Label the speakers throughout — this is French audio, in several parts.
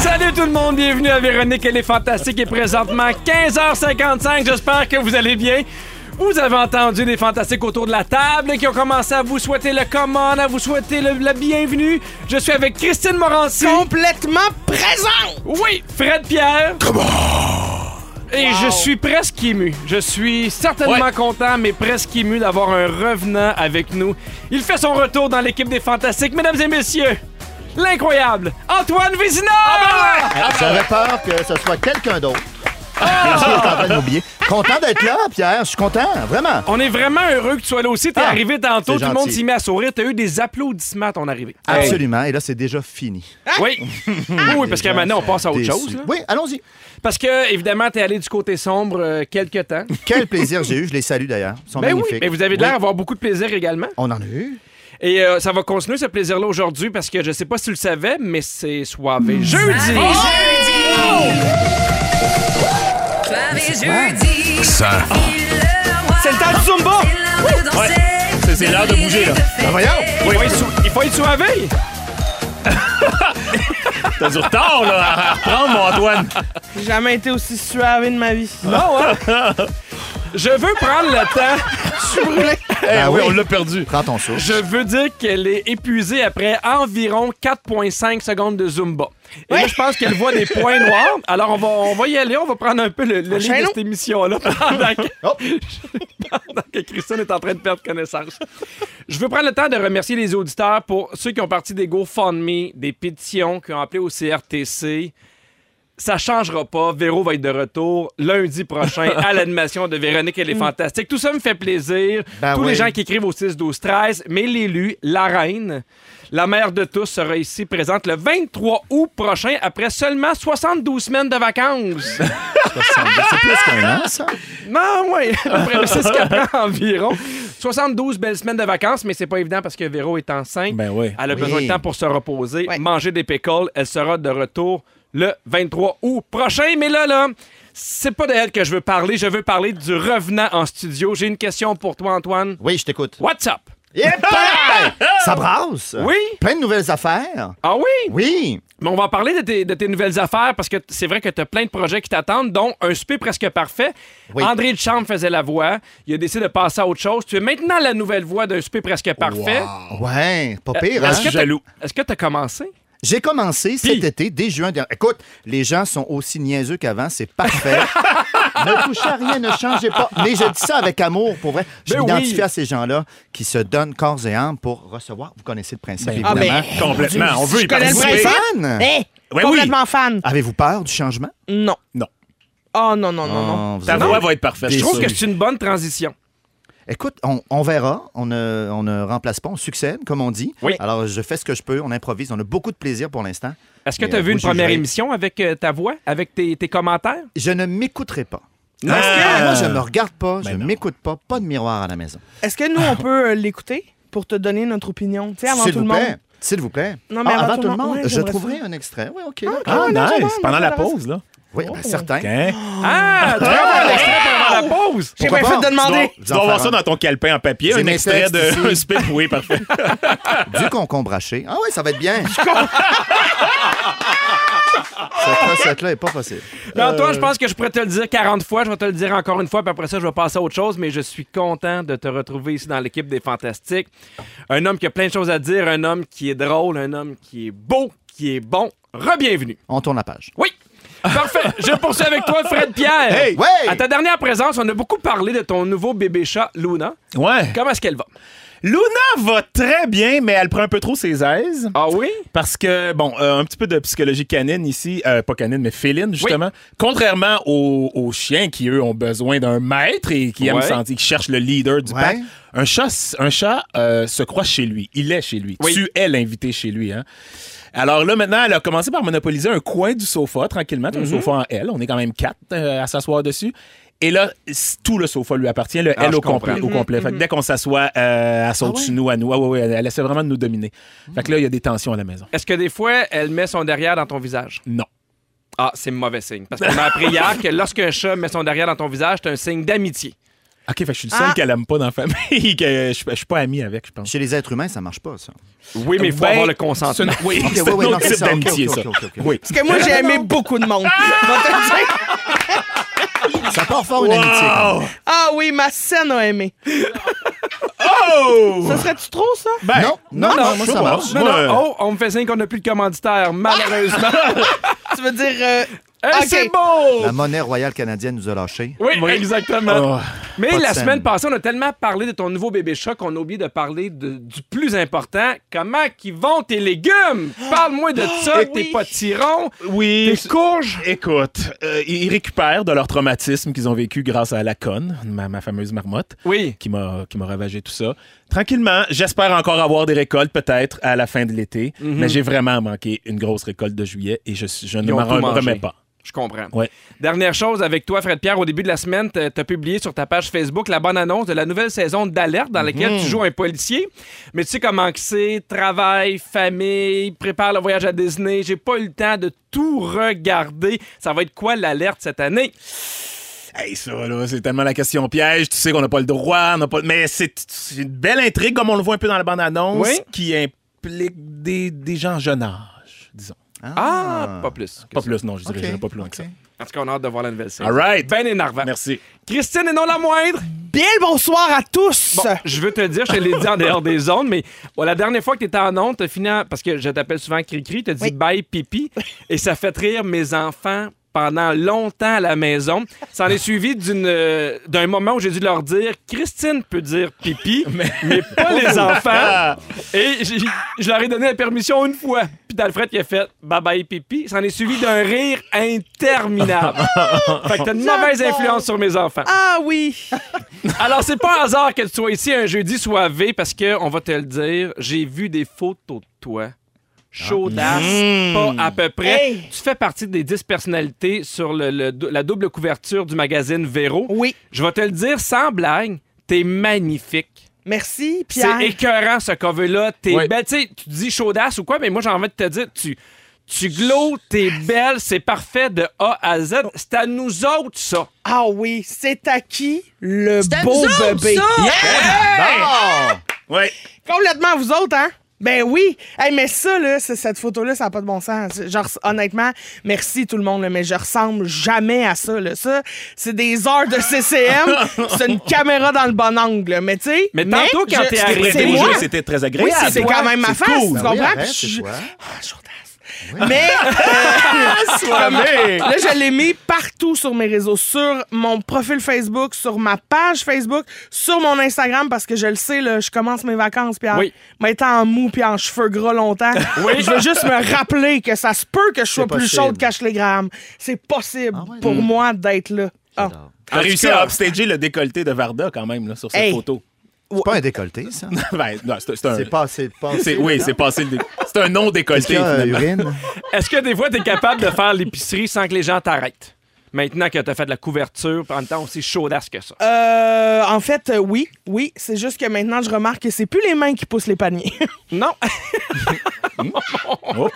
Speaker 1: Salut tout le monde, bienvenue à Véronique, elle est fantastique et présentement 15h55, j'espère que vous allez bien. Vous avez entendu des fantastiques autour de la table qui ont commencé à vous souhaiter le commande, à vous souhaiter le- la bienvenue. Je suis avec Christine Morancy.
Speaker 2: complètement présent.
Speaker 1: Oui, Fred Pierre. Et je suis presque ému. Je suis certainement content, mais presque ému d'avoir un revenant avec nous. Il fait son retour dans l'équipe des Fantastiques. Mesdames et messieurs, l'incroyable Antoine Vézina!
Speaker 2: Ah ben
Speaker 1: Ah,
Speaker 3: Ah,
Speaker 1: ben,
Speaker 3: J'avais peur que ce soit quelqu'un d'autre. Je suis en train de m'oublier. Content d'être là, Pierre. Je suis content, vraiment.
Speaker 1: On est vraiment heureux que tu sois là aussi. T'es
Speaker 3: Ah,
Speaker 1: arrivé tantôt,
Speaker 3: c'est
Speaker 1: tout le monde
Speaker 3: gentil. Ah,
Speaker 1: s'y met à sourire. T'as eu des applaudissements à ton arrivée.
Speaker 3: Absolument. Et là, c'est déjà fini.
Speaker 1: Oui.
Speaker 3: Ah.
Speaker 1: oui, parce qu'à maintenant, on passe à autre chose. là.
Speaker 3: Oui, allons-y.
Speaker 1: Parce que, évidemment, t'es allé du côté sombre euh, quelques temps.
Speaker 3: Quel plaisir j'ai eu. Je les salue d'ailleurs. Ils sont
Speaker 1: Ben oui,
Speaker 3: magnifiques.
Speaker 1: mais vous avez l'air
Speaker 3: Oui.
Speaker 1: d'avoir beaucoup de plaisir également.
Speaker 3: On en a eu.
Speaker 1: Et euh, ça va continuer ce plaisir-là aujourd'hui parce que je sais pas si tu le savais, mais c'est soave
Speaker 3: Mmh.
Speaker 1: et jeudi.
Speaker 4: Ça.
Speaker 1: C'est le temps du Zumba!
Speaker 4: C'est- c'est l'heure de bouger, là.
Speaker 3: Ben voyons.
Speaker 1: Il faut être sou- Il faut être soivé!
Speaker 4: T'as du retard, là, à reprendre, mon Antoine.
Speaker 2: J'ai jamais été aussi suave de ma vie.
Speaker 1: Non, hein? Je veux prendre le temps. Eh
Speaker 3: Ben
Speaker 4: oui,
Speaker 3: oui.
Speaker 4: on l'a perdu.
Speaker 3: Prends ton souffle.
Speaker 1: Je veux dire qu'elle est épuisée après environ 4,5 secondes de Zumba. Et là, je pense qu'elle voit des points noirs. Alors, on va, on va y aller. On va prendre un peu le, le lit de
Speaker 2: Enchaînons.
Speaker 1: cette émission-là pendant que,
Speaker 3: Oh.
Speaker 1: pendant que Christine est en train de perdre connaissance. Je veux prendre le temps de remercier les auditeurs pour ceux qui ont parti des GoFundMe, des pétitions, qui ont appelé au CRTC. Ça changera pas. Véro va être de retour lundi prochain à l'animation de Véronique. Elle est fantastique. Tout ça me fait plaisir.
Speaker 3: Mm. Ben
Speaker 1: Tous les
Speaker 3: oui.
Speaker 1: gens qui écrivent au 6, 12, 13, mais l'élu, la reine, la mère de tous sera ici présente le 23 août prochain après seulement 72 semaines de vacances.
Speaker 3: C'est plus qu'un an, ça.
Speaker 1: non, oui, c'est ce qu'elle prend environ. 72 belles semaines de vacances, mais c'est pas évident parce que Véro est enceinte.
Speaker 4: Ben oui.
Speaker 1: Elle a
Speaker 3: Oui.
Speaker 1: besoin de temps pour se reposer,
Speaker 2: Ouais.
Speaker 1: manger des pickles. Elle sera de retour le 23 août prochain. Mais là, là, c'est pas d'elle que je veux parler. Je veux parler du revenant en studio. J'ai une question pour toi, Antoine.
Speaker 3: Oui, je t'écoute.
Speaker 1: What's up?
Speaker 3: Yep! ça brasse.
Speaker 1: Oui.
Speaker 3: Plein de nouvelles affaires.
Speaker 1: Ah oui?
Speaker 3: Oui.
Speaker 1: Mais on va en parler de tes, de tes nouvelles affaires parce que t- c'est vrai que tu as plein de projets qui t'attendent, dont un souper presque parfait.
Speaker 3: Oui.
Speaker 1: André Duchamp faisait la voix. Il a décidé de passer à autre chose. Tu es maintenant la nouvelle voix d'un souper presque parfait.
Speaker 3: Ah, Ouais, pas pire. hein?
Speaker 1: Hein? Euh, Est-ce que t'as-
Speaker 4: Jaloux.
Speaker 1: Est-ce que tu as commencé?
Speaker 3: J'ai commencé cet
Speaker 1: Puis-
Speaker 3: été, dès juin dernier. Écoute, les gens sont aussi niaiseux qu'avant, c'est parfait. ne touchez à rien, ne changez pas. Mais je dis ça avec amour, pour vrai. Je
Speaker 1: Ben
Speaker 3: m'identifie
Speaker 1: oui.
Speaker 3: à ces gens-là qui se donnent corps et âme pour recevoir. Vous connaissez le principe,
Speaker 2: Ah,
Speaker 3: évidemment.
Speaker 2: ben,
Speaker 4: Complètement. On veut y
Speaker 2: je connais
Speaker 1: Ben
Speaker 2: le
Speaker 3: Vous
Speaker 4: participer.
Speaker 3: êtes
Speaker 2: principe.
Speaker 3: fan?
Speaker 2: Hey,
Speaker 4: Ouais,
Speaker 2: complètement fan.
Speaker 3: Avez-vous peur du changement?
Speaker 2: Non.
Speaker 4: Non. Ah.
Speaker 2: Oh non, non, non, non.
Speaker 3: Non, vous
Speaker 4: Ta
Speaker 3: avez-
Speaker 4: voix va être parfaite.
Speaker 1: Je trouve
Speaker 4: sûr.
Speaker 1: que c'est une bonne transition.
Speaker 3: Écoute, on, on verra. On ne, on ne remplace pas, on succède, comme on dit.
Speaker 1: Oui.
Speaker 3: Alors, je fais ce que je peux, on improvise. On a beaucoup de plaisir pour l'instant.
Speaker 1: Est-ce que
Speaker 3: Mais,
Speaker 1: tu as
Speaker 3: euh,
Speaker 1: vu
Speaker 3: vous
Speaker 1: une première
Speaker 3: jugerez.
Speaker 1: émission avec euh, ta voix, avec tes, tes commentaires?
Speaker 3: Je ne m'écouterai pas.
Speaker 4: Ah!
Speaker 3: Moi, je ne me regarde pas, je
Speaker 4: non.
Speaker 3: ne m'écoute pas, pas de miroir à la maison.
Speaker 2: Est-ce que nous, on peut euh, l'écouter pour te donner notre opinion? Tu sais, avant
Speaker 3: S'il
Speaker 2: tout
Speaker 3: vous
Speaker 2: le
Speaker 3: plaît.
Speaker 2: monde.
Speaker 3: S'il vous plaît.
Speaker 2: Non, mais
Speaker 3: Ah,
Speaker 2: avant tout le monde, ouais,
Speaker 3: je
Speaker 2: j'aimerais
Speaker 3: trouverai
Speaker 2: ça. ah,
Speaker 3: un extrait. Oui, OK.
Speaker 4: Ah,
Speaker 2: non, c'est bon,
Speaker 4: nice.
Speaker 2: non,
Speaker 4: Pendant
Speaker 2: c'est
Speaker 4: la
Speaker 2: intéressant.
Speaker 4: pause, là.
Speaker 3: Oui, ben, certain.
Speaker 4: Hein?
Speaker 1: Ah! Tu vas avoir l'extrait pendant la pause!
Speaker 2: J'ai
Speaker 3: Pourquoi
Speaker 2: bien fait de
Speaker 3: pas?
Speaker 4: Tu dois,
Speaker 2: demander.
Speaker 4: tu dois avoir ça dans ton calepin en papier,
Speaker 3: J'ai
Speaker 4: un
Speaker 3: mes
Speaker 4: extrait
Speaker 3: textes
Speaker 4: de
Speaker 3: ici.
Speaker 4: un spin. Oui, parfait.
Speaker 3: Du concombre haché. Ah oui, ça va être bien. Cette recette-là n'est pas possible.
Speaker 1: Mais Antoine, je pense que je pourrais te le dire 40 fois. Je vais te le dire encore une fois, puis après ça, je vais passer à autre chose. Mais je suis content de te retrouver ici dans l'équipe des Fantastiques. Un homme qui a plein de choses à dire, un homme qui est drôle, un homme qui est beau, qui est bon. Rebienvenue.
Speaker 3: On tourne la page.
Speaker 1: Oui. Parfait. Je poursuis avec toi, Fred Pierre.
Speaker 4: Hey.
Speaker 3: Ouais.
Speaker 1: À ta dernière présence, on a beaucoup parlé de ton nouveau bébé chat, Luna.
Speaker 4: Ouais.
Speaker 1: Comment est-ce qu'elle va?
Speaker 4: Luna va très bien, mais elle prend un peu trop ses aises.
Speaker 1: Ah oui?
Speaker 4: Parce que, bon, euh, un petit peu de psychologie canine ici, euh, pas canine, mais féline, justement. Contrairement aux, aux chiens qui, eux, ont besoin d'un maître et qui aiment
Speaker 1: Ouais.
Speaker 4: sentir, qui cherchent le leader du
Speaker 3: Ouais.
Speaker 4: pack, un chat, s- un chat euh, se croit chez lui. Il est chez lui.
Speaker 1: Oui.
Speaker 4: Tu es l'invité chez lui. Hein? Alors là, maintenant, elle a commencé par monopoliser un coin du sofa, tranquillement.
Speaker 1: Mm-hmm.
Speaker 4: Un sofa en L. On est quand même quatre euh, à s'asseoir dessus. Et là, c- tout le sofa lui appartient, le
Speaker 1: Ah,
Speaker 4: L
Speaker 1: je
Speaker 4: au complet.
Speaker 1: comprends. Mm-hmm.
Speaker 4: au complet. Fait que dès qu'on s'assoit, euh, elle saute sur nous, à nous. Ah, ouais, ouais, elle essaie vraiment de nous dominer. Fait que là, il y a des tensions à la maison.
Speaker 1: Est-ce que des fois, elle met son derrière dans ton visage?
Speaker 4: Non.
Speaker 1: Ah, c'est mauvais signe. Parce qu'on m'a appris hier que lorsqu'un chat met son derrière dans ton visage, c'est un signe d'amitié.
Speaker 4: OK, fait que je suis le seul
Speaker 2: Ah.
Speaker 4: qu'elle aime pas dans la famille, que je, suis- je suis pas ami avec, je pense.
Speaker 3: Chez les êtres humains, ça marche pas, ça.
Speaker 1: Oui, mais il faut
Speaker 4: Ben,
Speaker 1: avoir le
Speaker 4: c'est
Speaker 1: consentement.
Speaker 4: une- Oui,
Speaker 3: Ok,
Speaker 4: c'est
Speaker 3: ouais, ouais,
Speaker 4: un
Speaker 3: non,
Speaker 4: autre
Speaker 3: c'est
Speaker 4: type
Speaker 3: ça, ok,
Speaker 4: d'amitié,
Speaker 3: ok,
Speaker 4: ça.
Speaker 3: ok, ok, ok.
Speaker 4: Oui.
Speaker 2: Parce que moi, j'ai aimé beaucoup de
Speaker 3: Ah!
Speaker 2: monde. Va te dire.
Speaker 3: Ça part fort une amitié. quand même.
Speaker 2: Ah oui, ma scène a aimé.
Speaker 4: Oh!
Speaker 2: Ça serait-tu trop, ça?
Speaker 4: Ben,
Speaker 3: Non, non, non, moi,
Speaker 4: je sais
Speaker 3: ça
Speaker 4: pas.
Speaker 3: marche.
Speaker 1: Non,
Speaker 4: Moi, euh,
Speaker 1: non, Ah! oh, on me fait signe qu'on n'a plus de commanditaire, malheureusement.
Speaker 2: Tu veux dire... euh,
Speaker 1: Hey,
Speaker 2: Ok.
Speaker 1: C'est beau!
Speaker 3: La monnaie royale canadienne nous a lâchés.
Speaker 1: Oui,
Speaker 4: oh.
Speaker 1: exactement. Mais
Speaker 3: Pas de
Speaker 1: la
Speaker 3: scène.
Speaker 1: semaine passée, on a tellement parlé de ton nouveau bébé chat qu'on a oublié de parler de- du plus important. Comment qu'ils vont tes légumes? Parle-moi de ça,
Speaker 2: oui.
Speaker 1: tes potirons,
Speaker 4: Oui,
Speaker 1: tes courges.
Speaker 4: écoute, euh, ils récupèrent de leur traumatisme qu'ils ont vécu grâce à la conne, ma, ma fameuse marmotte,
Speaker 1: Oui.
Speaker 4: qui m'a qui m'a ravagé tout ça. Tranquillement, j'espère encore avoir des récoltes peut-être à la fin de l'été, mais j'ai vraiment manqué une grosse récolte de juillet et je, je ne
Speaker 1: Mm-hmm. Ils ont
Speaker 4: m'en
Speaker 1: tout mangé.
Speaker 4: remets pas.
Speaker 1: Je comprends.
Speaker 4: Ouais.
Speaker 1: Dernière chose avec toi, Fred Pierre, au début de la semaine, tu as publié sur ta page Facebook la bonne annonce de la nouvelle saison d'Alerte dans laquelle
Speaker 4: Mhm.
Speaker 1: tu joues un policier. Mais tu sais comment que c'est travail, famille, prépare le voyage à Disney. J'ai pas eu le temps de tout regarder. Ça va être quoi l'alerte cette année?
Speaker 4: Hey, ça, là, c'est tellement la question piège. Tu sais qu'on n'a pas le droit, on n'a pas. Mais c'est c'est une belle intrigue, comme on le voit un peu dans la bande-annonce,
Speaker 1: Oui.
Speaker 4: qui implique des, des gens jeune âge, disons.
Speaker 3: hein?
Speaker 1: Ah, pas plus. que
Speaker 4: Pas
Speaker 1: ça.
Speaker 4: plus, non, je dirais
Speaker 3: Ok,
Speaker 4: j'irais pas plus loin que
Speaker 3: ok.
Speaker 4: ça.
Speaker 1: En tout cas, on a hâte de voir la nouvelle saison.
Speaker 4: All right.
Speaker 1: Ben énervant.
Speaker 4: Merci.
Speaker 1: Christine et non la moindre.
Speaker 2: Bien le bonsoir à tous!
Speaker 1: Bon, je veux te le dire, je te l'ai dit en dehors des zones, mais bon, la dernière fois que tu étais en onde, t'as fini en- parce que je t'appelle souvent Cricri, tu dit
Speaker 2: Oui.
Speaker 1: bye pipi, et ça fait rire mes enfants pendant longtemps à la maison. Ça en est suivi d'une, euh, d'un moment où j'ai dû leur dire Christine peut dire pipi, mais, pas les enfants. Et j'ai- je leur ai donné la permission une fois. Puis Alfred qui a fait bye bye pipi, ça en est suivi d'un rire interminable. fait que t'as une mauvaise influence sur mes enfants.
Speaker 2: Ah oui!
Speaker 1: Alors, c'est pas un hasard que tu sois ici un jeudi soivé parce que, on va te le dire, j'ai vu des photos de toi. Chaudasse, pas à peu près.
Speaker 2: Hey!
Speaker 1: Tu fais partie des 10 personnalités sur le- le dou- la double couverture du magazine Véro.
Speaker 2: Oui.
Speaker 1: Je vais te le dire sans blague, t'es magnifique.
Speaker 2: Merci, Pierre.
Speaker 1: C'est écœurant ce cover-là. T'es
Speaker 4: Oui.
Speaker 1: belle. Tu sais, tu dis chaudasse ou quoi, mais moi j'ai envie de te dire, tu. Tu glows, t'es belle, c'est parfait de A à Z. C'est à nous autres, ça.
Speaker 2: Ah oui, c'est à qui le beau bébé?
Speaker 4: Ouais.
Speaker 2: Complètement à vous autres, hein? Ben oui! Hey, mais ça, là, c- cette photo-là, ça n'a pas de bon sens. Genre, honnêtement, merci tout le monde, là, mais je ressemble jamais à ça. Là. Ça, c'est des heures de CCM, c'est une caméra dans le bon angle. là. Mais tu sais.
Speaker 1: Mais tantôt, quand
Speaker 2: je-
Speaker 1: t'es
Speaker 2: c'est-
Speaker 1: arrêté
Speaker 2: c'est
Speaker 4: C'était beau
Speaker 2: moi.
Speaker 4: jeu, c'était très agréable.
Speaker 2: Oui, c'est- c'est
Speaker 1: toi,
Speaker 2: quand même ma
Speaker 4: c'est
Speaker 2: face,
Speaker 4: cool.
Speaker 2: tu
Speaker 3: Ah oui,
Speaker 2: comprends?
Speaker 3: arrête,
Speaker 2: Puis
Speaker 3: c'est
Speaker 2: je-
Speaker 3: quoi?
Speaker 2: Ah, chaudasse. Mais euh,
Speaker 4: Soirée.
Speaker 2: là, je l'ai mis partout sur mes réseaux, sur mon profil Facebook, sur ma page Facebook, sur mon Instagram, parce que je le sais, là, je commence mes vacances, puis en
Speaker 1: Oui.
Speaker 2: m'étant en mou puis en cheveux gras longtemps, je veux juste me rappeler que ça se peut que je sois plus
Speaker 3: possible. Ah
Speaker 2: chaude qu'Ashley Graham. C'est possible
Speaker 3: ouais,
Speaker 2: pour
Speaker 3: non.
Speaker 1: Mm.
Speaker 2: moi d'être là. Ah.
Speaker 4: T'as réussi à upstager le décolleté de Varda quand même là, sur cette
Speaker 2: Hey.
Speaker 4: photo.
Speaker 3: C'est pas un décolleté, ça.
Speaker 4: ben, non, c'est c'est un.
Speaker 3: C'est pas, c'est pas.
Speaker 4: c'est- oui, c'est passé le dé- C'est un non
Speaker 3: Est-ce
Speaker 4: décolleté
Speaker 3: qu'il y a euh,
Speaker 4: finalement.
Speaker 3: urine?
Speaker 1: Est-ce que des fois, t'es capable de faire l'épicerie sans que les gens t'arrêtent? Maintenant que t'as fait de la couverture, en même temps aussi chaudasse que ça.
Speaker 2: Euh, en fait, euh, oui, oui. C'est juste que maintenant, je remarque que c'est plus les mains qui poussent les paniers.
Speaker 1: Non?
Speaker 4: Oh.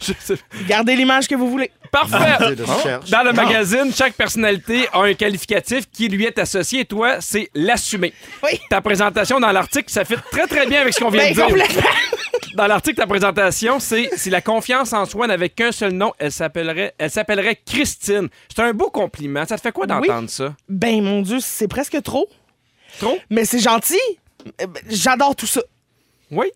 Speaker 1: Je sais-
Speaker 2: Gardez l'image que vous voulez.
Speaker 1: Parfait!
Speaker 3: Je cherche.
Speaker 1: Dans le magazine, chaque personnalité a un qualificatif qui lui est associé et toi, c'est l'assumer.
Speaker 2: Oui.
Speaker 1: Ta présentation dans l'article, ça fait très très bien avec ce qu'on vient
Speaker 2: Ben,
Speaker 1: de dire.
Speaker 2: complètement.
Speaker 1: Dans l'article, ta présentation, c'est si la confiance en soi n'avait qu'un seul nom, elle s'appellerait, elle s'appellerait Christine. C'est un beau compliment. Ça te fait quoi d'entendre ça?
Speaker 2: Ben, mon Dieu, c'est presque trop.
Speaker 1: Trop?
Speaker 2: Mais c'est gentil. Euh, ben, J'adore tout ça.
Speaker 1: Oui.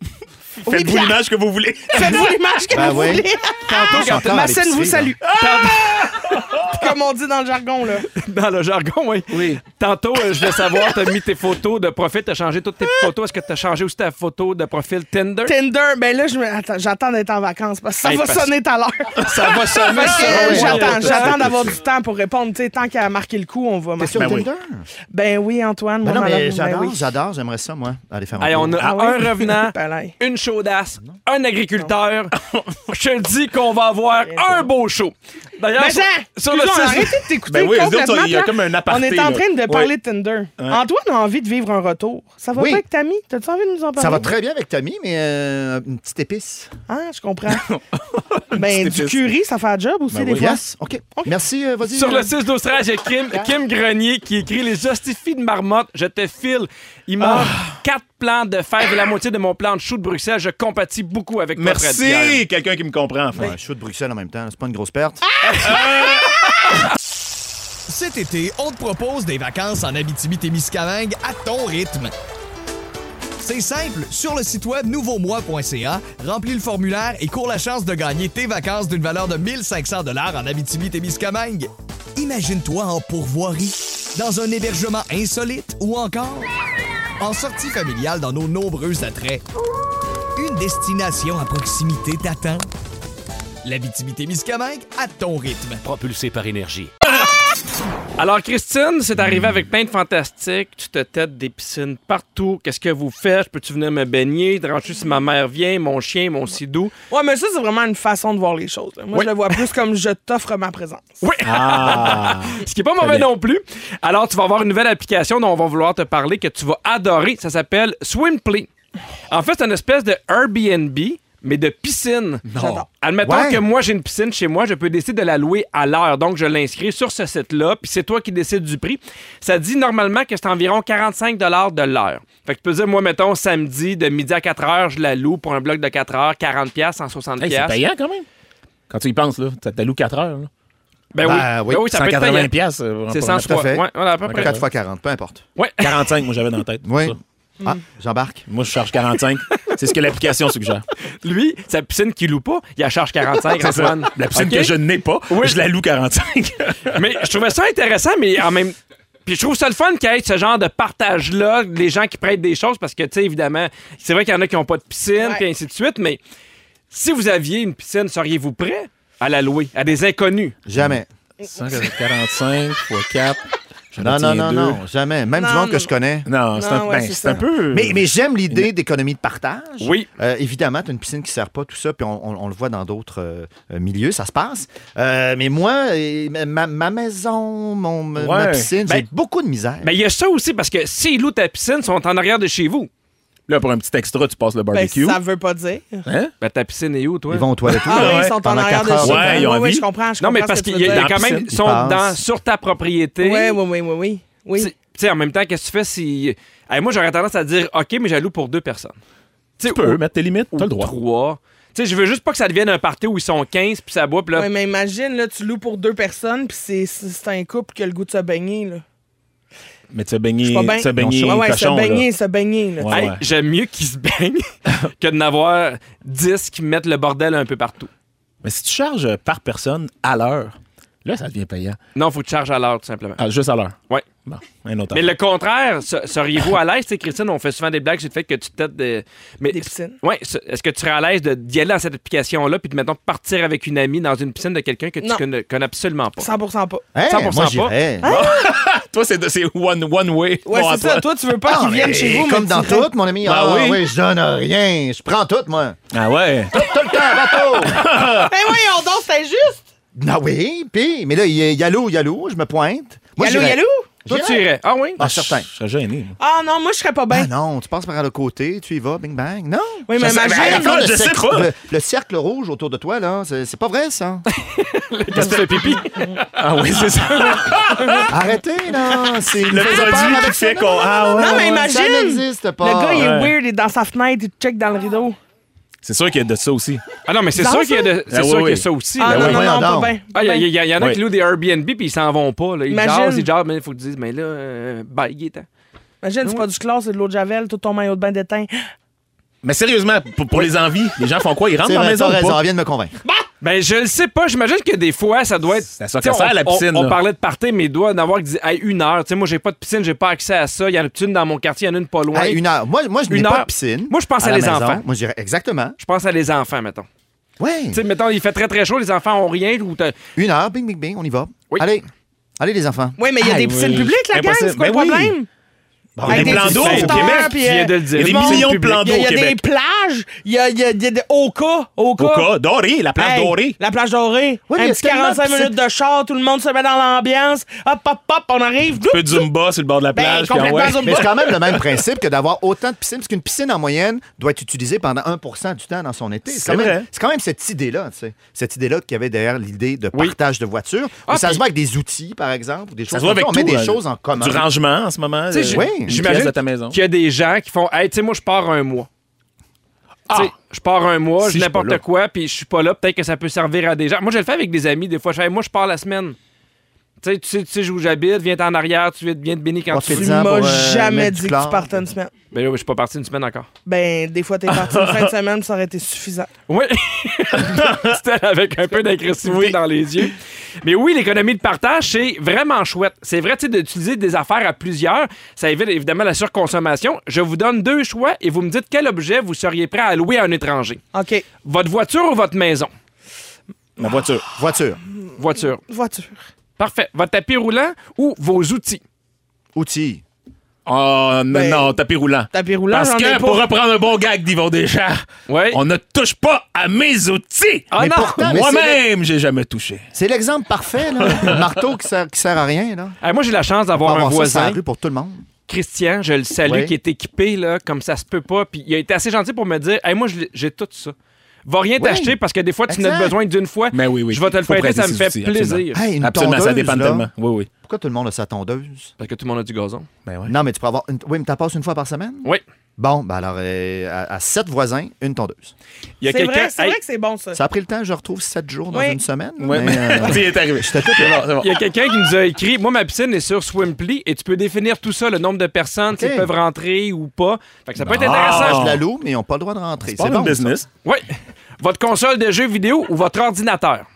Speaker 2: Oui,
Speaker 4: Faites-vous
Speaker 2: Pierre,
Speaker 4: l'image que vous voulez.
Speaker 2: faites-vous l'image que
Speaker 3: Ben
Speaker 2: vous
Speaker 3: oui.
Speaker 2: voulez.
Speaker 3: Ils sont encore à
Speaker 2: Ma scène vous
Speaker 3: l'épicerie, là. Ben
Speaker 2: salue.
Speaker 1: Tandis-
Speaker 2: Comme on dit dans le jargon, là.
Speaker 1: Dans le jargon, oui.
Speaker 4: Oui.
Speaker 1: Tantôt, euh, je vais savoir, t'as mis tes photos de profil, t'as changé toutes tes photos. Est-ce que t'as changé aussi ta photo de profil Tinder?
Speaker 2: Tinder, ben là, je me- attends, j'attends d'être en vacances parce que ça
Speaker 1: Hey,
Speaker 2: va
Speaker 1: parce-
Speaker 2: sonner tout à l'heure.
Speaker 4: Ça va sonner.
Speaker 2: Fait que,
Speaker 4: ça va-
Speaker 2: euh, j'attends, j'attends
Speaker 4: Ouais.
Speaker 2: d'avoir du temps pour répondre. Tu sais, tant qu'à marquer le coup, on va marquer.
Speaker 3: Sur
Speaker 4: Ben oui.
Speaker 3: Tinder?
Speaker 2: Ben oui, Antoine,
Speaker 3: Ben
Speaker 2: moi,
Speaker 3: non,
Speaker 2: ma
Speaker 3: mais
Speaker 2: langue, ben
Speaker 3: j'adore,
Speaker 2: oui.
Speaker 3: j'adore, j'aimerais ça, moi, aller faire un
Speaker 1: Allez,
Speaker 3: tour.
Speaker 1: on a
Speaker 2: Ah oui?
Speaker 1: un revenant,
Speaker 2: Ben là, hey.
Speaker 1: une chaudasse, un agriculteur. Je te dis qu'on va avoir un beau show. D'ailleurs,
Speaker 2: Mais
Speaker 1: sur- sur le
Speaker 2: excusons,
Speaker 1: site-
Speaker 2: arrêtez de t'écouter
Speaker 4: Ben oui, eux autres,
Speaker 2: complètement.
Speaker 4: il y a
Speaker 2: Pierre.
Speaker 4: comme un aparté,
Speaker 2: On est en
Speaker 4: là.
Speaker 2: train de
Speaker 4: Ouais.
Speaker 2: parler de Tinder. Antoine a envie de vivre un retour. Ça va
Speaker 3: Oui.
Speaker 2: pas avec Tammy? T'as-tu envie de nous en parler?
Speaker 3: Ça va très bien avec Tommy, mais euh, une petite épice.
Speaker 2: Ah, je comprends. ben, du
Speaker 4: épice.
Speaker 2: curry, ça fait un job aussi,
Speaker 4: Ben
Speaker 2: des fois.
Speaker 3: Yes? OK. Merci, euh, vas-y.
Speaker 1: Sur le 6 d'Australie, j'ai Kim, Kim Grenier qui écrit Les justifies de marmotte, je te file. Il manque quatre plans de fèves et la moitié de mon plan de chou de Bruxelles. Je compatis beaucoup avec toi, Fred Pierre.
Speaker 4: Merci! Quelqu'un qui me comprend, enfin.
Speaker 3: Ouais, je suis de Bruxelles en même temps, c'est pas une grosse perte.
Speaker 5: Cet été, on te propose des vacances en Abitibi-Témiscamingue à ton rythme. C'est simple, sur le site web nouveaumois.ca, remplis le formulaire et cours la chance de gagner tes vacances d'une valeur de 1500 dollars en Abitibi-Témiscamingue. Imagine-toi en pourvoirie, dans un hébergement insolite ou encore en sortie familiale dans nos nombreux attraits. Une destination à proximité t'attend. L'Abitibi-Témiscamingue à ton rythme.
Speaker 6: propulsé par énergie.
Speaker 1: Alors, Christine, c'est arrivé avec plein de fantastiques. Tu te têtes des piscines partout. Qu'est-ce que vous faites? Peux-tu venir me baigner? Te rends-tu si ma mère vient, mon chien, mon sidou?
Speaker 2: Ouais, mais ça, c'est vraiment une façon de voir les choses. là. Moi,
Speaker 1: Oui.
Speaker 2: je le vois plus comme je t'offre ma présence.
Speaker 1: Ce qui est pas mauvais non plus. Alors, tu vas avoir une nouvelle application dont on va vouloir te parler que tu vas adorer. Ça s'appelle Swimply. En fait, c'est une espèce de Airbnb, mais de piscine.
Speaker 2: J'adore.
Speaker 1: Admettons
Speaker 3: Ouais.
Speaker 1: que moi, j'ai une piscine chez moi, je peux décider de la louer à l'heure. Donc, je l'inscris sur ce site-là, puis c'est toi qui décides du prix. Ça dit normalement que c'est environ 45 de l'heure. Fait que tu peux dire, moi, mettons, samedi, de midi à 4 heures, je la loue pour un bloc de 4 heures, 40 piastres, 160
Speaker 4: Hey, c'est
Speaker 1: piastes.
Speaker 4: payant quand même. Quand tu y penses, là, t'as loué 4 heures. là.
Speaker 3: Ben
Speaker 1: Ben,
Speaker 3: oui,
Speaker 1: oui. Ben oui, ça peut être
Speaker 4: 180
Speaker 1: payant.
Speaker 4: piastres. euh,
Speaker 1: C'est
Speaker 4: pour un-
Speaker 1: 103.
Speaker 3: fait.
Speaker 1: Ouais, voilà, à peu près.
Speaker 3: 4 x 40, peu importe.
Speaker 1: Ouais.
Speaker 4: 45, moi, j'avais dans la tête.
Speaker 3: Oui.
Speaker 4: Ça.
Speaker 3: Ah, j'embarque.
Speaker 4: Moi, je charge 45. C'est ce que l'application suggère.
Speaker 1: Lui, sa piscine qu'il loue pas, il la charge 45,
Speaker 4: C'est ça.
Speaker 1: Antoine.
Speaker 4: La piscine
Speaker 1: Ok?
Speaker 4: que je n'ai pas,
Speaker 1: Oui.
Speaker 4: je la loue 45.
Speaker 1: Mais je trouvais ça intéressant, mais en même... Puis je trouve ça le fun qu'il y ait ce genre de partage-là, les gens qui prêtent des choses, parce que, tu sais, évidemment, c'est vrai qu'il y en a qui n'ont pas de piscine,
Speaker 2: Ouais.
Speaker 1: puis ainsi de suite, mais si vous aviez une piscine, seriez-vous prêt à la louer à des inconnus?
Speaker 3: Jamais.
Speaker 4: 145 x 4.
Speaker 3: Non, non, non, non, jamais. Même du
Speaker 2: Non,
Speaker 3: monde
Speaker 2: non.
Speaker 3: que je connais.
Speaker 4: Non, c'est un,
Speaker 2: Non, ouais,
Speaker 4: ben,
Speaker 2: c'est
Speaker 4: c'est
Speaker 2: ça.
Speaker 4: un peu.
Speaker 3: Mais, mais j'aime l'idée d'économie de partage.
Speaker 1: Oui.
Speaker 3: Euh, évidemment, tu as une piscine qui ne sert pas, tout ça, puis on, on- on le voit dans d'autres euh, euh, milieux, ça se passe. Euh, mais moi, euh, ma, ma maison, mon, ma- ma
Speaker 4: Ouais.
Speaker 3: piscine, j'ai
Speaker 1: Ben-
Speaker 3: beaucoup de misère.
Speaker 1: Mais il y a ça aussi, parce que s'ils louent ta piscine, ils sont en arrière de chez vous.
Speaker 4: Là, pour un petit extra, tu passes le
Speaker 2: Ben,
Speaker 4: barbecue.
Speaker 2: ça veut pas dire.
Speaker 4: Hein?
Speaker 1: Ben, ta piscine est où, toi?
Speaker 3: Ils vont aux toilettes.
Speaker 2: Ah oui,
Speaker 4: ouais,
Speaker 2: ils sont en
Speaker 3: pendant
Speaker 2: arrière de
Speaker 3: quatre heures.
Speaker 2: chez
Speaker 4: Ouais, ils ont
Speaker 2: Oui, oui,
Speaker 4: envie.
Speaker 2: je comprends. Je
Speaker 1: Non, mais
Speaker 2: comprends
Speaker 1: parce
Speaker 2: ce que
Speaker 1: qu'il
Speaker 2: tu
Speaker 1: y,
Speaker 2: veux
Speaker 1: a il y a
Speaker 2: dire.
Speaker 1: quand même...
Speaker 4: Ils
Speaker 1: Ils sont
Speaker 3: passent.
Speaker 1: dans, sur ta propriété.
Speaker 2: Oui, oui, oui, oui, oui.
Speaker 1: Tu
Speaker 2: Oui.
Speaker 1: sais, en même temps, qu'est-ce que tu fais si. Hey, moi, j'aurais tendance à dire OK, mais j'alloue pour deux personnes.
Speaker 4: Tu peux mettre tes limites,
Speaker 1: Ou
Speaker 4: t'as le droit.
Speaker 1: trois. Tu sais, je veux juste pas que ça devienne un party où ils sont 15 puis ça boit, puis là.
Speaker 2: Ouais, mais imagine, là, tu loues pour deux personnes, puis c'est- c'est c'est un couple qui a le goût de se baigner, là.
Speaker 4: Mais tu as baigné,
Speaker 2: Pas bien.
Speaker 4: tu as baigné
Speaker 2: ouais, ouais,
Speaker 4: cochon.
Speaker 2: se
Speaker 4: là.
Speaker 2: baigner, se baigner, là.
Speaker 4: Ouais.
Speaker 1: Hey, J'aime mieux qu'ils se baignent que de n'avoir 10 qui mettent le bordel un peu partout.
Speaker 4: Mais si tu charges euh, par personne à l'heure, là, ça devient payant.
Speaker 1: Non, faut que tu charges à l'heure, tout simplement.
Speaker 4: Ah, juste à l'heure.
Speaker 1: Ouais.
Speaker 4: Bon, un autre.
Speaker 1: Mais
Speaker 4: heure.
Speaker 1: le contraire, se- seriez-vous à l'aise, tu sais, Christine, on fait souvent des blagues sur le fait que tu têtes des. Mais
Speaker 2: Des piscines.
Speaker 1: Ouais, se- est-ce que tu serais à l'aise de- d'y aller dans cette application-là, puis de, mettons, partir avec une amie dans une piscine de quelqu'un que tu
Speaker 2: Non.
Speaker 1: connais, connais absolument pas?
Speaker 2: 100% pas.
Speaker 3: Hey,
Speaker 1: 100%
Speaker 3: Hein, moi,
Speaker 1: pas.
Speaker 3: j'irais.
Speaker 4: Toi, c'est c'est one, one way.
Speaker 2: Ouais,
Speaker 4: Bon, à
Speaker 2: c'est ça.
Speaker 4: toi.
Speaker 2: Toi, tu veux pas
Speaker 3: Ah,
Speaker 2: qu'ils viennent
Speaker 3: mais
Speaker 2: chez vous,
Speaker 3: Comme
Speaker 2: mais
Speaker 3: dans
Speaker 2: tu rentres-
Speaker 3: tout, mon ami.
Speaker 4: Ben
Speaker 3: ah
Speaker 4: oui.
Speaker 3: oui. je donne rien. Je prends tout, moi.
Speaker 4: Ah ouais.
Speaker 3: Tout, tout le temps, bateau.
Speaker 2: Eh oui, on danse, c'est juste.
Speaker 3: ah oui, puis, mais là, il y a Yalou, Yalou, je me pointe. Moi,
Speaker 2: Yalou,
Speaker 3: j'irais.
Speaker 2: yalou.
Speaker 1: Toi, tu
Speaker 3: J'irais.
Speaker 1: irais. Ah oui?
Speaker 3: Ah, certain.
Speaker 4: Je serais gêné. moi.
Speaker 2: Ah non, moi, je serais pas bien.
Speaker 3: Ah non, tu passes par le côté, tu y vas, bing bang. Non.
Speaker 2: oui, mais
Speaker 4: sais- mais
Speaker 2: imagine.
Speaker 4: attends,
Speaker 3: le,
Speaker 4: je sais
Speaker 3: cercle,
Speaker 4: pas.
Speaker 3: le- le cercle rouge autour de toi, là, c'est c'est pas vrai, ça.
Speaker 1: Qu'est-ce que tu fais pipi?
Speaker 4: Ah oui, c'est ça.
Speaker 3: Arrêtez, là. C'est
Speaker 4: Le produit qui fait qu'on. Ah ouais.
Speaker 2: Non, mais
Speaker 3: Ça
Speaker 2: imagine.
Speaker 3: n'existe pas.
Speaker 2: Le gars, il est
Speaker 4: Ouais.
Speaker 2: weird, il est dans sa fenêtre, il check dans le rideau.
Speaker 4: C'est sûr qu'il y a de ça aussi.
Speaker 1: Ah non, mais c'est
Speaker 2: Bizarre,
Speaker 1: sûr qu'il y a, de-
Speaker 4: ça?
Speaker 1: c'est
Speaker 4: Ah,
Speaker 1: sûr
Speaker 4: oui,
Speaker 1: qu'il y a
Speaker 4: oui.
Speaker 1: ça aussi.
Speaker 2: Ah
Speaker 1: là.
Speaker 3: ben
Speaker 2: non,
Speaker 3: oui,
Speaker 2: non,
Speaker 3: voyons
Speaker 2: non, pas
Speaker 3: donc.
Speaker 2: bien.
Speaker 1: Ah, il y, a- il y a- il y en a
Speaker 4: Oui.
Speaker 1: qui louent des Airbnb puis ils s'en vont pas. Là. Ils
Speaker 2: Imagine.
Speaker 1: jasent, ils jasent, mais il faut que tu dises, mais là, euh, bye, il est temps.
Speaker 2: Imagine, c'est pas du chlore, c'est de l'eau de javel, tout ton maillot de bain d'étain.
Speaker 4: Mais sérieusement, pour, pour les envies, les gens font quoi? Ils rentrent
Speaker 3: C'est
Speaker 4: dans la
Speaker 3: vrai,
Speaker 4: maison
Speaker 3: t'as
Speaker 4: ou
Speaker 3: raison,
Speaker 4: pas?
Speaker 3: elle vient de me convaincre.
Speaker 1: Ben, je le sais pas. J'imagine que des fois, ça doit être.
Speaker 4: C'est à ça que
Speaker 1: T'sais,
Speaker 4: ça sert,
Speaker 1: on-
Speaker 4: la piscine,
Speaker 1: On, on
Speaker 4: là.
Speaker 1: parlait de partir, mais il doit en avoir qui disent Hey, une heure. Tu sais, moi, j'ai pas de piscine, j'ai pas accès à ça. Il y en a une dans mon quartier, il y en a une pas loin.
Speaker 3: Hey, une heure. Moi, moi je n'ai
Speaker 1: Ben, Une
Speaker 3: pas
Speaker 1: heure.
Speaker 3: de piscine.
Speaker 1: Moi, je pense à
Speaker 3: la
Speaker 1: les
Speaker 3: maison.
Speaker 1: enfants.
Speaker 3: Moi, je dirais exactement.
Speaker 1: Je pense à les enfants, mettons.
Speaker 3: Ouais.
Speaker 1: Tu sais, mettons, il fait très très chaud, les enfants ont rien. Ou t'as-
Speaker 3: Une heure, bing, bing, bing, on y va.
Speaker 1: Oui.
Speaker 3: Allez. Allez, les enfants.
Speaker 2: Oui, mais il y a
Speaker 4: Ah,
Speaker 2: des
Speaker 4: oui.
Speaker 2: piscines publiques, la gang,
Speaker 4: Impossible.
Speaker 2: c'est quoi le
Speaker 4: Ben oui.
Speaker 2: problème?
Speaker 4: Il y a
Speaker 2: Avec
Speaker 4: des plans d'eau au
Speaker 2: sauveteurs,
Speaker 4: Québec.
Speaker 2: puis, euh,
Speaker 1: Tu viens de le
Speaker 4: Il y
Speaker 1: dire.
Speaker 4: a des
Speaker 1: Bon.
Speaker 4: millions de plans
Speaker 2: Il y
Speaker 4: d'eau
Speaker 2: a,
Speaker 4: au
Speaker 2: il y a des
Speaker 4: Québec.
Speaker 2: plages, il y a, il y a- il y a des... au cas, au cas.
Speaker 4: Au cas, doré, la plage
Speaker 2: Hey,
Speaker 4: dorée.
Speaker 2: La plage dorée.
Speaker 3: Ouais, mais il y
Speaker 2: un
Speaker 3: a
Speaker 2: petit
Speaker 3: tellement de
Speaker 2: 45 minutes de char, tout le monde se met dans l'ambiance. Hop, hop, hop, on arrive.
Speaker 4: Un peu de Zumba sur le bord de la
Speaker 2: Ben,
Speaker 4: plage. puis ah
Speaker 2: complètement
Speaker 4: ouais.
Speaker 2: Zumba.
Speaker 3: Mais c'est quand même le même principe que d'avoir autant de piscines, parce qu'une piscine en moyenne doit être utilisée pendant 1 du temps dans son été.
Speaker 4: C'est
Speaker 3: quand même-
Speaker 4: vrai.
Speaker 3: C'est quand même cette idée-là, tu sais. Cette idée-là qu'il y avait derrière l'idée de
Speaker 1: Oui.
Speaker 3: partage de voitures.
Speaker 1: Ah,
Speaker 3: où ça
Speaker 1: puis-
Speaker 3: se voit avec des outils, par exemple, ou des
Speaker 4: Ça
Speaker 3: choses
Speaker 4: se voit
Speaker 3: comme
Speaker 4: avec
Speaker 3: ça. On met
Speaker 4: tout,
Speaker 3: des
Speaker 4: euh,
Speaker 3: choses en commun.
Speaker 4: Du rangement en ce moment.
Speaker 1: Tu sais,
Speaker 4: euh,
Speaker 3: oui,
Speaker 4: une
Speaker 1: J'imagine
Speaker 4: pièce de ta maison.
Speaker 1: qu'il y a des gens qui font Hey, tu sais, moi, je pars un mois.
Speaker 4: Ah!
Speaker 1: Tu sais, je pars un
Speaker 4: Si
Speaker 1: mois, je
Speaker 4: je suis pas là.
Speaker 1: n'importe quoi, puis je suis pas là, peut-être que ça peut servir à des gens. Moi, je le fais avec des amis, des fois, je fais Hey, moi, je pars la semaine. Tu sais, tu sais, tu sais où j'habite, viens en arrière, tu viens viens te bénir quand tu
Speaker 2: Tu
Speaker 3: Profite-en. Disant
Speaker 1: veux.
Speaker 2: m'as
Speaker 3: pour, euh,
Speaker 2: jamais
Speaker 3: mettre du
Speaker 2: dit que
Speaker 3: chlore.
Speaker 2: tu partais une semaine.
Speaker 1: Ben là, je suis pas parti une semaine encore.
Speaker 2: Ben, des fois, t'es parti une fin de semaine, ça aurait été suffisant.
Speaker 1: Oui. C'était avec un peu d'agressivité dans les yeux. Mais oui, l'économie de partage, c'est vraiment chouette. C'est vrai, tu sais, d'utiliser des affaires à plusieurs, ça évite évidemment la surconsommation. Je vous donne deux choix et vous me dites quel objet vous seriez prêt à louer à un étranger.
Speaker 2: OK,
Speaker 1: Votre voiture ou votre maison?
Speaker 4: Ma voiture.
Speaker 3: Voiture,
Speaker 1: Voiture.
Speaker 2: voiture.
Speaker 1: Parfait. Votre tapis roulant ou vos outils?
Speaker 3: outils.
Speaker 4: Oh, non,
Speaker 2: Ben,
Speaker 4: non, tapis roulant.
Speaker 2: Tapis roulant,
Speaker 4: Parce
Speaker 2: j'en ai
Speaker 4: que
Speaker 2: pas.
Speaker 4: pour reprendre un bon gag d'Yvon Deschamps,
Speaker 1: Ouais.
Speaker 4: on ne touche pas à mes outils.
Speaker 1: Ah
Speaker 3: Mais
Speaker 1: non!
Speaker 3: pourtant- mais
Speaker 4: Moi-même, j'ai jamais touché.
Speaker 3: C'est l'exemple parfait, là. Le marteau qui sert, qui sert à rien, là.
Speaker 1: Eh, moi, j'ai la chance
Speaker 3: On
Speaker 1: d'avoir
Speaker 3: va
Speaker 1: un
Speaker 3: avoir ça sur la
Speaker 1: voisin,
Speaker 3: rue pour tout le monde.
Speaker 1: Christian, je le salue,
Speaker 3: Ouais.
Speaker 1: qui est équipé là, comme ça se peut pas. Puis il a été assez gentil pour me dire hey, Moi, je l'ai- j'ai tout ça. Va rien t'acheter parce que des fois, tu n'as
Speaker 3: Exact.
Speaker 1: besoin d'une fois.
Speaker 4: Mais oui, oui.
Speaker 1: Je vais te le
Speaker 4: Faut
Speaker 1: prêter,
Speaker 4: prêter
Speaker 1: ça me
Speaker 4: ses
Speaker 1: fait
Speaker 4: outils, absolument.
Speaker 1: plaisir.
Speaker 3: Hey, une
Speaker 4: Absolument, ça
Speaker 3: tondeuse,
Speaker 4: dépend
Speaker 3: là.
Speaker 4: tellement. Oui, oui.
Speaker 3: Pourquoi tout le monde a sa tondeuse?
Speaker 1: Parce que tout le monde a du gazon.
Speaker 4: Ben ouais.
Speaker 3: Non, mais tu pourras avoir une... Oui, mais t'en passes une fois par semaine?
Speaker 1: Oui.
Speaker 3: Bon, ben alors, euh, à, à sept voisins, une tondeuse.
Speaker 1: Il y a
Speaker 2: C'est
Speaker 1: quelqu'un
Speaker 2: vrai, c'est
Speaker 1: Hey,
Speaker 2: vrai que c'est bon, ça.
Speaker 3: Ça a pris le temps, je retrouve sept jours dans
Speaker 2: Oui.
Speaker 3: une semaine.
Speaker 4: Ouais,
Speaker 3: mais, euh,
Speaker 4: mais- Tu es arrivé.
Speaker 3: j'étais tout-
Speaker 4: C'est bon, c'est bon.
Speaker 1: il y a quelqu'un qui nous a écrit Moi, ma piscine est sur Swimply et tu peux définir tout ça, le nombre de personnes
Speaker 3: Ok.
Speaker 1: qui peuvent rentrer ou pas. Fait que ça peut être
Speaker 4: Ah.
Speaker 1: intéressant.
Speaker 3: Je la loue, mais ils n'ont pas le droit de rentrer.
Speaker 4: C'est pas
Speaker 3: bon.
Speaker 4: un business.
Speaker 1: Oui. Votre console de jeux vidéo ou votre ordinateur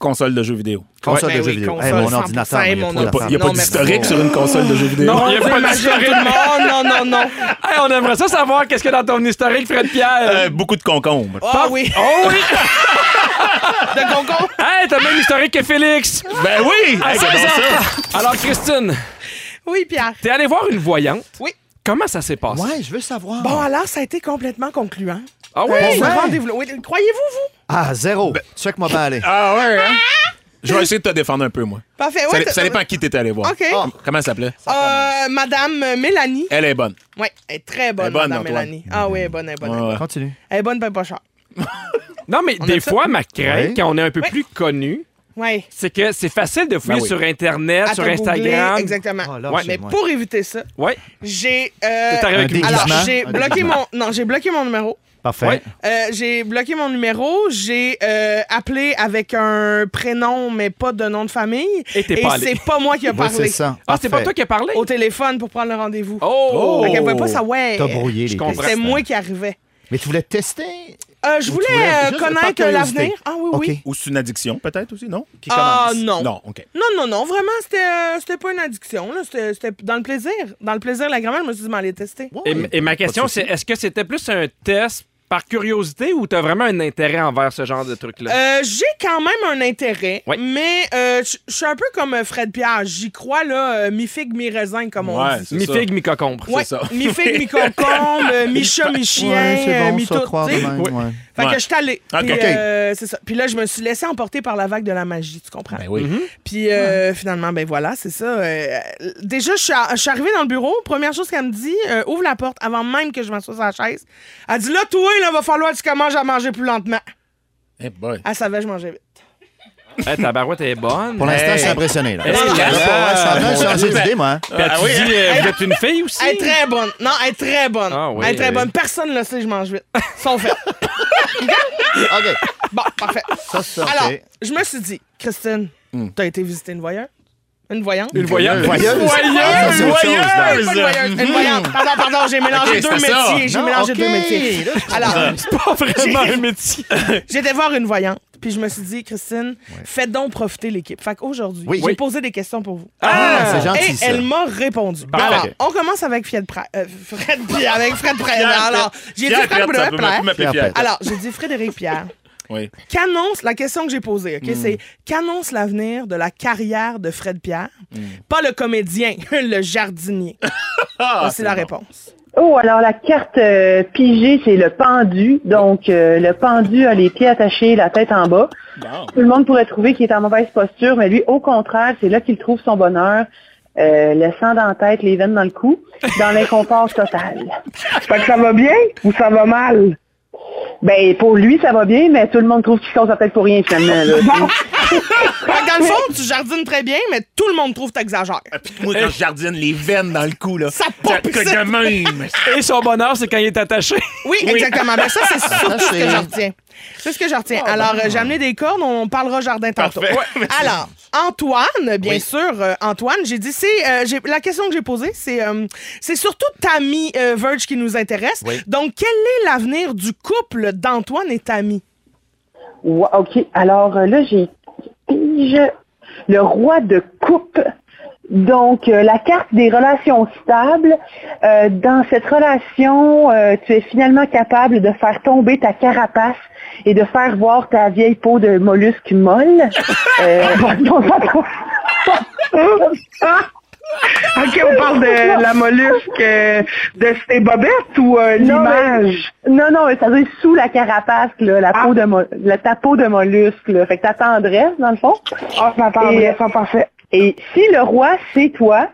Speaker 4: Console de jeux vidéo.
Speaker 3: Console
Speaker 2: Ouais,
Speaker 3: de
Speaker 2: ben
Speaker 3: jeux
Speaker 2: oui,
Speaker 3: vidéo.
Speaker 2: console,
Speaker 3: Hey, mon
Speaker 2: 100%,
Speaker 3: ordinateur, il y a
Speaker 2: mon
Speaker 3: trop
Speaker 2: ordinateur.
Speaker 4: Il n'y a
Speaker 3: d'affaires.
Speaker 4: pas
Speaker 2: Ah, ben Non,
Speaker 4: d'historique
Speaker 2: merci.
Speaker 4: sur une console de jeux vidéo.
Speaker 1: Non, il y a
Speaker 2: Mon Dieu,
Speaker 1: pas de
Speaker 2: ma chérie,
Speaker 1: soirée.
Speaker 2: Non, non, non, non.
Speaker 1: Hey, on aimerait ça savoir qu'est-ce que dans ton historique, Fred Pierre.
Speaker 4: Euh, beaucoup de concombres.
Speaker 2: Ah oui,
Speaker 1: Oh oui!
Speaker 2: de concombre.
Speaker 1: Hey, t'as le même historique que Félix!
Speaker 4: Ben oui!
Speaker 1: Ah,
Speaker 4: Hey,
Speaker 1: ça,
Speaker 4: c'est bon,
Speaker 1: ça.
Speaker 4: ça.
Speaker 1: Alors, Christine,
Speaker 2: Oui, Pierre.
Speaker 1: t'es allée voir une voyante.
Speaker 2: Oui.
Speaker 1: Comment ça s'est passé?
Speaker 3: Ouais, je veux savoir.
Speaker 2: Bon, alors, ça a été complètement concluant.
Speaker 1: Ah oui?
Speaker 2: Pour ce
Speaker 3: Ouais.
Speaker 2: rendez-vous-là. Oui, Croyez-vous, vous?
Speaker 3: Ah, zéro. Check-moi bien aller.
Speaker 4: Ah ouais, hein? Je vais essayer de te défendre un peu, moi.
Speaker 2: Parfait,
Speaker 4: Ça,
Speaker 2: oui.
Speaker 4: dé- ça dépend qui t'étais allé voir.
Speaker 2: OK.
Speaker 3: Ah,
Speaker 4: Comment elle s'appelait?
Speaker 2: Euh, Madame euh, Mélanie.
Speaker 4: Elle est bonne.
Speaker 2: Oui, elle est très bonne,
Speaker 4: Elle est bonne,
Speaker 2: Madame
Speaker 4: Antoine.
Speaker 2: Mélanie. Ah oui, elle est bonne, elle est bonne. elle est bonne.
Speaker 4: Ouais.
Speaker 3: Continue.
Speaker 2: Elle est bonne, ben pas chère.
Speaker 1: Non, mais des
Speaker 2: aime ça.
Speaker 1: fois, ma crainte,
Speaker 3: Ouais.
Speaker 1: quand on est un peu
Speaker 2: Ouais.
Speaker 1: plus connu,
Speaker 2: Oui.
Speaker 1: c'est que c'est facile de fouiller
Speaker 4: Ben oui.
Speaker 1: sur Internet,
Speaker 2: À
Speaker 1: sur
Speaker 2: te
Speaker 1: Instagram. Ah,
Speaker 2: googler, exactement.
Speaker 3: Oh, là,
Speaker 1: Ouais,
Speaker 3: c'est
Speaker 2: Mais
Speaker 3: moi.
Speaker 2: pour éviter ça,
Speaker 1: Ouais.
Speaker 2: j'ai. euh,
Speaker 3: Un
Speaker 1: T'es arrivé avec une
Speaker 3: déguisement.
Speaker 2: alors,
Speaker 1: cloche.
Speaker 2: j'ai
Speaker 3: Un
Speaker 2: bloqué
Speaker 3: déguisement.
Speaker 2: mon. Non, j'ai bloqué mon numéro.
Speaker 3: Parfait.
Speaker 1: Ouais.
Speaker 2: Euh, j'ai bloqué mon numéro, j'ai euh, appelé avec un prénom, mais pas de nom de famille.
Speaker 1: Et t'es pas allé.
Speaker 2: c'est pas moi qui a
Speaker 3: Ouais,
Speaker 2: parlé.
Speaker 3: c'est ça.
Speaker 1: Ah, c'est pas
Speaker 3: Parfait.
Speaker 1: toi qui as parlé?
Speaker 2: Au téléphone pour prendre le rendez-vous.
Speaker 1: Oh!
Speaker 2: Fait qu'elle pouvait pas savoir.
Speaker 3: T'as brouillé les
Speaker 1: Je comprends.
Speaker 3: pistes.
Speaker 2: C'était moi qui arrivais.
Speaker 3: Mais tu voulais tester
Speaker 2: Euh, je
Speaker 3: Ou
Speaker 2: voulais
Speaker 3: tu voulais
Speaker 2: euh,
Speaker 3: juste par
Speaker 2: connaître
Speaker 3: curiosité.
Speaker 2: l'avenir. Ah oui, oui.
Speaker 3: OK.
Speaker 4: Ou c'est une addiction, peut-être aussi, non?
Speaker 3: qui
Speaker 2: Ah
Speaker 3: commence.
Speaker 2: non. non.
Speaker 4: Non, OK.
Speaker 2: Non, non, vraiment, c'était euh, c'était pas une addiction. là. C'était c'était dans le plaisir. Dans le plaisir, la grand-mère, je me suis dit, m'aller tester.
Speaker 3: Ouais,
Speaker 1: Et,
Speaker 3: ouais.
Speaker 1: et
Speaker 3: Oh!
Speaker 1: ma
Speaker 3: Pas de
Speaker 1: question,
Speaker 3: souci.
Speaker 1: c'est est-ce que c'était plus un test par curiosité ou t'as vraiment un intérêt envers ce genre de truc-là?
Speaker 2: Euh, j'ai quand même un intérêt,
Speaker 1: Oui.
Speaker 2: mais euh, je je suis un peu comme euh, Fred Pierre. J'y crois, là, euh, mi-figue, mi-raisin, comme on
Speaker 4: Ouais,
Speaker 2: dit.
Speaker 4: c'est ça.
Speaker 1: mi-figue, mi-cocombre.
Speaker 2: Ouais,
Speaker 4: ça.
Speaker 2: mi-figue, mi-concombre, euh, mi-chat, mi-chien,
Speaker 3: Ouais,
Speaker 2: euh,
Speaker 3: c'est bon,
Speaker 2: mi-tout.
Speaker 3: ça, croire de
Speaker 2: tu sais.
Speaker 3: même,
Speaker 1: Oui.
Speaker 3: ouais.
Speaker 2: Fait
Speaker 4: Ouais.
Speaker 2: que je suis allée.
Speaker 4: Ok.
Speaker 2: Puis,
Speaker 4: Ok.
Speaker 2: euh, c'est ça. Puis là, je me suis laissée emporter par la vague de la magie, tu comprends?
Speaker 4: Ben oui.
Speaker 2: Puis euh, finalement, ben voilà, c'est ça. Euh, euh, déjà, je suis à- je suis arrivée dans le bureau. Première chose qu'elle me dit, euh, ouvre la porte avant même que je m'assoie sur la chaise. Elle dit, là, toi, il va falloir que tu commences à manger plus lentement.
Speaker 4: Eh boy.
Speaker 2: Elle savait que je mangeais vite.
Speaker 1: Hey, ta barouette Eh, est bonne.
Speaker 3: Pour l'instant,
Speaker 4: Hey.
Speaker 3: je suis impressionné. Là.
Speaker 1: Hey,
Speaker 3: Là,
Speaker 1: là,
Speaker 3: pour vrai, ça a bien
Speaker 4: là.
Speaker 3: changé d'idée, moi. hein.
Speaker 1: Puis as-tu
Speaker 4: Ah oui,
Speaker 1: dit, euh, vous êtes une fille aussi?
Speaker 2: Elle est très bonne. Non, elle est très bonne.
Speaker 1: Ah oui,
Speaker 2: elle est très
Speaker 1: oui.
Speaker 2: bonne. Personne ne le sait, je mange vite. Sont fait.
Speaker 3: OK.
Speaker 2: Bon, parfait.
Speaker 3: Ça, ça, OK.
Speaker 2: Alors, je me suis dit, Christine,
Speaker 1: Hmm.
Speaker 2: t'as été visiter une voyeure? Une voyante?
Speaker 1: Une voyante.
Speaker 3: Voyeuse. Ah, c'est autre chose, là.
Speaker 2: Pas une voyeuse, une voyante. Pardon, pardon, j'ai mélangé
Speaker 4: Ok,
Speaker 2: deux
Speaker 4: c'est ça.
Speaker 2: métiers. J'ai
Speaker 3: Non,
Speaker 2: mélangé
Speaker 3: ok.
Speaker 2: deux métiers.
Speaker 3: Là,
Speaker 2: Alors,
Speaker 1: C'est pas vraiment un métier.
Speaker 2: j'étais voir une voyante Puis je me suis dit, Christine, faites donc profiter l'équipe. Fait qu'aujourd'hui,
Speaker 3: Oui.
Speaker 2: j'ai
Speaker 3: Oui.
Speaker 2: posé des questions pour vous.
Speaker 3: Ah, c'est gentil,
Speaker 2: Et
Speaker 3: ça.
Speaker 2: elle m'a répondu.
Speaker 1: Parfait.
Speaker 2: Alors, on commence avec Fred Pra... euh, Fred Pi- avec Fred Pra- Alors, j'ai dit
Speaker 4: Pierre
Speaker 2: Fred
Speaker 4: Perte, ça peut
Speaker 2: Pra-
Speaker 4: m'appeler Pierre Perte.
Speaker 2: Alors, j'ai dit Frédéric Pierre.
Speaker 4: Oui.
Speaker 2: Qu'annonce la question que j'ai posée, OK, c'est qu'annonce l'avenir de la carrière de Fred Pierre, pas le comédien, le jardinier.
Speaker 3: Ah,
Speaker 4: Ah!
Speaker 2: Voici la réponse.
Speaker 6: Oh, alors la carte euh, pigée, c'est le pendu. Donc, euh, le pendu a les pieds attachés, la tête en bas.
Speaker 4: Bon.
Speaker 6: Tout le monde pourrait trouver qu'il est en mauvaise posture, mais lui, au contraire, c'est là qu'il trouve son bonheur. Euh, le sang dans la tête, les veines dans le cou, dans l'inconfort total.
Speaker 7: Fait que ça va bien ou ça va mal?
Speaker 6: Ben, pour lui, ça va bien, mais tout le monde trouve qu'il cause la tête pour rien, finalement. là.
Speaker 2: Fait que dans le fond, tu jardines très bien, mais tout le monde trouve que t'exagères.
Speaker 3: Euh,
Speaker 4: Puis moi, quand je jardine les veines dans le cou, là.
Speaker 2: Ça
Speaker 4: ça-
Speaker 2: pompe,
Speaker 4: c'est
Speaker 2: ça.
Speaker 4: de même.
Speaker 1: Et son bonheur, c'est quand il est attaché.
Speaker 2: Oui, exactement. Ben, ça, c'est surtout ce que
Speaker 3: c'est-
Speaker 2: je retiens. C'est ce que je retiens.
Speaker 3: Ah,
Speaker 2: Alors, euh, j'ai amené des cornes, on parlera jardin tantôt.
Speaker 4: Parfait. Ouais.
Speaker 2: Alors, Antoine, bien sûr, euh, Antoine, j'ai dit, c'est euh, j'ai- la question que j'ai posée, c'est euh, c'est surtout Tammy euh, Verge qui nous intéresse. Donc, quel est l'avenir du couple d'Antoine et Tammy?
Speaker 6: Ouais, OK. Alors euh, là, j'ai pige le roi de coupe. Donc, euh, la carte des relations stables. Euh, dans cette relation, euh, tu es finalement capable de faire tomber ta carapace et de faire voir ta vieille peau de mollusque molle. Euh, donc, ça trouve-
Speaker 7: OK, on parle de la mollusque euh, de ses bobettes ou euh,
Speaker 6: Non,
Speaker 7: l'image?
Speaker 6: non, non, ça veut dire sous la carapace, là, la peau de mo- la, ta peau de mollusque. Là. Fait que ta tendresse, dans le fond.
Speaker 7: Ah, ma
Speaker 6: Et-
Speaker 7: tendresse, ah, parfait.
Speaker 6: Et si le roi, c'est toi,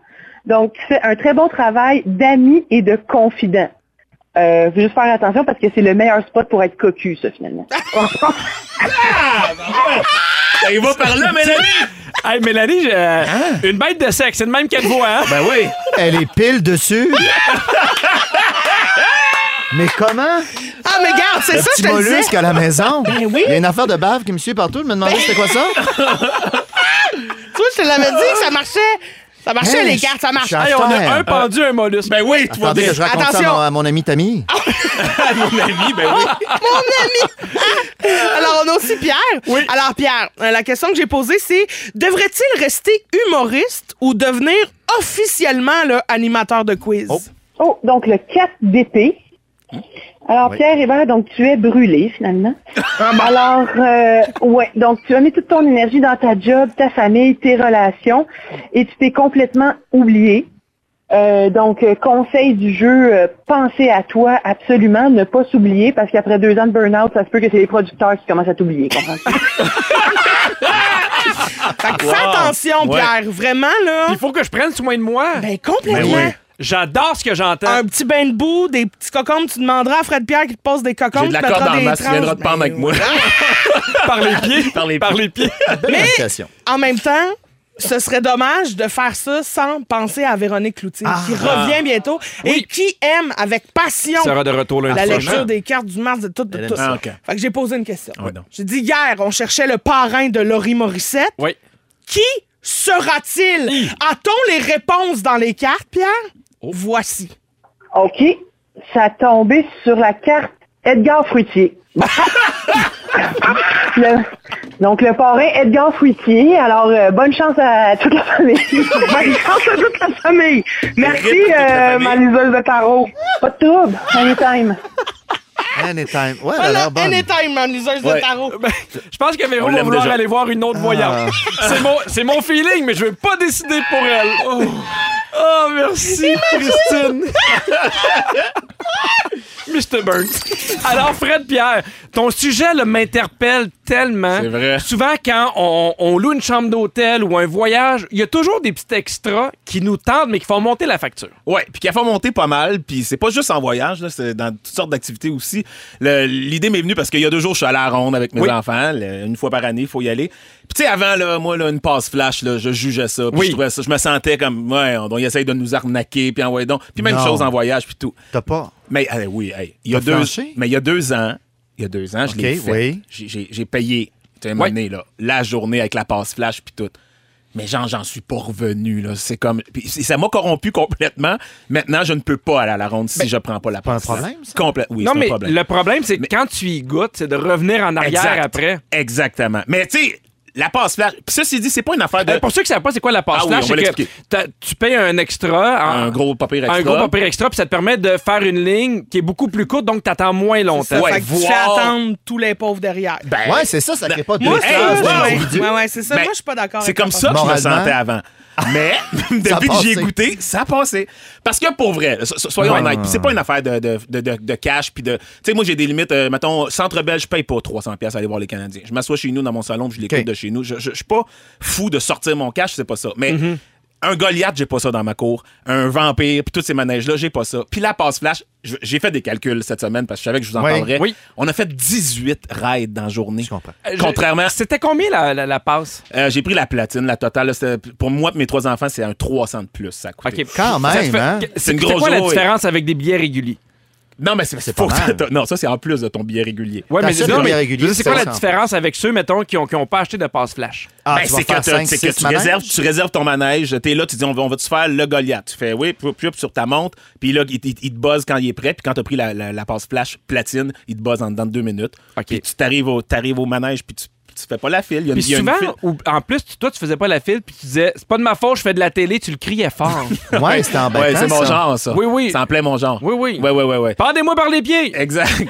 Speaker 6: donc tu fais un très bon travail d'ami et de confident. Euh, faut juste faire attention parce que c'est le meilleur spot pour être cocu, ça, finalement.
Speaker 4: Ça y va par là, Mélanie.
Speaker 1: Hey, Mélanie, j'ai, euh, une bête de sexe, c'est de même qu'elle voit, hein?
Speaker 4: Ben oui.
Speaker 3: Elle est pile dessus. Mais comment?
Speaker 2: Ah, mais garde, c'est
Speaker 3: Le
Speaker 2: ça, je
Speaker 3: petit
Speaker 2: te le disais.
Speaker 3: mollusque à la maison.
Speaker 2: oui.
Speaker 3: Il y a une affaire de bave qui me suit partout. Je me demandais c'était quoi ça.
Speaker 2: Tu vois, je te l'avais dit que ça marchait. Ça marchait,
Speaker 3: Hey,
Speaker 2: les cartes, ça
Speaker 3: je-
Speaker 2: marche.
Speaker 3: je-
Speaker 1: Hey, on a
Speaker 3: Affaire.
Speaker 1: un pendu, un mollusque.
Speaker 4: Ben oui, tu vas
Speaker 3: Attendez
Speaker 4: dire
Speaker 3: que je raconte ça à
Speaker 2: Attention.
Speaker 3: mon, à mon ami Tammy.
Speaker 4: à mon avis, ben oui.
Speaker 2: Ah! Alors, on a aussi Pierre. Alors, Pierre, euh, la question que j'ai posée, c'est devrait-il rester humoriste ou devenir officiellement là, animateur de quiz?
Speaker 3: Oh.
Speaker 6: Oh, donc le 4 d'épée. Alors,
Speaker 3: Oui.
Speaker 6: Pierre Hébert, donc tu es brûlé, finalement. Alors, euh, ouais, donc tu as mis toute ton énergie dans ta job, ta famille, tes relations, et tu t'es complètement oublié. Euh, donc, euh, conseil du jeu, euh, pensez à toi absolument, ne pas s'oublier, parce qu'après deux ans de burn-out, ça se peut que c'est les producteurs qui commencent à t'oublier, comprends-tu?
Speaker 2: Fait que fais attention,
Speaker 4: Ah. Ouais.
Speaker 2: Pierre. Vraiment, là.
Speaker 1: Il faut que je prenne soin de moi.
Speaker 2: Ben, complètement.
Speaker 1: J'adore ce que j'entends.
Speaker 2: Un petit bain de boue, des petits cocombes. Tu demanderas à Fred Pierre qui te pose des cocombes.
Speaker 4: J'ai de la
Speaker 2: tu mettras
Speaker 4: corde en
Speaker 2: des
Speaker 4: masse, tu
Speaker 2: tranches.
Speaker 4: viendras te pendre
Speaker 3: Ben
Speaker 4: avec moi.
Speaker 1: Ben Par les pieds.
Speaker 4: Par les
Speaker 1: Par les pieds.
Speaker 3: Belle invitation.
Speaker 2: En même temps, ce serait dommage de faire ça sans penser à Véronique Cloutier,
Speaker 4: Ah.
Speaker 2: qui revient bientôt et qui aime avec passion
Speaker 1: Sera de retour lundi
Speaker 2: la
Speaker 1: prochain.
Speaker 2: lecture des cartes du Mars, de tout, de
Speaker 3: Elle
Speaker 2: tout
Speaker 3: aime
Speaker 2: ça.
Speaker 4: ça. Ah, ok.
Speaker 2: Fait que j'ai posé une question.
Speaker 4: Ouais, non.
Speaker 2: j'ai dit hier, on cherchait le parrain de Laurie Morissette.
Speaker 1: Oui.
Speaker 2: Qui sera-t-il? A-t-on les réponses dans les cartes, Pierre?
Speaker 4: Oh.
Speaker 2: Voici.
Speaker 6: OK, ça a tombé sur la carte Edgar Fruitier. Le- donc, le parrain Edgar Fruitier. Alors, euh, bonne chance à toute la famille.
Speaker 7: Ben, pense à toute la famille. Merci,
Speaker 4: Répète toute la
Speaker 7: euh,
Speaker 4: famille.
Speaker 7: ma liseuse de tarot.
Speaker 6: Pas de trouble. Anytime.
Speaker 4: Ah!
Speaker 3: Anytime. Ouais, elle a
Speaker 2: Voilà,
Speaker 3: l'air bonne.
Speaker 2: anytime, man, liseuse de
Speaker 4: Ouais.
Speaker 2: tarot.
Speaker 1: Ben, je pense que Véro
Speaker 4: On
Speaker 1: va
Speaker 4: l'aime
Speaker 1: vouloir
Speaker 4: déjà.
Speaker 1: aller voir une autre voyante. C'est mon, c'est mon feeling, mais je veux pas décider pour elle. Oh, Oh, merci, Christine. Mr. Burns. Alors, Fred Pierre, ton sujet là, m'interpelle tellement.
Speaker 4: C'est vrai.
Speaker 1: Souvent, quand on, on loue une chambre d'hôtel ou un voyage, il y a toujours des petits extras qui nous tentent, mais qui font monter la facture.
Speaker 4: Ouais, puis qu'elle fait monter pas mal, puis c'est pas juste en voyage, là, c'est dans toutes sortes d'activités aussi. Le- L'idée m'est venue parce qu'il y a deux jours, je suis allé à la ronde avec mes
Speaker 1: Oui.
Speaker 4: enfants, le- une fois par année, il faut y aller. Puis tu sais, avant, là, moi, là, une passe flash, là, je jugeais ça, puis
Speaker 1: Oui.
Speaker 4: je trouvais ça, je me sentais comme, ouais, on, on essaye de nous arnaquer, puis envoyer donc. Puis même
Speaker 3: Non.
Speaker 4: chose en voyage, puis tout.
Speaker 3: T'as pas.
Speaker 4: Mais hey, oui, hey, il y a
Speaker 3: T'as
Speaker 4: deux,
Speaker 3: flanché?
Speaker 4: mais il y a deux ans, il y a deux ans, je
Speaker 3: Ok,
Speaker 4: l'ai fait.
Speaker 3: oui.
Speaker 4: J'ai- J'ai j'ai payé, tu sais, à un moment
Speaker 1: Ouais.
Speaker 4: donné, là, la journée avec la passe flash puis tout. Mais genre, j'en suis pas revenu. là. C'est comme. puis c'est- ça m'a corrompu complètement. Maintenant, je ne peux pas aller à la ronde si je prends pas la
Speaker 3: pas un
Speaker 4: partisane.
Speaker 3: problème, ça?
Speaker 4: Complè- Oui,
Speaker 1: non,
Speaker 4: c'est un
Speaker 1: mais
Speaker 4: problème.
Speaker 1: le problème, c'est que
Speaker 4: Mais-
Speaker 1: quand tu y goûtes, c'est de revenir en arrière
Speaker 4: Exact.
Speaker 1: après.
Speaker 4: Exactement. Mais tu sais, la passe flash. Puis ceci dit, c'est pas une affaire de.
Speaker 1: Euh, pour ceux qui savent pas c'est quoi la passe
Speaker 4: Ah oui,
Speaker 1: flash,
Speaker 4: on va
Speaker 1: c'est que
Speaker 4: l'expliquer.
Speaker 1: t'as- tu payes un extra, en-
Speaker 4: un gros papier extra.
Speaker 1: un gros papier extra, puis ça te permet de faire une ligne qui est beaucoup plus courte, donc t'attends moins longtemps.
Speaker 4: ça. Ouais,
Speaker 2: fait que tu fais
Speaker 4: voir-
Speaker 2: attendre tous les pauvres derrière.
Speaker 4: Ben,
Speaker 3: Ouais, c'est ça, ça crée pas de
Speaker 4: Moi,
Speaker 2: Moi,
Speaker 3: deux
Speaker 4: hey,
Speaker 3: classes
Speaker 4: wow!
Speaker 3: dans
Speaker 2: ça,
Speaker 3: l'individu.
Speaker 2: ouais, ouais, ouais, c'est ça.
Speaker 4: Ben,
Speaker 2: Moi, je suis pas d'accord.
Speaker 4: C'est
Speaker 2: avec
Speaker 4: comme
Speaker 2: ta
Speaker 4: ça que je me
Speaker 3: Moralement.
Speaker 4: sentais avant. Mais depuis que j'y ai
Speaker 3: passait.
Speaker 4: goûté, ça passait. Parce que pour vrai, so- so- soyons
Speaker 3: Ouais.
Speaker 4: honnêtes, puis c'est pas une affaire de, de, de- de- de cash puis de. Tu sais, moi j'ai des limites. euh, mettons, centre belge, je paye pas 300 pièces aller voir les Canadiens. Je m'assois chez nous dans mon salon, puis je l'écoute
Speaker 3: OK.
Speaker 4: de chez nous. Je je- je suis pas fou de sortir mon cash, c'est pas ça. Mais un Goliath, j'ai pas ça dans ma cour. Un vampire, puis tous ces manèges là, j'ai pas ça. Puis la passe flash, je- j'ai fait des calculs cette semaine parce que je savais que je vous en
Speaker 3: Ouais.
Speaker 4: parlerais.
Speaker 1: Oui.
Speaker 4: On a fait 18 raids dans la journée.
Speaker 3: Je comprends.
Speaker 1: Euh, je-
Speaker 4: Contrairement,
Speaker 1: C'était combien la, la- la passe?
Speaker 4: euh, j'ai pris la platine, la totale. là, c'était- pour moi et mes trois enfants, c'est un 300 de plus. Ça a coûté.
Speaker 1: Ok.
Speaker 3: Quand
Speaker 1: Ça
Speaker 3: même,
Speaker 1: se fait-
Speaker 3: hein?
Speaker 4: C'est
Speaker 1: C'est
Speaker 4: une
Speaker 1: c'est
Speaker 4: grosse
Speaker 1: quoi la
Speaker 4: joie,
Speaker 1: différence avec des billets réguliers?
Speaker 4: Non, mais c'est
Speaker 3: C'est
Speaker 4: faut
Speaker 3: pas
Speaker 4: que
Speaker 3: mal.
Speaker 4: t'as- Non, ça, c'est en plus de ton billet régulier.
Speaker 1: Ouais,
Speaker 3: T'as
Speaker 1: mais
Speaker 3: ça,
Speaker 1: non,
Speaker 3: des billets
Speaker 1: mais-
Speaker 3: réguliers,
Speaker 1: je veux dire, c'est quoi la
Speaker 3: 500.
Speaker 1: différence avec ceux, mettons, qui n'ont qui ont pas acheté de passe flash?
Speaker 3: Ah,
Speaker 4: Ben,
Speaker 3: tu vas
Speaker 4: c'est que,
Speaker 3: faire
Speaker 4: t'as-
Speaker 3: cinq,
Speaker 4: c'est que
Speaker 3: six
Speaker 4: tu,
Speaker 3: manèges?
Speaker 4: réserves, tu réserves ton manège, t'es là, tu dis on va, on va te faire le Goliath. Tu fais oui, puis puis, puis sur ta montre, puis là, il, il- il te buzz quand il est prêt, puis quand t'as pris la, la- la passe flash platine, il te buzz en dedans de deux minutes.
Speaker 1: Ok.
Speaker 4: Puis tu t'arrives au, t'arrives au manège, puis tu, tu fais pas la file. Il y a une,
Speaker 1: Puis
Speaker 4: il y a une
Speaker 1: souvent,
Speaker 4: file.
Speaker 1: ou- en plus, tu- toi, tu faisais pas la file, puis tu disais, c'est pas de ma faute, je fais de la télé, tu le criais fort.
Speaker 3: Ouais, c'était embêtant.
Speaker 4: Ouais, c'est mon
Speaker 3: Ah, ben, ça.
Speaker 4: genre, ça.
Speaker 1: Oui, oui.
Speaker 4: C'est en plein mon genre.
Speaker 1: Oui, oui.
Speaker 4: Ouais, ouais, ouais, ouais.
Speaker 1: Pendez-moi par les pieds!
Speaker 4: Exact.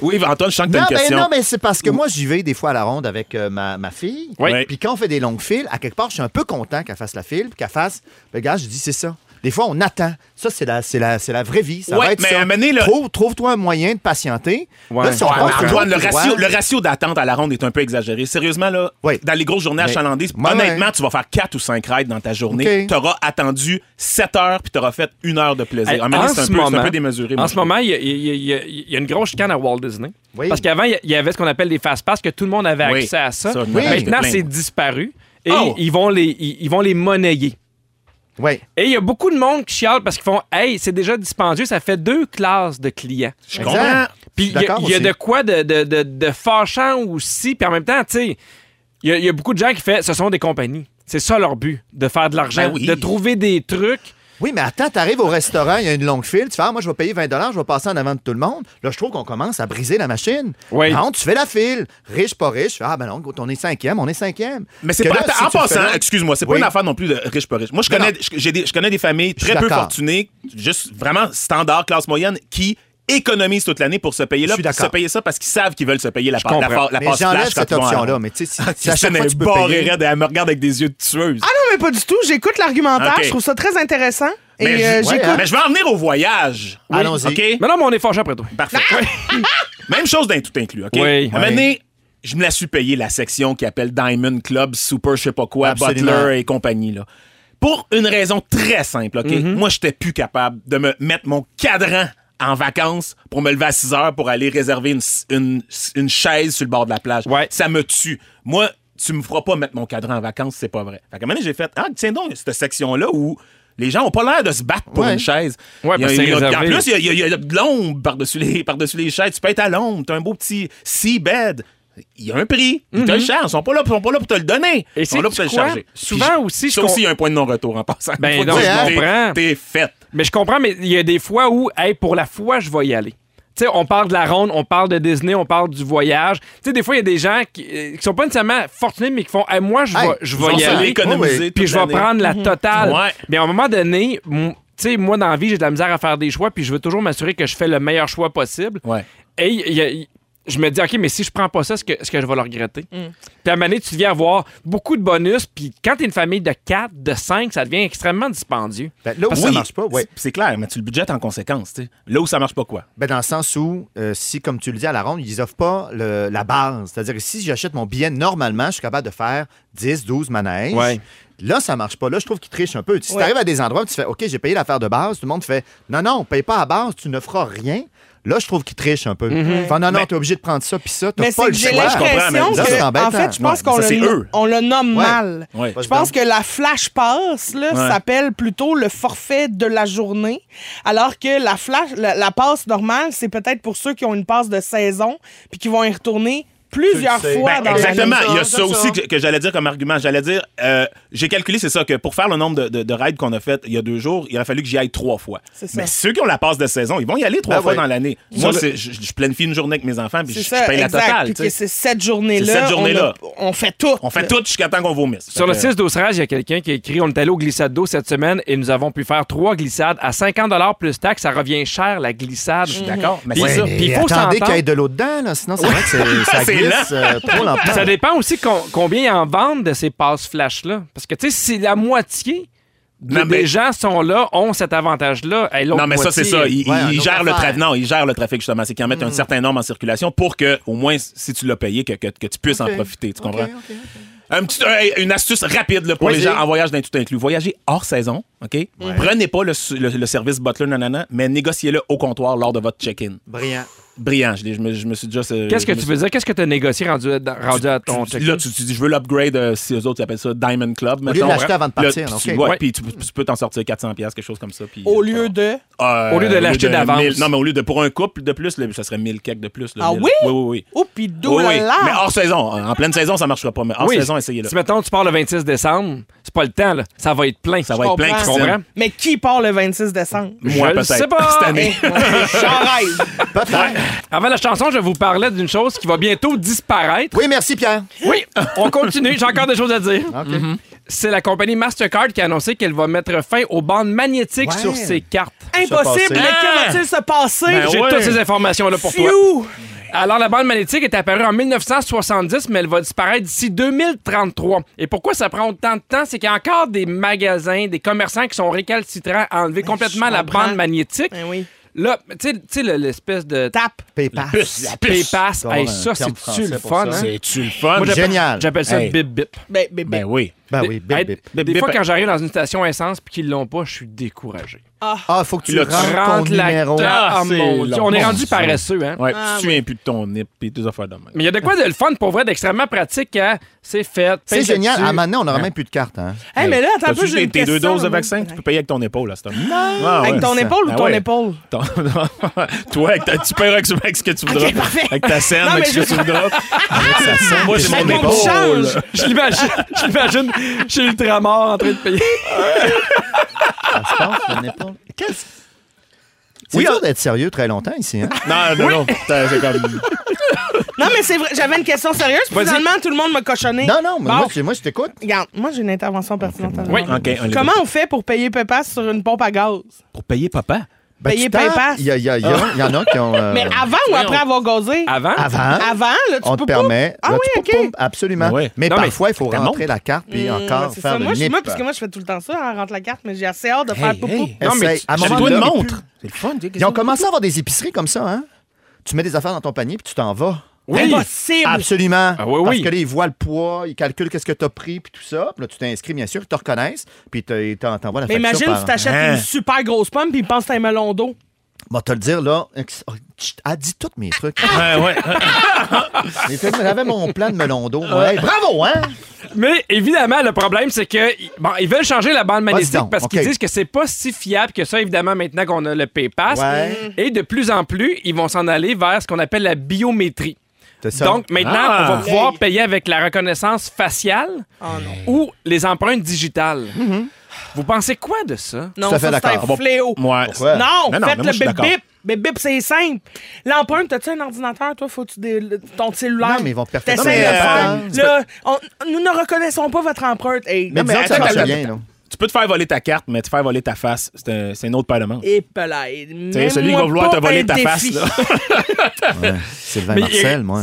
Speaker 4: oui, Antoine, je sens que t'as
Speaker 3: Non,
Speaker 4: une
Speaker 3: mais
Speaker 4: question.
Speaker 3: non, mais c'est parce que moi, j'y vais des fois à la ronde avec euh, ma, ma fille.
Speaker 4: Oui.
Speaker 3: Puis quand on fait des longues files, à quelque part, je suis un peu content qu'elle fasse la file, puis qu'elle fasse. Le gars, je dis, c'est ça. Des fois, on attend. Ça, c'est la, c'est la, c'est la vraie vie. Ça
Speaker 4: Ouais,
Speaker 3: va être
Speaker 4: mais
Speaker 3: ça.
Speaker 4: à un moment donné, là-
Speaker 3: Trouve, toi un moyen de patienter.
Speaker 1: Ouais.
Speaker 3: Là, si on
Speaker 4: Ouais,
Speaker 3: passe
Speaker 4: mais Antoine,
Speaker 3: sur
Speaker 4: le
Speaker 3: le
Speaker 4: ratio,
Speaker 3: droit-
Speaker 4: le ratio d'attente à la ronde est un peu exagéré. Sérieusement, là,
Speaker 3: Oui.
Speaker 4: dans les grosses journées
Speaker 3: Mais-
Speaker 4: achalandées,
Speaker 3: Ouais,
Speaker 4: honnêtement,
Speaker 3: ouais.
Speaker 4: tu vas faire 4 ou 5 rides dans ta journée.
Speaker 3: OK.
Speaker 4: Tu auras attendu 7 heures puis tu auras fait une heure de plaisir.
Speaker 1: Hey,
Speaker 4: À un moment donné, c'est un,
Speaker 1: ce
Speaker 4: peu- c'est un
Speaker 1: moment-
Speaker 4: peu démesuré. moi,
Speaker 1: En
Speaker 4: je
Speaker 1: ce
Speaker 4: trouve.
Speaker 1: moment, il y, a- il y a- il y a- il y a une grosse chicane à Walt Disney.
Speaker 3: Oui.
Speaker 1: Parce qu'avant, il y- il y avait ce qu'on appelle des fast-pass, que tout le monde avait
Speaker 4: Oui.
Speaker 1: accès à ça.
Speaker 4: Ça, je me rappelle,
Speaker 1: Maintenant,
Speaker 4: j'étais
Speaker 1: c'est
Speaker 4: plein.
Speaker 1: disparu. Et
Speaker 4: Oh!
Speaker 1: ils, vont les, ils, ils vont les monnayer.
Speaker 3: Ouais.
Speaker 1: Et il y a beaucoup de monde qui chiale parce qu'ils font Hey, c'est déjà dispendieux, ça fait deux classes de clients.
Speaker 4: Je
Speaker 3: Exact.
Speaker 4: comprends.
Speaker 1: Puis il y a-
Speaker 3: D'accord
Speaker 1: il y, a
Speaker 3: aussi.
Speaker 1: de quoi de, de, de, de fâchant aussi. Puis en même temps, tu sais, il y, a- il y a beaucoup de gens qui font ce sont des compagnies. C'est ça leur but, de faire de l'argent,
Speaker 4: Ben oui.
Speaker 1: de trouver des trucs.
Speaker 3: Oui, mais attends, t'arrives au restaurant, il y a une longue file, tu fais, ah, moi, je vais payer 20 je vais passer en avant de tout le monde. Là, je trouve qu'on commence à briser la machine.
Speaker 1: Oui.
Speaker 3: Non, tu fais la file. Riche, pas riche. Ah, ben non, on est cinquième, on est cinquième.
Speaker 4: Mais c'est
Speaker 3: Que
Speaker 4: pas.
Speaker 3: là,
Speaker 4: attends,
Speaker 3: si
Speaker 4: en
Speaker 3: tu le fais
Speaker 4: passant,
Speaker 3: là-
Speaker 4: excuse-moi, c'est pas
Speaker 3: Oui.
Speaker 4: une affaire non plus de riche pas riche. Moi, je
Speaker 3: Non,
Speaker 4: connais,
Speaker 3: non.
Speaker 4: je- j'ai des- je connais des familles
Speaker 3: suis
Speaker 4: très peu
Speaker 3: d'accord.
Speaker 4: fortunées, juste vraiment standard, classe moyenne, qui économisent toute l'année pour se payer là,
Speaker 3: Je suis
Speaker 4: puis se
Speaker 3: d'accord.
Speaker 4: payer ça parce qu'ils savent qu'ils veulent se payer la, part la,
Speaker 1: comprends.
Speaker 4: fa- la
Speaker 3: Mais
Speaker 4: passe
Speaker 3: j'enlève
Speaker 4: flash quand
Speaker 3: cette
Speaker 4: ils vont à la
Speaker 3: option-là,
Speaker 4: ronde.
Speaker 3: mais tu sais, si-
Speaker 4: Ah,
Speaker 3: si à chaque
Speaker 4: Christine,
Speaker 3: fois
Speaker 4: elle
Speaker 3: tu peux
Speaker 4: barre et
Speaker 3: payer-
Speaker 4: raide, elle me regarde avec des yeux de tueuse.
Speaker 2: Ah non, mais pas du tout. J'écoute l'argumentaire.
Speaker 4: Ok.
Speaker 2: Je trouve ça très intéressant.
Speaker 4: Mais
Speaker 2: Et euh,
Speaker 4: je-
Speaker 2: j'écoute.
Speaker 3: hein.
Speaker 4: Mais je vais en venir au voyage.
Speaker 3: Oui. Allons-y.
Speaker 4: OK?
Speaker 1: Mais non, mais on est fâchant après toi.
Speaker 4: Parfait. Même chose dans tout inclus, OK?
Speaker 1: Oui.
Speaker 4: À un moment donné, je me la suis payé la section qui appelle Diamond Club, Super, je sais pas quoi,
Speaker 3: Absolument.
Speaker 4: Butler et compagnie, là. Pour une raison très simple, OK?
Speaker 1: Mm-hmm.
Speaker 4: Moi, j'étais plus capable de me mettre mon cadran en vacances pour me lever à 6 heures pour aller réserver une, une- une chaise sur le bord de la plage.
Speaker 1: Ouais.
Speaker 4: Ça me tue. Moi, tu me feras pas mettre mon cadran en vacances, c'est pas vrai. Fait qu'à un moment donné, j'ai fait, ah, tiens donc, cette section-là où les gens ont pas l'air de se battre pour
Speaker 3: Ouais.
Speaker 4: une chaise.
Speaker 1: Ouais,
Speaker 4: Il y a-
Speaker 1: parce
Speaker 4: il
Speaker 1: que c'est
Speaker 4: y a- puis En
Speaker 1: réservé.
Speaker 4: plus, il y a- il y, a- il y a de l'ombre par-dessus les, par les chaises. Tu peux être à l'ombre. Tu as un beau petit seabed. Il y a un prix. Ils te le chargent. Ils sont pas là, ils sont pas là pour te le donner.
Speaker 1: Mm-hmm. Et
Speaker 4: ils sont là
Speaker 1: sais-tu
Speaker 4: pour te le
Speaker 1: quoi?
Speaker 4: charger.
Speaker 1: Souvent
Speaker 4: Puis je-
Speaker 1: aussi,
Speaker 4: Ça
Speaker 1: je
Speaker 4: aussi, il y a un point de non-retour en passant.
Speaker 1: Ben
Speaker 4: Une fois
Speaker 1: non,
Speaker 4: que
Speaker 3: je
Speaker 4: t'es-
Speaker 1: comprends.
Speaker 4: T'es faite.
Speaker 1: Mais je comprends, mais il y a des fois où, hey, pour la fois, je vais y aller. Tu sais, on parle de la ronde, on parle de Disney, on parle du voyage. Tu sais, des fois, il y a des gens qui, euh, qui sont pas nécessairement fortunés, mais qui font, hey, moi, je vais
Speaker 3: Hey,
Speaker 1: je
Speaker 4: Ils vont
Speaker 1: vais y
Speaker 4: se
Speaker 1: aller.
Speaker 4: l'économiser
Speaker 3: Oui, oui.
Speaker 4: toute
Speaker 1: Puis je vais
Speaker 4: l'année.
Speaker 1: prendre la totale.
Speaker 4: Ouais.
Speaker 1: Mais à un moment donné, m- tu sais, moi, dans la vie, j'ai de la misère à faire des choix, puis je veux toujours m'assurer que je fais le meilleur choix possible.
Speaker 4: Ouais.
Speaker 1: Et il y a- il- je me dis, OK, mais si je prends pas ça, est-ce que, est-ce que je vais le regretter? Puis à un moment donné, tu viens avoir beaucoup de bonus, puis quand t'es une famille de 4, de 5, ça devient extrêmement dispendieux.
Speaker 3: Ben, là où
Speaker 4: Parce
Speaker 3: ça
Speaker 4: que-
Speaker 3: marche pas, ouais.
Speaker 4: C'est- C'est clair, mais tu le budgettes en conséquence. tu sais. Là où ça marche pas, quoi?
Speaker 3: Ben, dans le sens où, euh, si, comme tu le dis à la ronde, ils offrent pas le- la base. C'est-à-dire que si j'achète mon billet normalement, je suis capable de faire 10, 12 manèges.
Speaker 1: Ouais.
Speaker 3: Là, ça marche pas. Là, je trouve qu'ils trichent un peu. Si
Speaker 2: Ouais.
Speaker 3: tu arrives à des endroits où tu fais OK, j'ai payé l'affaire de base, tout le monde fait Non, non, paye pas à base, tu ne feras rien. Là, je trouve qu'ils trichent un peu. Enfin, non, non, t'es obligé de prendre ça puis ça, t'as
Speaker 2: Mais c'est
Speaker 3: pas
Speaker 2: que
Speaker 3: le
Speaker 2: j'ai
Speaker 3: choix.
Speaker 2: l'impression
Speaker 4: mais ça,
Speaker 3: c'est
Speaker 2: que,
Speaker 3: embêtant.
Speaker 2: en fait, je pense
Speaker 4: Ouais,
Speaker 2: qu'on
Speaker 4: ça,
Speaker 2: le,
Speaker 4: c'est
Speaker 2: no-
Speaker 4: eux.
Speaker 2: on le nomme
Speaker 3: Ouais.
Speaker 2: mal.
Speaker 4: Ouais.
Speaker 3: Vas-y
Speaker 2: Je pense
Speaker 3: donc.
Speaker 2: que la flash passe, là,
Speaker 4: Ouais.
Speaker 2: s'appelle plutôt le forfait de la journée, alors que la flash, la, la passe normale, c'est peut-être pour ceux qui ont une passe de saison puis qui vont y retourner plusieurs
Speaker 3: Tu le sais.
Speaker 2: fois
Speaker 4: Ben,
Speaker 2: dans
Speaker 4: exactement.
Speaker 2: l'année.
Speaker 4: Il y a
Speaker 3: J'aime
Speaker 4: ça
Speaker 3: ça.
Speaker 4: aussi que, que j'allais dire comme argument. J'allais dire, euh, j'ai calculé, c'est ça, que pour faire le nombre de, de- de raids qu'on a fait il y a deux jours, il a fallu que j'y aille trois fois.
Speaker 2: C'est ça.
Speaker 4: Mais ceux qui ont la passe de saison, ils vont y aller trois
Speaker 3: Ben
Speaker 4: fois
Speaker 3: oui.
Speaker 4: dans l'année. Moi,
Speaker 3: le-
Speaker 4: c'est- je, je planifie une journée avec mes enfants, puis je,
Speaker 2: C'est
Speaker 4: je
Speaker 2: ça,
Speaker 4: paye
Speaker 2: exact.
Speaker 4: la totale.
Speaker 2: Puis
Speaker 4: tu
Speaker 2: que
Speaker 4: sais.
Speaker 2: c'est cette journée-là.
Speaker 4: C'est cette journée-là.
Speaker 2: On, a- on fait tout. Euh,
Speaker 4: On fait
Speaker 2: là.
Speaker 4: tout jusqu'à temps qu'on vomisse.
Speaker 1: Sur le
Speaker 4: Fait que-
Speaker 1: 6 12 il y a quelqu'un qui a écrit On est allé aux glissades d'eau cette semaine et nous avons pu faire trois glissades à 50 plus taxe. Ça revient cher, la glissade. Je
Speaker 2: Mhm.
Speaker 1: suis
Speaker 4: d'accord, mais c'est
Speaker 1: Mais
Speaker 3: Ouais,
Speaker 1: ça,
Speaker 3: mais
Speaker 1: puis il faut
Speaker 3: attendez
Speaker 1: s'entendre.
Speaker 3: qu'il y ait de l'eau dedans, là, sinon c'est vrai que c'est- ça glisse
Speaker 4: C'est
Speaker 3: euh, trop lentement.
Speaker 1: Ça dépend aussi com- combien ils en vendent de ces passes flash-là. Parce que, tu sais, si la moitié de-
Speaker 4: Non, mais-
Speaker 1: des gens sont là, ont cet avantage-là, hey, l'autre
Speaker 4: Non, mais ça,
Speaker 1: moitié- euh,
Speaker 4: c'est ça. Ils,
Speaker 3: Ouais,
Speaker 4: ils
Speaker 3: un autre
Speaker 4: gèrent le
Speaker 3: affaire.
Speaker 4: trafic. Non, ils gèrent le trafic, justement. C'est qu'ils en mettent
Speaker 2: Mhm.
Speaker 4: un certain nombre en circulation pour que, au moins, si tu l'as payé, que, que- que tu puisses en profiter. Tu comprends? Un petit- un- une astuce rapide là, pour
Speaker 3: Vas-y.
Speaker 4: les gens en voyage d'un tout inclus. Voyagez hors saison, OK? Prenez pas le, su- le- le service butler, nanana, mais négociez-le au comptoir lors de votre check-in.
Speaker 3: Brillant.
Speaker 4: Brillant. Je, l'ai- je me, je me suis déjà...
Speaker 1: Qu'est-ce que tu veux dire? Qu'est-ce que tu as négocié rendu, euh, rendu à ton check-in?
Speaker 4: Là, tu, tu dis, je veux l'upgrade, euh, si eux autres ils appellent ça Diamond Club.
Speaker 3: lieu de l'acheter avant de partir,
Speaker 4: Là, puis tu,
Speaker 3: OK.
Speaker 4: ouais,
Speaker 1: Ouais.
Speaker 4: puis tu, tu peux t'en sortir 400$, piastres, quelque chose comme ça. puis-
Speaker 2: Au lieu de.
Speaker 4: Euh,
Speaker 1: Au lieu de l'acheter d'avance.
Speaker 4: 1000 Non, mais au lieu de pour un couple de plus, là, ça serait 1000 cakes de plus. là,
Speaker 2: Ah
Speaker 4: 1000.
Speaker 2: oui?
Speaker 4: Oui, oui, oui.
Speaker 2: Oh, puis
Speaker 4: Oui, oui.
Speaker 2: dollars.
Speaker 4: Mais hors saison. En pleine saison, ça ne marchera pas. Mais hors
Speaker 1: Oui.
Speaker 4: saison, essayez-le.
Speaker 1: Si, mettons, tu pars le 26 décembre, c'est pas le temps, là. Ça va être plein.
Speaker 4: Ça va être plein,
Speaker 2: comprends.
Speaker 1: Tu
Speaker 4: Christine.
Speaker 1: comprends?
Speaker 2: Mais qui part le 26 décembre?
Speaker 4: Moi,
Speaker 1: Je le
Speaker 4: peut-être.
Speaker 1: sais pas.
Speaker 4: Cette année.
Speaker 2: J'en rêve.
Speaker 1: Avant la chanson, je vous parlais d'une chose qui va bientôt disparaître.
Speaker 3: Oui, merci Pierre.
Speaker 1: Oui, on continue. J'ai encore des choses à dire. Mhm. C'est la compagnie Mastercard qui a annoncé qu'elle va mettre fin aux bandes magnétiques
Speaker 3: Ouais.
Speaker 1: sur ses cartes.
Speaker 2: Impossible. Mais
Speaker 4: Ah!
Speaker 2: que va-t-il se passer?
Speaker 4: Ben
Speaker 1: J'ai
Speaker 4: ouais.
Speaker 1: toutes ces informations-là pour toi.
Speaker 2: Fiou!
Speaker 1: Alors, la bande magnétique est apparue en 1970, mais elle va disparaître d'ici 2033. Et pourquoi ça prend autant de temps? C'est qu'il y a encore des magasins, des commerçants qui sont récalcitrants à enlever complètement
Speaker 2: je
Speaker 1: la
Speaker 2: comprends.
Speaker 1: bande magnétique.
Speaker 2: Ben oui.
Speaker 1: Là, tu sais- tu sais, le- l'espèce de
Speaker 2: Tape.
Speaker 3: PayPal.
Speaker 4: La puce.
Speaker 1: PayPass,
Speaker 3: Doit
Speaker 1: hey,
Speaker 3: avoir un
Speaker 1: ça,
Speaker 3: terme
Speaker 1: c'est-tu
Speaker 3: français
Speaker 1: le
Speaker 3: pour
Speaker 1: fun?
Speaker 3: ça.
Speaker 1: hein?
Speaker 4: C'est-tu le fun?
Speaker 1: Moi, j'appelle-
Speaker 3: Génial.
Speaker 1: J'appelle ça
Speaker 4: Hey.
Speaker 1: bip bip.
Speaker 2: Ben, ben, ben.
Speaker 4: Ben oui.
Speaker 3: Ben oui,
Speaker 1: Hey,
Speaker 3: bip, bip.
Speaker 1: Des
Speaker 4: Bip, bip.
Speaker 1: fois, quand j'arrive dans une station essence puis qu'ils l'ont pas, je suis découragé.
Speaker 3: Ah, faut que tu
Speaker 4: Là, tu
Speaker 3: rentres ton
Speaker 1: la
Speaker 3: numéro.
Speaker 1: table.
Speaker 4: Ah,
Speaker 1: Ah,
Speaker 4: c'est
Speaker 1: mon Dieu.
Speaker 4: long.
Speaker 1: On est
Speaker 4: Mon
Speaker 1: rendu
Speaker 4: Dieu.
Speaker 1: paresseux, hein?
Speaker 4: Ouais,
Speaker 2: Ah,
Speaker 4: tu te souviens plus de ton nip et des affaires de même.
Speaker 1: Mais il y a de quoi de le fun pour vrai, d'extrêmement pratique à c'est fait.
Speaker 3: C'est
Speaker 1: pèse
Speaker 3: génial.
Speaker 1: là-dessus.
Speaker 3: À maintenant, on n'aura même plus de carte. Hein.
Speaker 2: Hey, mais là, attends un
Speaker 4: ben, T'as-tu
Speaker 2: peu, j'ai
Speaker 4: tes,
Speaker 2: une
Speaker 4: tes deux
Speaker 2: question,
Speaker 4: doses de
Speaker 2: moi.
Speaker 4: vaccin, Ah tu peux payer avec ton épaule à ce temps. Non!
Speaker 2: Avec ton épaule ou ton épaule?
Speaker 4: Ben Toi, avec ta- tu paieras avec ce avec ce que tu voudras.
Speaker 2: parfait.
Speaker 4: Avec ta scène,
Speaker 2: Non,
Speaker 4: avec
Speaker 2: mais
Speaker 4: ce que tu voudras. Moi, j'ai
Speaker 2: Avec
Speaker 4: mon
Speaker 2: mon
Speaker 4: épaule.
Speaker 2: change.
Speaker 1: Je l'imagine, je l'imagine chez Ultramar en train de payer.
Speaker 3: Ça se passe, ton épaule. Qu'est-ce c'est dur
Speaker 2: ah.
Speaker 3: d'être sérieux très longtemps ici. Hein?
Speaker 4: Non, non, non. T'as- C'est comme.
Speaker 2: Non, mais c'est vrai, j'avais une question sérieuse. puis
Speaker 1: Vas-y.
Speaker 2: Finalement, tout le monde m'a cochonné.
Speaker 3: Non, non, mais
Speaker 2: Bon.
Speaker 3: moi, je- moi, je t'écoute.
Speaker 2: Regarde, moi, j'ai une intervention pertinente à
Speaker 1: Oui.
Speaker 2: demander.
Speaker 4: OK, on les-
Speaker 2: Comment on fait pour payer PayPal sur une pompe à gaz?
Speaker 4: Pour payer papa.
Speaker 3: Ben,
Speaker 2: Payer
Speaker 3: tu tapes.
Speaker 2: PayPal.
Speaker 3: Il y, a- il y a- il y a- il y en a qui ont. euh,
Speaker 2: Mais avant ou après avoir gazé?
Speaker 1: Avant?
Speaker 3: avant.
Speaker 2: Avant, là, tu
Speaker 3: on
Speaker 2: peux
Speaker 3: te
Speaker 2: pas-
Speaker 3: permet.
Speaker 2: Ah
Speaker 3: là,
Speaker 2: oui,
Speaker 3: tu
Speaker 2: OK.
Speaker 3: peux pas- absolument.
Speaker 4: Ah ouais.
Speaker 3: Mais
Speaker 1: Non, mais
Speaker 3: parfois, il faut
Speaker 4: ta
Speaker 3: rentrer la carte et
Speaker 2: Hum,
Speaker 3: encore
Speaker 2: ouais, c'est
Speaker 3: faire
Speaker 2: ça.
Speaker 3: le
Speaker 2: moi, je-
Speaker 3: nip.
Speaker 2: moi, parce que moi, je fais tout le temps ça, hein, rentre la carte, mais j'ai assez hâte de faire poupou.
Speaker 1: Non, mais
Speaker 3: Essaye. À un
Speaker 4: J'ai
Speaker 3: moment
Speaker 4: toi une
Speaker 3: donné,
Speaker 4: montre. C'est le fun.
Speaker 3: Ils ont commencé à avoir des épiceries comme ça, hein? Tu mets des affaires dans ton panier puis tu t'en vas.
Speaker 2: Impossible!
Speaker 3: Absolument.
Speaker 1: Ah oui,
Speaker 3: Parce
Speaker 1: oui.
Speaker 3: que là, ils voient le poids, ils calculent qu'est-ce que tu as pris puis tout ça. Puis là, tu t'inscris, bien sûr, ils te reconnaissent puis te- ils t'en- t'envoient la
Speaker 2: Mais
Speaker 3: facture.
Speaker 2: imagine,
Speaker 3: par-
Speaker 2: tu t'achètes
Speaker 4: Hein?
Speaker 2: une super grosse pomme puis ils pensent que c'est un melon d'eau.
Speaker 3: Bon, te le dire, là, ex- oh, chut, elle dit tous mes trucs.
Speaker 4: Ouais, Ah, ouais. hein,
Speaker 3: Mais fait, J'avais mon plan de melon d'eau. moi. Hey, bravo, hein?
Speaker 1: Mais évidemment, le problème, c'est que bon, ils veulent changer la bande magnétique
Speaker 3: donc,
Speaker 1: parce qu'ils
Speaker 3: OK.
Speaker 1: disent que c'est pas si fiable que ça, évidemment, maintenant qu'on a le PayPass.
Speaker 3: Ouais.
Speaker 1: Et de plus en plus, ils vont s'en aller vers ce qu'on appelle la biométrie.
Speaker 3: C'est ça.
Speaker 1: Donc, maintenant,
Speaker 4: Ah.
Speaker 1: on va pouvoir payer avec la reconnaissance faciale ou les empreintes digitales. Vous pensez quoi de ça?
Speaker 2: Non,
Speaker 3: Tout à
Speaker 2: ça,
Speaker 3: fait
Speaker 2: c'est
Speaker 3: d'accord.
Speaker 2: un fléau.
Speaker 4: Ouais.
Speaker 3: Pourquoi?
Speaker 2: Non,
Speaker 4: Non, non, mais moi,
Speaker 2: faites
Speaker 4: je
Speaker 2: le
Speaker 4: suis
Speaker 2: bip
Speaker 4: d'accord.
Speaker 2: bip. Bip bip, c'est simple. L'empreinte, t'as-tu un ordinateur, toi? Faut-tu des- le- ton cellulaire?
Speaker 3: Non, mais ils vont perfectionner.
Speaker 2: T'essayes de
Speaker 4: Non,
Speaker 2: le faire.
Speaker 3: mais,
Speaker 2: Là, on- nous ne reconnaissons pas votre empreinte. Hey,
Speaker 3: Mais
Speaker 2: non,
Speaker 4: mais
Speaker 3: disons que ça
Speaker 4: attends,
Speaker 3: marche
Speaker 4: attends,
Speaker 3: bien, là.
Speaker 4: attends. Tu peux te faire voler ta carte, mais te faire voler ta face, c'est un, c'est une autre paire de manches.
Speaker 2: Et pelaide.
Speaker 4: Tu sais, celui qui va vouloir te voler ta face, là.
Speaker 3: Sylvain
Speaker 1: Mais-
Speaker 3: Marcel, moi.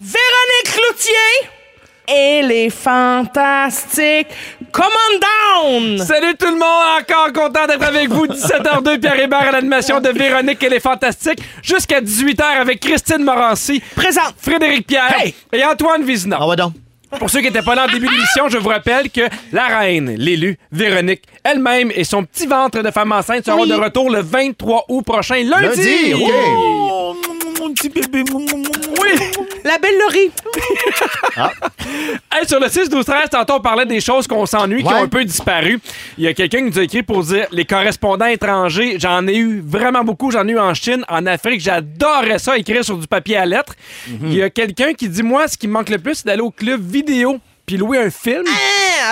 Speaker 2: Véronique Cloutier et les fantastiques Command Down!
Speaker 1: Salut tout le monde, encore content d'être avec vous. 17h02, Pierre Hébert à l'animation de Véronique et les Fantastiques. Jusqu'à 18h avec Christine Morancy,
Speaker 2: Présente!
Speaker 1: Frédéric Pierre et Antoine Vizina.
Speaker 3: Ah ouais donc.
Speaker 1: Pour ceux qui n'étaient pas là en début de l'émission, je vous rappelle que la reine, l'élu, Véronique, elle-même et son petit ventre de femme enceinte seront de retour le 23 août prochain, lundi.
Speaker 3: Lundi, OK.
Speaker 4: Oh, mon petit bébé.
Speaker 1: Oui!
Speaker 2: La belle Laurie!
Speaker 1: Hey, sur le 6 12 13 tantôt, on parlait des choses qu'on s'ennuie, qui
Speaker 3: Ouais.
Speaker 1: ont un peu disparu. Il y a quelqu'un qui nous a écrit pour dire les correspondants étrangers, j'en ai eu vraiment beaucoup. J'en ai eu en Chine, en Afrique. J'adorais ça, écrire sur du papier à lettres.
Speaker 3: Mhm.
Speaker 1: Il y a quelqu'un qui dit Moi, ce qui me manque le plus, c'est d'aller au club vidéo puis louer un film.
Speaker 2: Hein,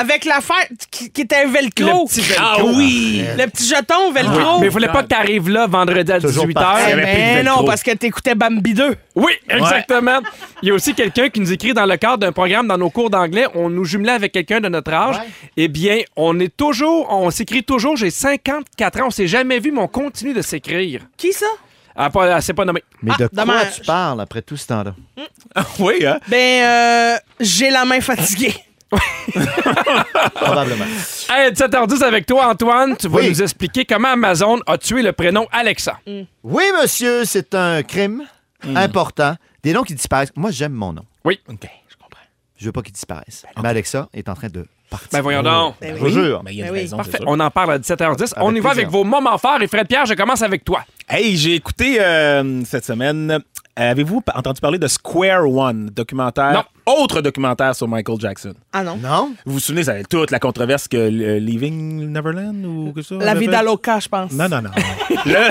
Speaker 2: Avec l'affaire qui, qui était
Speaker 1: Le
Speaker 3: Oh!
Speaker 2: Velcro.
Speaker 1: petit Ah
Speaker 4: Ah
Speaker 1: Velcro.
Speaker 4: oui!
Speaker 2: Le petit jeton Velcro.
Speaker 1: Mais il fallait pas que tu arrives là vendredi à
Speaker 3: Toujours
Speaker 1: 18h.
Speaker 3: parti.
Speaker 2: Eh
Speaker 4: Il y avait plus de
Speaker 2: ben
Speaker 4: Velcro.
Speaker 2: non, parce que t'écoutais Bambi 2.
Speaker 1: Oui, exactement. Il y a aussi quelqu'un qui nous écrit dans le cadre d'un programme dans nos cours d'anglais, on nous jumelait avec quelqu'un de notre âge. Eh bien, on est toujours, on s'écrit toujours, j'ai 54 ans, on s'est jamais vu, mais on continue de s'écrire.
Speaker 2: Qui ça?
Speaker 1: Ah, pas, elle s'est pas nommée.
Speaker 3: Mais
Speaker 2: Ah,
Speaker 3: de quoi
Speaker 2: dommage.
Speaker 3: tu parles après tout ce temps-là?
Speaker 4: Oui, hein?
Speaker 2: Ben, euh, j'ai la main fatiguée.
Speaker 3: Probablement.
Speaker 1: Hey, 17h10 avec toi, Antoine. Tu vas
Speaker 3: Oui.
Speaker 1: nous expliquer comment Amazon a tué le prénom Alexa.
Speaker 3: Oui, monsieur, c'est un crime important. Des noms qui disparaissent. Moi, j'aime mon nom.
Speaker 1: Hmm. Oui.
Speaker 3: Je veux pas qu'il disparaisse. Mais Alexa est en train de parti.
Speaker 1: Ben voyons donc.
Speaker 3: Je
Speaker 2: Ben
Speaker 3: vous
Speaker 2: oui.
Speaker 3: jure.
Speaker 4: Mais il y a une
Speaker 2: Ben oui.
Speaker 4: raison, c'est
Speaker 1: Parfait.
Speaker 4: sûr.
Speaker 1: On en parle à 17h10. on y
Speaker 3: Avec
Speaker 1: va
Speaker 3: plaisir.
Speaker 1: avec vos moments forts. Et Fred Pierre, je commence avec toi.
Speaker 4: Hey, j'ai écouté euh, cette semaine. euh, Avez-vous pa- entendu parler de Square One, documentaire?
Speaker 1: Non.
Speaker 4: Autre documentaire sur Michael Jackson.
Speaker 2: Ah non.
Speaker 3: Non?
Speaker 4: Vous vous souvenez, ça avait toute la controverse que euh, Leaving Neverland ou quelque chose?
Speaker 2: La
Speaker 4: avait
Speaker 2: vie
Speaker 4: fait?
Speaker 2: d'Aloca, je pense.
Speaker 4: Non, non, non. le,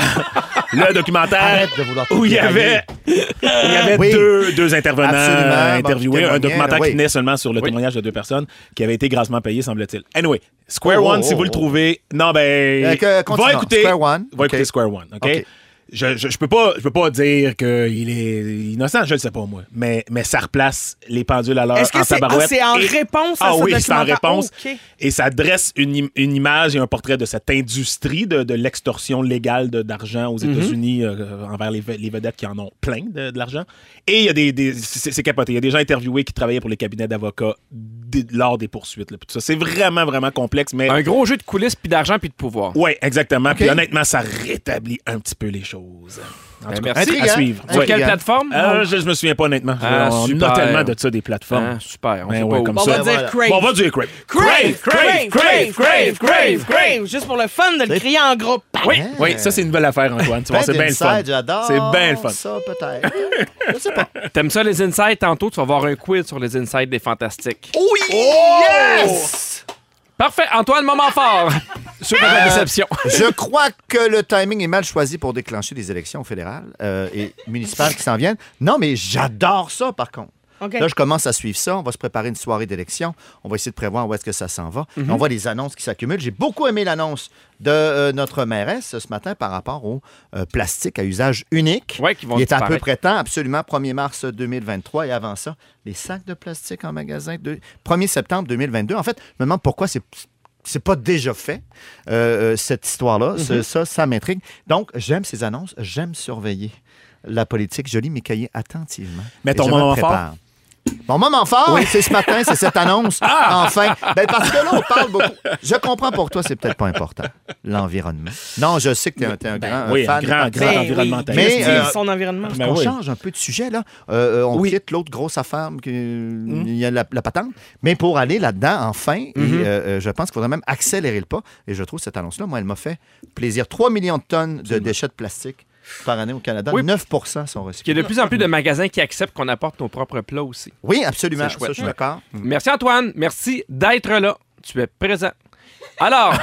Speaker 4: le documentaire
Speaker 3: Arrête de vouloir te
Speaker 4: où il y
Speaker 3: dérailler.
Speaker 4: avait, il y avait
Speaker 3: Oui.
Speaker 4: deux, deux intervenants
Speaker 3: Absolument. Bon,
Speaker 4: interviewés.
Speaker 3: témoignait,
Speaker 4: un documentaire
Speaker 3: oui.
Speaker 4: qui venait seulement sur le
Speaker 1: Oui.
Speaker 4: témoignage de deux personnes qui avait été grassement payé, semble-t-il. Anyway, Square
Speaker 3: Oh, oh,
Speaker 4: One, si
Speaker 3: oh,
Speaker 4: vous le
Speaker 3: oh.
Speaker 4: trouvez, non,
Speaker 3: Euh,
Speaker 4: ben.
Speaker 3: que- continuons.
Speaker 4: va écouter.
Speaker 3: Square One,
Speaker 4: Va
Speaker 3: ok.
Speaker 4: écouter Square One, OK?
Speaker 3: Ok.
Speaker 4: Je, je, je peux pas, je peux pas dire qu'il est innocent, je le sais pas, moi. Mais, mais ça replace les pendules à l'heure
Speaker 2: Est-ce que
Speaker 4: en
Speaker 2: c'est- ah,
Speaker 4: tabarouette.
Speaker 2: c'est en
Speaker 4: Et-
Speaker 2: réponse à
Speaker 4: Ah
Speaker 2: ce
Speaker 4: oui, c'est en
Speaker 2: documentaire.
Speaker 4: réponse.
Speaker 2: Ok.
Speaker 4: Et ça dresse une, im- une image et un portrait de cette industrie de, de l'extorsion légale de- d'argent aux
Speaker 1: Mhm.
Speaker 4: États-Unis euh, envers les, ve- les vedettes qui en ont plein de, de l'argent. Et il y a des. des- c'est c'est capoté. Il y a des gens interviewés qui travaillaient pour les cabinets d'avocats dès- lors des poursuites. là, puis tout ça. C'est vraiment, vraiment complexe, mais.
Speaker 1: Un gros jeu de coulisses, puis d'argent, puis de pouvoir.
Speaker 4: Oui, exactement. Puis honnêtement, ça rétablit un petit peu les choses. En tout cas,
Speaker 1: Ben, merci.
Speaker 4: à suivre.
Speaker 3: Intriguant.
Speaker 1: Sur
Speaker 4: Ouais.
Speaker 1: quelle plateforme?
Speaker 4: Euh, je, je me souviens pas honnêtement.
Speaker 1: Ah,
Speaker 4: on
Speaker 1: super.
Speaker 4: a tellement de ça des plateformes.
Speaker 1: Ah, super. On
Speaker 4: Ben
Speaker 1: sait
Speaker 4: ouais,
Speaker 1: pas où.
Speaker 4: comme
Speaker 2: On
Speaker 4: ça.
Speaker 2: va dire
Speaker 3: voilà.
Speaker 2: crave.
Speaker 4: Bon, on va dire Crave.
Speaker 2: crave, crave, crave, crave, crave, crave. Juste pour le fun de le crier en groupe.
Speaker 4: Oui,
Speaker 3: Ah.
Speaker 4: oui, ça c'est une belle affaire, Antoine. Tu vois,
Speaker 3: Ben
Speaker 4: c'est bien le fun.
Speaker 3: d'inside, J'adore.
Speaker 4: C'est bien le fun.
Speaker 3: Ça, peut-être. Je sais pas.
Speaker 1: T'aimes ça les insights? Tantôt, tu vas avoir un quiz sur les insights des fantastiques.
Speaker 3: Oui! Yes!
Speaker 1: Parfait. Antoine, moment fort. Sur la déception.
Speaker 3: Je crois que le timing est mal choisi pour déclencher des élections fédérales euh, et municipales qui s'en viennent. Non, mais j'adore ça, par contre.
Speaker 2: OK.
Speaker 3: Là, je commence à suivre ça. On va se préparer une soirée d'élection. On va essayer de prévoir où est-ce que ça s'en va. On voit les annonces qui s'accumulent. J'ai beaucoup aimé l'annonce de euh, notre mairesse ce matin par rapport au euh, plastique à usage unique.
Speaker 1: Ouais, qui vont
Speaker 3: Il est à peu
Speaker 1: disparaître.
Speaker 3: près temps, absolument, 1er mars 2023. Et avant ça, les sacs de plastique en magasin, de- 1er septembre 2022. En fait, je me demande pourquoi c'est c'est pas déjà fait, euh, euh, cette histoire-là. Ce- Ça, ça m'intrigue. Donc, j'aime ces annonces, j'aime surveiller la politique. Je lis mes cahiers attentivement.
Speaker 4: Mais
Speaker 3: Et
Speaker 4: ton
Speaker 3: je me
Speaker 4: moment
Speaker 3: prépare. Mon moment fort, c'est ce matin, c'est cette annonce. Enfin. Ben, parce que là, on parle beaucoup. Je comprends pour toi, c'est peut-être pas important, l'environnement. Non, je sais que tu es un, t'es un grand euh,
Speaker 4: oui,
Speaker 3: fan.
Speaker 4: un grand, grand
Speaker 2: Ben oui.
Speaker 4: environnementaliste.
Speaker 3: Mais,
Speaker 2: Vive
Speaker 3: euh,
Speaker 2: son environnement.
Speaker 4: Ben
Speaker 3: on
Speaker 4: oui.
Speaker 3: change un peu de sujet, là. Euh, euh, on
Speaker 4: Oui.
Speaker 3: quitte l'autre grosse affaire, que- il y a la, la patente. Mais pour aller là-dedans, enfin, et, euh, euh, je pense qu'il faudrait même accélérer le pas. Et je trouve cette annonce-là, moi, elle m'a fait plaisir. 3 millions de tonnes de déchets de plastique par année au Canada.
Speaker 1: Oui.
Speaker 3: 9 sont
Speaker 1: Il y
Speaker 3: recyclés.
Speaker 1: a de plus en plus de magasins qui acceptent qu'on apporte nos propres plats aussi.
Speaker 3: Oui, absolument.
Speaker 1: C'est chouette.
Speaker 3: Ça, je suis d'accord.
Speaker 1: Merci Antoine. Merci d'être là. Tu es présent. Alors,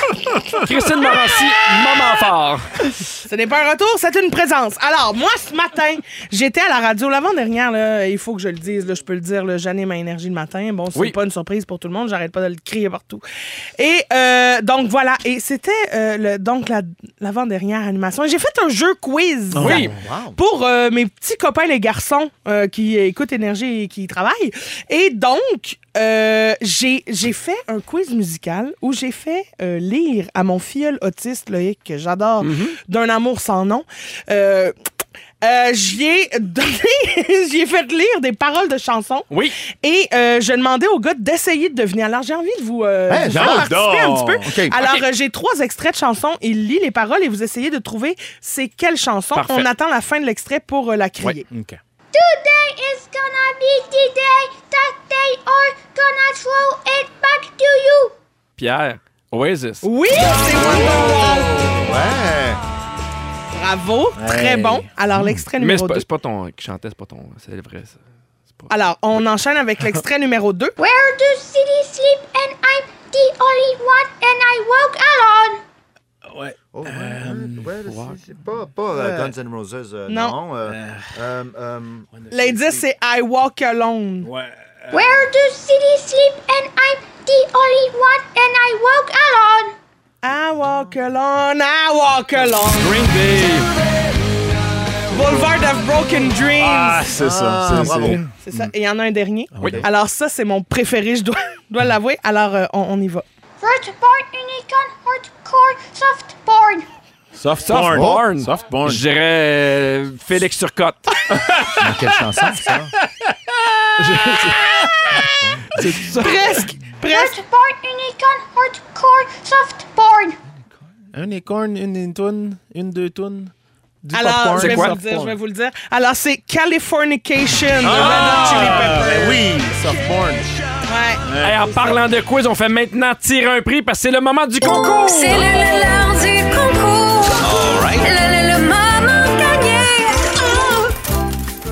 Speaker 1: Christine Morancy, moment fort.
Speaker 2: Ce n'est pas un retour, c'est une présence. Alors, moi, ce matin, j'étais à la radio l'avant-dernière, là, il faut que je le dise, là, je peux le dire, là, j'anime ma énergie le matin. Bon, c'est
Speaker 1: Oui.
Speaker 2: pas une surprise pour tout le monde, j'arrête pas de le crier partout. Et euh, donc, voilà. Et c'était euh, le- donc la- l'avant-dernière animation. Et J'ai fait un jeu quiz.
Speaker 1: Oui.
Speaker 3: Wow.
Speaker 2: Pour euh, mes petits copains, les garçons euh, qui écoutent Énergie et qui y travaillent. Et donc, euh, j'ai j'ai fait un quiz musical où j'ai fait euh, lire à mon filleul autiste, Loïc, que j'adore,
Speaker 3: Mm-hmm.
Speaker 2: d'un amour sans nom. Euh, euh, j'y ai donné, j'y ai fait lire des paroles de chansons.
Speaker 1: Oui.
Speaker 2: Et euh, je demandais au gars d'essayer de devenir. Alors, j'ai envie de vous, euh,
Speaker 3: Ben,
Speaker 2: vous faire
Speaker 3: j'adore.
Speaker 2: participer un petit peu.
Speaker 3: OK.
Speaker 2: Alors, euh, j'ai trois extraits de chansons. Il lit les paroles et vous essayez de trouver c'est quelle chanson.
Speaker 1: Parfait.
Speaker 2: On attend la fin de l'extrait pour euh, la crier.
Speaker 4: OK.
Speaker 8: Today is gonna be the day that they are gonna throw it back to you.
Speaker 1: Pierre, Oasis.
Speaker 2: Oui, c'est Wonderwall.
Speaker 3: Ouais.
Speaker 2: Bravo, très
Speaker 4: Hey.
Speaker 2: bon. Alors, l'extrait
Speaker 1: Mais
Speaker 2: numéro
Speaker 1: c'est pas,
Speaker 2: 2.
Speaker 1: c'est pas ton qui chantait, c'est pas ton. C'est le vrai ça.
Speaker 2: Alors, on enchaîne avec l'extrait numéro 2.
Speaker 8: Where the city sleep and I'm the only one and I walk alone.
Speaker 3: Oh, ouais, ouais, ouais, c'est- c'est pas, pas euh, Guns N' Roses, euh,
Speaker 2: non.
Speaker 3: non. euh, euh, euh,
Speaker 2: L'indice, c'est I Walk Alone.
Speaker 4: Ouais.
Speaker 8: Where the city sleep and I'm the only one and I walk alone.
Speaker 2: I Walk Alone, I Walk Alone.
Speaker 1: Green Day.
Speaker 2: Boulevard of Broken Dreams.
Speaker 4: Ah, c'est ça.
Speaker 3: Ah,
Speaker 4: c'est-
Speaker 3: bravo.
Speaker 4: c'est-
Speaker 2: C'est ça. Et il y en a un dernier.
Speaker 1: Ah, Oui.
Speaker 2: Alors ça, c'est mon préféré, je dois, je dois l'avouer. Alors, euh, on, on y va.
Speaker 8: First born unicorn, hardcore, soft born.
Speaker 4: Soft
Speaker 1: Soft
Speaker 4: porn.
Speaker 1: porn.
Speaker 4: Soft porn.
Speaker 1: Je dirais euh, Félix Turcotte.
Speaker 3: dans quelle chanson, ça?
Speaker 2: Presque! Presque!
Speaker 8: First born unicorn, hardcore, soft born.
Speaker 4: Un écorne, une, une toune, une, deux tounes. Du
Speaker 2: Alors,
Speaker 4: popcorn.
Speaker 2: je
Speaker 4: C'est
Speaker 2: vais, vous
Speaker 4: quoi?
Speaker 2: le dire, je vais vous le dire. Alors, c'est Californication de Red Hot Chili
Speaker 4: Ah,
Speaker 2: Peppers.
Speaker 4: ben oui, soft porn.
Speaker 2: Ouais.
Speaker 1: Hey, en parlant de quiz, on fait maintenant tirer un prix parce que c'est le moment du concours.
Speaker 9: C'est le, le l'heure du concours. Le, le, le moment gagné. Oh.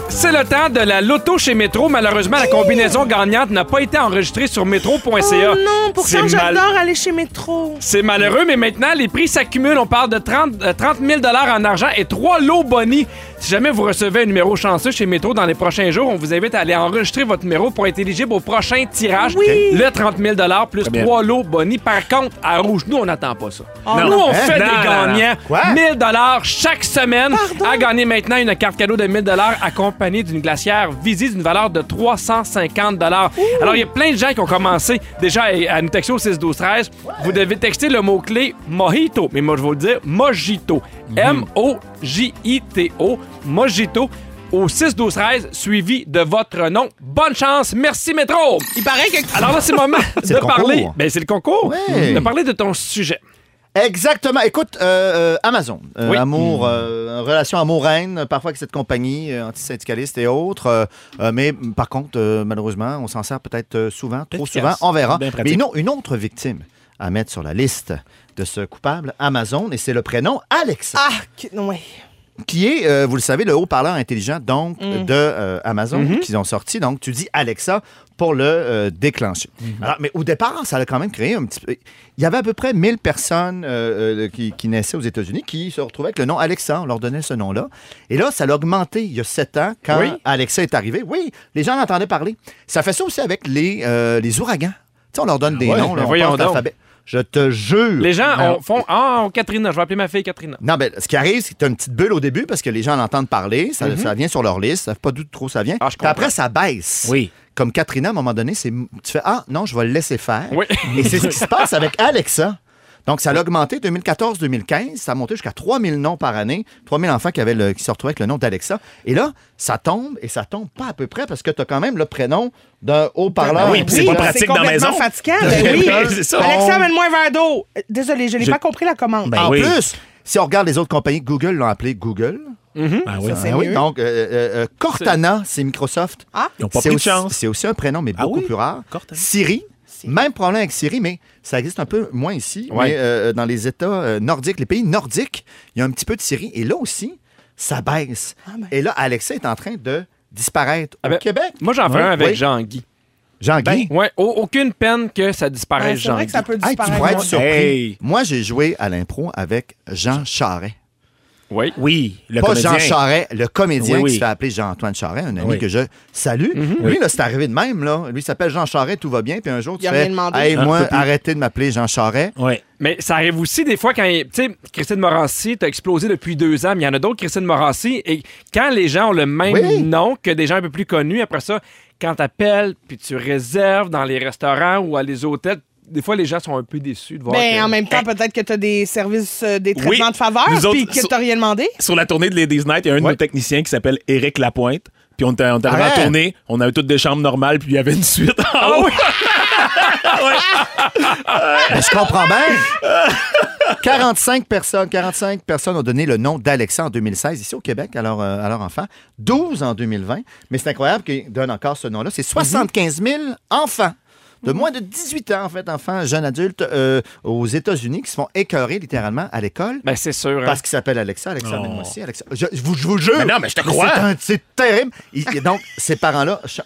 Speaker 1: C'est le temps de la loto chez Métro. Malheureusement, la combinaison gagnante n'a pas été enregistrée sur métro.ca.
Speaker 2: Oh non, pourtant
Speaker 1: C'est mal-
Speaker 2: j'adore aller chez Métro.
Speaker 1: C'est malheureux, mais maintenant, les prix s'accumulent. On parle de 30, euh, 30 000 en argent et trois lots bonnies. Si jamais vous recevez un numéro chanceux chez Métro dans les prochains jours, on vous invite à aller enregistrer votre numéro pour être éligible au prochain tirage.
Speaker 2: Oui.
Speaker 1: Le 30 000 plus
Speaker 4: Très bien.
Speaker 1: trois lots bonnies. Par contre, à Rouge, nous, on n'attend pas ça.
Speaker 2: Ah
Speaker 1: nous, on
Speaker 4: Hein?
Speaker 1: fait
Speaker 4: Non,
Speaker 1: des
Speaker 4: non, non.
Speaker 1: gagnants.
Speaker 3: Quoi?
Speaker 1: 1000 chaque semaine. À gagner maintenant une carte cadeau de 1000 accompagnée d'une glacière visite d'une valeur de 350 Alors, il y a plein de gens qui ont commencé déjà à, à nous texter au 6 12 13 Vous devez texter le mot-clé Mojito. Mais moi, je vais vous le dire, Mojito.
Speaker 2: Mhm.
Speaker 1: M-O-J-I-T-O. Mojito au 6 12 13 suivi de votre nom. Bonne chance. Merci, Métro.
Speaker 2: Il paraît que
Speaker 1: Alors là, c'est le moment
Speaker 3: C'est
Speaker 1: de
Speaker 3: le concours.
Speaker 1: parler. Ben, c'est le concours.
Speaker 3: Ouais.
Speaker 1: De parler de ton sujet.
Speaker 3: Exactement. Écoute, euh, euh, Amazon, euh,
Speaker 1: Oui.
Speaker 3: amour, euh, relation amour-reine, parfois avec cette compagnie euh, antisyndicaliste et autres. euh, euh, mais m- par contre, euh, malheureusement, on s'en sert peut-être euh, souvent, trop souvent.
Speaker 4: Efficace.
Speaker 3: On verra.
Speaker 4: Bien pratique.
Speaker 3: Mais non, une autre victime à mettre sur la liste de ce coupable, Amazon, et c'est le prénom Alexa
Speaker 2: ah, que- ouais.
Speaker 3: qui est, euh, vous le savez, le haut-parleur intelligent donc
Speaker 1: Mm.
Speaker 3: de euh, Amazon
Speaker 1: Mm-hmm.
Speaker 3: qu'ils ont sorti. Donc, tu dis Alexa pour le euh, déclencher.
Speaker 1: Mm-hmm.
Speaker 3: Alors, mais au départ, ça a quand même créé un petit peu. Il y avait à peu près 1000 personnes euh, euh, qui, qui naissaient aux États-Unis qui se retrouvaient avec le nom Alexa. On leur donnait ce nom-là. Et là, ça l'a augmenté il y a 7 ans quand
Speaker 1: Oui.
Speaker 3: Alexa est arrivé. Oui, les gens en entendaient parler. Ça fait ça aussi avec les, euh, les ouragans. Tu sais, on leur donne des
Speaker 1: ouais,
Speaker 3: noms.
Speaker 1: ben
Speaker 3: là, on
Speaker 1: voyons
Speaker 3: pense
Speaker 1: donc.
Speaker 3: l'alphabet. Je te jure.
Speaker 1: Les gens
Speaker 3: Ben,
Speaker 1: on- font. Ah, oh, Katrina. Je vais appeler ma fille Katrina.
Speaker 3: non, ben, ce qui arrive, c'est que tu une petite bulle au début parce que les gens en entendent parler, ça,
Speaker 4: Mhm.
Speaker 3: ça vient sur leur liste, ils savent pas d'où trop ça vient.
Speaker 1: Ah, je
Speaker 3: Puis après,
Speaker 1: comprends.
Speaker 3: ça baisse.
Speaker 4: Oui.
Speaker 3: Comme Katrina, à un moment donné, c'est tu fais Ah, non, je vais le laisser faire.
Speaker 1: Oui.
Speaker 3: Et c'est ce qui se passe avec Alexa. Donc, ça a augmenté 2014-2015, ça a monté jusqu'à 3000 noms par année, 3000 enfants qui, avaient le- qui se retrouvaient avec le nom d'Alexa. Et là, ça tombe, et ça tombe pas à peu près, parce que tu as quand même le prénom d'un haut-parleur.
Speaker 4: Ben oui, puis c'est pas pratique dans la
Speaker 2: complètement
Speaker 4: maison.
Speaker 2: fatigant. Ben oui.
Speaker 4: Ben, c'est ça.
Speaker 2: Alexa, amène-moi un verre d'eau. Euh, Désolé, je n'ai
Speaker 4: Je-
Speaker 2: pas compris la commande. Ah,
Speaker 4: Ben
Speaker 3: En
Speaker 4: oui.
Speaker 3: plus, si on regarde les autres compagnies, Google l'ont appelé Google.
Speaker 4: Ben oui.
Speaker 3: Ah oui, donc euh, euh, euh, Cortana, c'est Microsoft.
Speaker 2: Ah.
Speaker 4: Ils ont pas
Speaker 3: C'est
Speaker 4: pris de
Speaker 3: aussi-
Speaker 4: chance.
Speaker 3: C'est aussi un prénom, mais
Speaker 4: Ah
Speaker 3: beaucoup
Speaker 4: oui?
Speaker 3: plus rare.
Speaker 4: Cortana.
Speaker 3: Siri. Même problème avec Siri, mais ça existe un peu moins ici.
Speaker 4: Ouais.
Speaker 3: Mais euh, dans les États euh, nordiques, les pays nordiques, il y a un petit peu de Siri. Et là aussi, ça baisse.
Speaker 2: ben.
Speaker 3: Et là, Alexa est en train de disparaître
Speaker 1: Ah
Speaker 3: au
Speaker 1: ben,
Speaker 3: Québec.
Speaker 1: Moi, j'en fais
Speaker 3: Oui,
Speaker 1: un avec
Speaker 3: oui.
Speaker 1: Jean-Guy. Ben,
Speaker 3: Jean-Guy.
Speaker 1: Ouais, au- aucune peine que ça
Speaker 2: Ouais,
Speaker 1: disparaisse,
Speaker 2: Ben, c'est vrai
Speaker 1: Jean-Guy.
Speaker 2: que ça peut
Speaker 3: Hey, tu pourrais être
Speaker 2: disparaître.
Speaker 3: surpris.
Speaker 4: Hey.
Speaker 3: Moi, j'ai joué à l'impro avec Jean Charret.
Speaker 1: Oui.
Speaker 4: Oui, le
Speaker 3: pas
Speaker 4: comédien.
Speaker 3: Jean Charret, le comédien
Speaker 4: Oui, oui.
Speaker 3: qui se fait appeler Jean-Antoine Charret, un ami
Speaker 4: Oui. Mhm.
Speaker 3: que je salue. Lui, là, c'est arrivé de même. Là. Lui il s'appelle Jean Charret, tout va bien. Puis un jour, tu
Speaker 2: Il a
Speaker 3: fais
Speaker 2: rien demandé.
Speaker 3: Hey,
Speaker 4: Un
Speaker 3: moi,
Speaker 4: peu plus.
Speaker 3: arrêtez de m'appeler Jean Charret.
Speaker 4: Ouais.
Speaker 1: Mais ça arrive aussi des fois quand, il- tu sais, Christine Morancy, t'as explosé depuis deux ans, mais il y en a d'autres, Christine Morancy, et quand les gens ont le même
Speaker 3: Oui.
Speaker 1: nom que des gens un peu plus connus, après ça, quand t'appelles, puis tu réserves dans les restaurants ou à les hôtels, des fois, les gens sont un peu déçus de voir
Speaker 2: Ben,
Speaker 1: que-
Speaker 2: en même temps, peut-être que tu as des services, euh, des
Speaker 4: Oui.
Speaker 2: traitements de faveur,
Speaker 4: Nous autres,
Speaker 2: puis que
Speaker 4: so-
Speaker 2: t'as rien demandé.
Speaker 4: Sur la tournée de Ladies Night, il y a un de nos techniciens qui s'appelle Éric Lapointe. Puis on était on était arrivé
Speaker 3: Arrête.
Speaker 4: en tournée, on avait toutes des chambres normales, puis il y avait une suite. Ah oui!
Speaker 3: Ben, je comprends bien. 45 personnes, 45 personnes ont donné le nom d'Alexa en 2016 ici au Québec à leur, euh, à leur enfant. 12 en 2020. Mais c'est incroyable qu'ils donnent encore ce nom-là. C'est 75 000 enfants. De moins de 18 ans, en fait, enfants, jeunes adultes euh, aux États-Unis qui se font écœurer littéralement à l'école
Speaker 1: Ben, c'est sûr. hein.
Speaker 3: Parce qu'il s'appelle Alexa. Alexa,
Speaker 4: Oh.
Speaker 3: moi aussi, Alexa. Je, je vous, je vous jure.
Speaker 4: Mais non, mais je te crois.
Speaker 3: c'est un- C'est terrible. Il- et donc, ces parents-là. cha-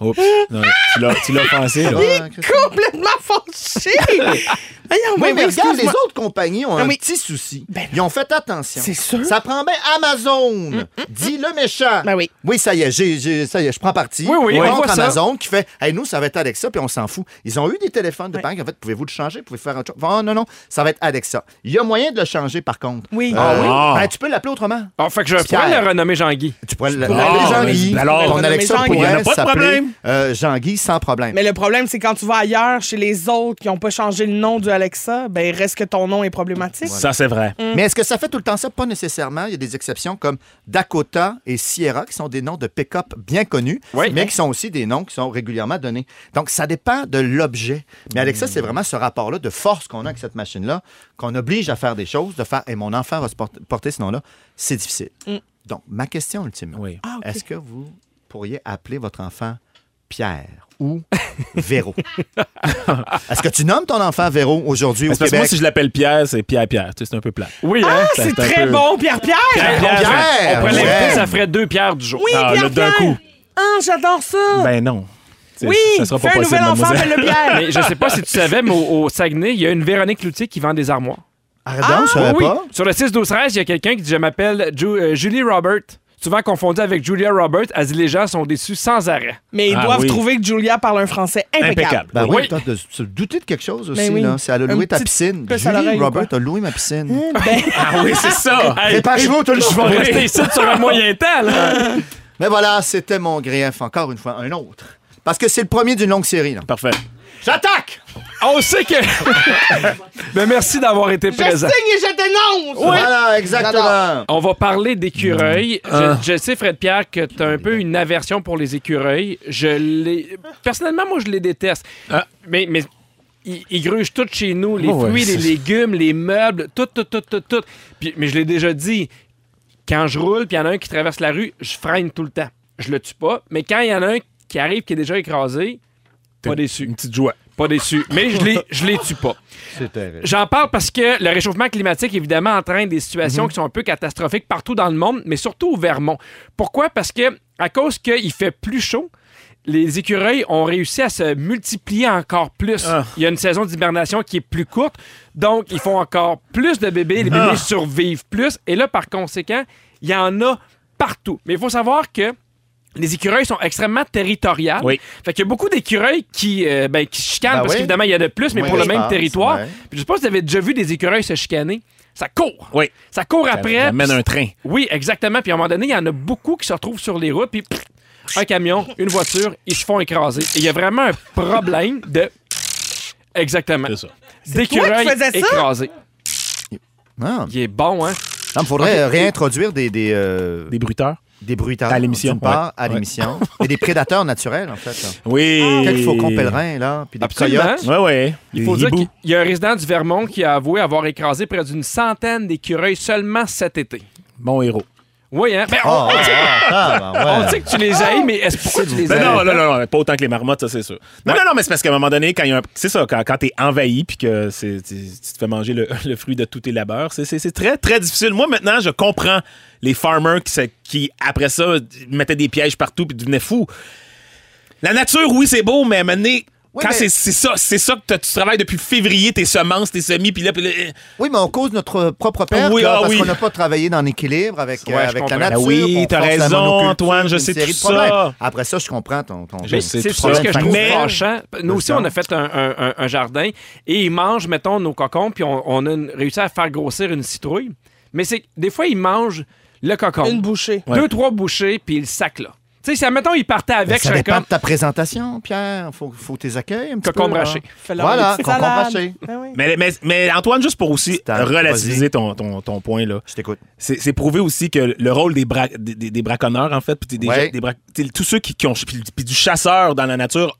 Speaker 4: Oups. Non, tu l'as- tu l'as pensé, là.
Speaker 3: Ah, Christine.
Speaker 2: Complètement fauché! Voyons,
Speaker 3: Oui,
Speaker 2: ben
Speaker 3: mais regarde, les
Speaker 2: oui, excuse-moi.
Speaker 3: autres compagnies ont
Speaker 2: Non,
Speaker 3: un
Speaker 2: mais-
Speaker 3: petit souci.
Speaker 2: Ben non.
Speaker 3: Ils ont fait attention.
Speaker 2: C'est sûr.
Speaker 3: Ça prend bien Amazon. Dis le méchant.
Speaker 2: Ben oui.
Speaker 3: Oui, ça y est, j'ai- j'ai- ça y est, je prends parti.
Speaker 1: Oui, oui, on
Speaker 3: Contre
Speaker 1: voit ça.
Speaker 3: Amazon qui fait, hey, nous, ça va être Alexa, puis on s'en fout. Ils ont eu des téléphones de
Speaker 2: Ouais.
Speaker 3: parents qui, en fait, pouvez-vous le changer, pouvez faire autre chose. Oh, non, non, ça va être Alexa. Il y a moyen de le changer, par contre.
Speaker 2: Oui.
Speaker 3: Euh,
Speaker 2: Ah
Speaker 4: oui?
Speaker 3: ben, tu peux l'appeler autrement.
Speaker 1: Ah, fait que je pourrais
Speaker 3: Pierre.
Speaker 1: le renommer Jean-Guy.
Speaker 3: Tu pourrais le-
Speaker 4: pourrais
Speaker 3: l'appeler
Speaker 4: le-
Speaker 3: Jean-Guy.
Speaker 4: Ben alors,
Speaker 3: Ton
Speaker 2: on a
Speaker 3: Alexa
Speaker 2: nommé
Speaker 3: pourrait
Speaker 4: Jean-Guy. Il y en a pas de
Speaker 3: s'appeler,
Speaker 4: problème.
Speaker 3: euh, Jean-Guy sans problème.
Speaker 2: Mais le problème, c'est quand tu vas ailleurs, chez les autres qui n'ont pas changé le nom du Alexa, ben il reste que ton nom est problématique.
Speaker 4: Ça, c'est vrai.
Speaker 3: Mais est-ce que ça fait tout le temps ça? Pas nécessairement. Il y a des exceptions comme Dakota et Sierra, qui sont des noms de pick-up bien connus,
Speaker 1: Oui.
Speaker 3: mais qui sont aussi des noms qui sont régulièrement donnés. Donc, ça dépend de l'objet. Mais Alexa,
Speaker 4: Hmm.
Speaker 3: c'est vraiment ce rapport-là de force qu'on a avec cette machine-là, qu'on oblige à faire des choses, de faire, et mon enfant va se porter, porter ce nom-là. C'est
Speaker 4: Hmm.
Speaker 3: difficile. Donc, ma question ultime,
Speaker 4: Oui.
Speaker 3: est-ce que vous pourriez appeler votre enfant Pierre ou Véro. Est-ce que tu nommes ton enfant Véro aujourd'hui au
Speaker 4: Parce que moi,
Speaker 3: Québec?
Speaker 4: si je l'appelle Pierre, c'est Pierre-Pierre. Tu sais, c'est un peu plat.
Speaker 1: Oui, hein?
Speaker 2: Ah,
Speaker 4: Ça,
Speaker 2: c'est
Speaker 4: c'est un
Speaker 2: très
Speaker 4: peu-
Speaker 2: bon, Pierre-Pierre!
Speaker 1: Pierre, Pierre,
Speaker 3: Pierre,
Speaker 1: on pourrait
Speaker 3: Ah, ouais.
Speaker 1: l'inviter, ça ferait deux pierres du jour.
Speaker 2: Oui,
Speaker 4: Ah, là,
Speaker 2: Pierre-Pierre!
Speaker 4: d'un coup.
Speaker 2: Ah, j'adore ça!
Speaker 4: Ben non. Tu sais,
Speaker 2: oui!
Speaker 4: ça sera pas
Speaker 2: Fais un
Speaker 4: possible,
Speaker 2: nouvel enfant,
Speaker 4: mademoiselle.
Speaker 2: appelle-le Pierre!
Speaker 1: Mais je sais pas si tu savais, mais au, au Saguenay, il y a une Véronique Loutier qui vend des armoires.
Speaker 3: Arrête donc, je savais
Speaker 1: Ah, Oh oui,
Speaker 3: pas.
Speaker 1: Sur le 6-12-13, il y a quelqu'un qui dit Je m'appelle Ju- euh, Julie Robert. Souvent confondue avec Julia Robert, elle dit les gens sont déçus sans arrêt.
Speaker 2: Mais ils
Speaker 4: Ah
Speaker 2: doivent
Speaker 4: oui.
Speaker 2: trouver que Julia parle un français impeccable.
Speaker 4: Impeccable.
Speaker 3: Ben oui,
Speaker 1: Oui.
Speaker 3: toi, de se douter de quelque chose aussi,
Speaker 2: Ben oui.
Speaker 3: là. C'est elle a
Speaker 2: Une
Speaker 3: loué ta
Speaker 2: petite
Speaker 3: piscine.
Speaker 2: puce à
Speaker 3: Julie
Speaker 2: l'oreille,
Speaker 3: Robert
Speaker 2: quoi.
Speaker 3: a loué ma piscine.
Speaker 4: Ah oui, c'est ça.
Speaker 1: Hey,
Speaker 3: Dépêche-vous, tout le
Speaker 1: je vais
Speaker 3: cheval.
Speaker 1: rester ici sur un moyen temps, là.
Speaker 3: Mais voilà, c'était mon grief, encore une fois, un autre. Parce que c'est le premier d'une longue série, là.
Speaker 4: Parfait.
Speaker 3: J'attaque!
Speaker 1: On sait que. Mais merci d'avoir été
Speaker 2: Je signe
Speaker 1: présent.
Speaker 2: et je dénonce!
Speaker 3: Voilà, exactement.
Speaker 1: On va parler d'écureuils. Je-
Speaker 4: Ah.
Speaker 1: Je, sais, Fred Pierre, que tu as un peu une aversion pour les écureuils. Je les... Personnellement, moi, je les déteste.
Speaker 4: Ah.
Speaker 1: Mais, mais ils, ils grugent tout chez nous les
Speaker 4: Oh, ouais,
Speaker 1: fruits, les
Speaker 4: c'est-
Speaker 1: légumes, les meubles, tout, tout, tout, tout, tout. Puis, mais je l'ai déjà dit, quand je roule, puis il y en a un qui traverse la rue, je freine tout le temps. Je le tue pas. Mais quand il y en a un qui arrive qui est déjà écrasé, pas déçu.
Speaker 4: Une petite joie.
Speaker 1: Pas déçu. Mais je les, je les tue pas.
Speaker 3: C'est terrible.
Speaker 1: J'en parle parce que le réchauffement climatique, évidemment, entraîne des situations qui sont un peu catastrophiques partout dans le monde, mais surtout au Vermont. Pourquoi? Parce que à cause qu'il fait plus chaud, les écureuils ont réussi à se multiplier encore plus.
Speaker 4: Ah.
Speaker 1: Il y a une saison d'hibernation qui est plus courte, donc ils font encore plus de bébés, les bébés survivent plus, et là, par conséquent, il y en a partout. Mais il faut savoir que les écureuils sont extrêmement territoriales.
Speaker 4: Oui.
Speaker 1: Fait qu'il y a beaucoup d'écureuils qui, euh, ben, qui se chicanent
Speaker 3: Ben
Speaker 1: parce
Speaker 3: oui.
Speaker 1: qu'évidemment, il y en a plus, mais
Speaker 3: Oui,
Speaker 1: pour le
Speaker 3: je
Speaker 1: même
Speaker 3: pense,
Speaker 1: territoire.
Speaker 3: ouais.
Speaker 1: Puis je sais pas si vous avez déjà vu des écureuils se chicaner. Ça court.
Speaker 4: Oui.
Speaker 1: Ça court
Speaker 4: Ça
Speaker 1: après.
Speaker 4: amène un train.
Speaker 1: Oui, exactement. Puis à un moment donné, il y en a beaucoup qui se retrouvent sur les routes. Puis pff, un camion, une voiture, ils se font écraser. Et il y a vraiment un problème de. Exactement.
Speaker 4: C'est ça.
Speaker 1: D'écureuils
Speaker 2: toi qui faisais ça?
Speaker 1: écrasés.
Speaker 3: Non,
Speaker 1: Il est bon, hein?
Speaker 3: Ah, il faudrait euh, réintroduire des, des, euh,
Speaker 4: Des bruiteurs.
Speaker 3: des bruitages.
Speaker 4: À l'émission,
Speaker 3: d'une part,
Speaker 4: ouais.
Speaker 3: à
Speaker 4: Ouais.
Speaker 3: l'émission. Et des prédateurs naturels, en fait. là.
Speaker 4: Oui.
Speaker 3: Quelques faucons pèlerins, là, puis des
Speaker 1: Absolument.
Speaker 3: coyotes.
Speaker 4: Ouais, ouais.
Speaker 1: Il faut dire qu'il y a un résident du Vermont qui a avoué avoir écrasé près d'une centaine d'écureuils seulement cet été.
Speaker 4: Bon héros.
Speaker 1: Oui, hein? Ben, on-
Speaker 3: Ah, ah, ah, ah,
Speaker 1: on,
Speaker 3: ouais.
Speaker 1: sait que tu les haïs, mais est-ce pourquoi tu les
Speaker 4: Ben
Speaker 1: haïs?
Speaker 4: non, non, non, non, pas autant que les marmottes, ça, c'est sûr. Non, non, non, mais c'est parce qu'à un moment donné, quand il y a un- C'est ça, quand, quand t'es envahi puis que c'est- tu, tu te fais manger le, le fruit de tous tes labeurs, c'est- c'est c'est très, très difficile. Moi, maintenant, je comprends les farmers qui, se- qui après ça, mettaient des pièges partout puis devenaient fous. La nature, oui, c'est beau, mais à un moment donné,
Speaker 3: Oui,
Speaker 4: quand
Speaker 3: mais-
Speaker 4: c'est c'est ça, c'est ça que t'as- tu travailles depuis février, tes semences, tes semis, puis là, puis là, euh,
Speaker 3: Oui, mais on cause notre propre perte
Speaker 4: Oui,
Speaker 3: là,
Speaker 4: ah
Speaker 3: parce
Speaker 4: oui.
Speaker 3: qu'on n'a pas travaillé dans l'équilibre avec, euh,
Speaker 1: Ouais, je
Speaker 3: avec
Speaker 1: comprends.
Speaker 3: la nature.
Speaker 4: Ben oui,
Speaker 3: qu'on
Speaker 4: t'as
Speaker 3: force la
Speaker 4: raison,
Speaker 3: monoculture,
Speaker 4: Antoine, je
Speaker 3: une
Speaker 4: sais
Speaker 3: série
Speaker 4: tout
Speaker 3: de problèmes.
Speaker 4: ça.
Speaker 3: Après ça, je comprends ton... ton
Speaker 4: Je
Speaker 1: Mais
Speaker 4: sais
Speaker 1: c'est
Speaker 4: tout
Speaker 1: sûr
Speaker 4: ça.
Speaker 1: ce que je trouve
Speaker 4: Mais-
Speaker 1: fâchant. Nous aussi,
Speaker 3: ça.
Speaker 1: on a fait un, un- un- un jardin et ils mangent, mettons, nos cocons, puis on, on a une- réussi à faire grossir une citrouille. Mais c'est des fois, ils mangent le cocon.
Speaker 2: Une bouchée.
Speaker 4: Ouais.
Speaker 1: Deux, trois bouchées, puis ils le sacent là. Tu sais, si, admettons, ils partaient
Speaker 3: Mais
Speaker 1: avec
Speaker 3: ça dépend
Speaker 1: chacun.
Speaker 3: de ta présentation, Pierre. Faut, faut tes accueils un petit
Speaker 1: Cocon
Speaker 3: peu, là.
Speaker 1: braché.
Speaker 2: Fais-leur
Speaker 3: Voilà,
Speaker 2: une petite
Speaker 3: cocon
Speaker 2: salade.
Speaker 3: braché.
Speaker 2: Ben oui.
Speaker 4: Mais, mais, mais Antoine, juste pour aussi
Speaker 3: C'est à-
Speaker 4: relativiser ton, ton, ton point, là,
Speaker 3: Je t'écoute.
Speaker 4: c'est c'est prouvé aussi que le rôle des, bra- des, des- des braconneurs, en fait, puis des, des-
Speaker 3: Ouais.
Speaker 4: des bra- tu sais, tous ceux qui, qui ont. Puis, puis du chasseur dans la nature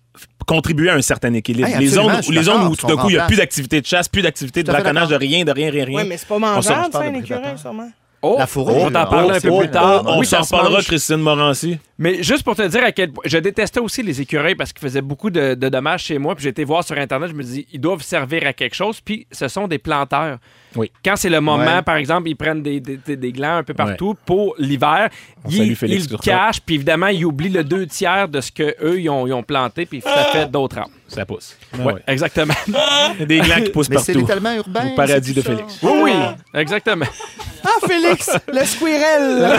Speaker 4: contribuer à un certain équilibre.
Speaker 3: Hey,
Speaker 4: les,
Speaker 3: absolument,
Speaker 4: zones,
Speaker 3: je
Speaker 4: où-
Speaker 3: suis
Speaker 4: les zones
Speaker 3: d'accord,
Speaker 4: où tout d'un
Speaker 3: sont
Speaker 4: coup, il n'y a
Speaker 3: en
Speaker 4: plus
Speaker 3: place.
Speaker 4: d'activité de chasse, plus d'activité de
Speaker 3: Tout à fait
Speaker 4: braconnage, de rien, de rien, rien, rien.
Speaker 2: Oui, mais c'est pas
Speaker 4: sort-
Speaker 2: mangeable,
Speaker 4: je parle
Speaker 2: ça,
Speaker 4: de
Speaker 2: un
Speaker 4: prédateurs.
Speaker 2: écureuil, sûrement.
Speaker 1: Oh,
Speaker 3: La fourrure,
Speaker 1: On t'en
Speaker 3: là.
Speaker 1: parle
Speaker 3: Oh,
Speaker 1: un
Speaker 3: c'est
Speaker 1: peu
Speaker 3: beau,
Speaker 1: plus tard.
Speaker 3: là.
Speaker 4: on
Speaker 1: Oui, ça
Speaker 4: s'en
Speaker 1: se mange.
Speaker 4: reparlera, Christine Morancy.
Speaker 1: Mais juste pour te dire à quel point. Je détestais aussi les écureuils parce qu'ils faisaient beaucoup de, de dommages chez moi. Puis j'ai été voir sur Internet, je me dis, ils doivent servir à quelque chose. Puis ce sont des planteurs.
Speaker 4: Oui.
Speaker 1: Quand c'est le moment,
Speaker 3: Ouais.
Speaker 1: par exemple, ils prennent des, des, des- des glands un peu partout pour l'hiver. Ils,
Speaker 4: salue Félix
Speaker 1: ils le
Speaker 4: Turcotte.
Speaker 1: cachent. Puis évidemment, ils oublient le deux tiers de ce qu'eux, ils ont, ils ont planté. Puis ça fait d'autres arbres.
Speaker 4: Ça pousse.
Speaker 1: Ouais, exactement.
Speaker 4: Il y a Des glands qui poussent
Speaker 3: Mais c'est
Speaker 4: partout.
Speaker 3: l'étalement urbain.
Speaker 4: Au paradis
Speaker 3: c'est
Speaker 4: de
Speaker 3: tout ça.
Speaker 4: Félix.
Speaker 1: oui, oui, exactement.
Speaker 2: Ah, Félix, le squirrel!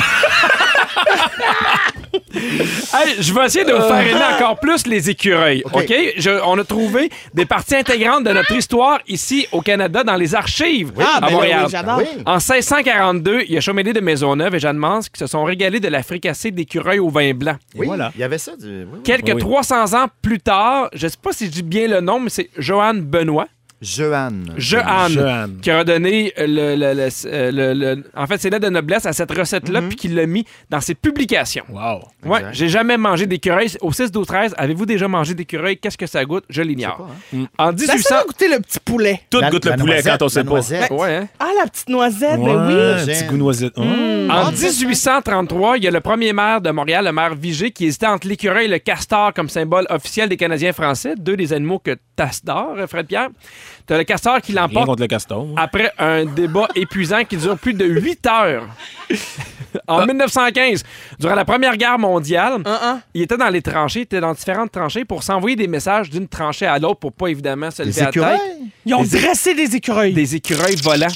Speaker 1: Hey, je vais essayer de vous faire
Speaker 2: Euh.
Speaker 1: aimer encore plus les écureuils. OK? Je- on a trouvé des parties intégrantes de notre histoire ici au Canada dans les archives
Speaker 2: Ah,
Speaker 1: à
Speaker 2: ben oui,
Speaker 1: Montréal.
Speaker 2: oui, j'adore.
Speaker 3: Oui.
Speaker 1: en 1642, il y a Chomédé de Maisonneuve et Jeanne Mance qui se sont régalés de la fricassée d'écureuils au vin blanc.
Speaker 3: Oui,
Speaker 4: Voilà.
Speaker 3: il y avait ça. Du... oui, oui.
Speaker 1: Quelques
Speaker 4: Oui, oui.
Speaker 1: 300 ans plus tard, je sais pas si je dis bien le nom, mais c'est Joanne Benoît
Speaker 3: Johan.
Speaker 1: Jehan,
Speaker 4: Jehan.
Speaker 1: qui a donné le, le- le- euh, le- le- en fait, c'est l'aide de noblesse à cette
Speaker 2: Mm-hmm.
Speaker 1: recette-là, puis qui l'a mis dans ses publications.
Speaker 4: Wow.
Speaker 1: Ouais,
Speaker 3: Exact.
Speaker 1: j'ai jamais mangé d'écureuil. Au 6 12 13 avez-vous déjà mangé d'écureuil? Qu'est-ce que ça goûte? Je
Speaker 3: Je sais
Speaker 1: l'ignore.
Speaker 3: pas, hein.
Speaker 1: En
Speaker 2: Ça
Speaker 1: 1800...
Speaker 2: sent goûter le petit poulet.
Speaker 4: Tout
Speaker 3: La-
Speaker 4: goûte
Speaker 3: la
Speaker 4: le poulet
Speaker 3: noisette,
Speaker 4: quand on sait
Speaker 3: la
Speaker 4: pas.
Speaker 3: noisette. euh.
Speaker 1: Ouais, hein?
Speaker 2: Ah, la petite noisette, ben oui.
Speaker 4: Ouais,
Speaker 3: J'aime.
Speaker 4: Petit goût noisette. Hum.
Speaker 1: En 1833, il y a le premier maire de Montréal, le maire Vigée, qui hésitait entre l'écureuil et le castor comme symbole officiel des Canadiens français, deux des animaux que tasse d'or, euh, Fred Pierre. T'as le castor qui
Speaker 4: Rien
Speaker 1: l'emporte
Speaker 4: contre le castor. moi.
Speaker 1: après un débat épuisant qui dure plus de 8 heures. en 1915, durant la Première Guerre mondiale,
Speaker 2: Ah, ah.
Speaker 1: il était dans les tranchées, il était dans différentes tranchées pour s'envoyer des messages d'une tranchée à l'autre pour pas évidemment se
Speaker 3: Les
Speaker 1: lever à la tête.
Speaker 3: écureuils?
Speaker 2: Ils ont
Speaker 1: Des-
Speaker 2: dressé des écureuils.
Speaker 1: Des écureuils volants.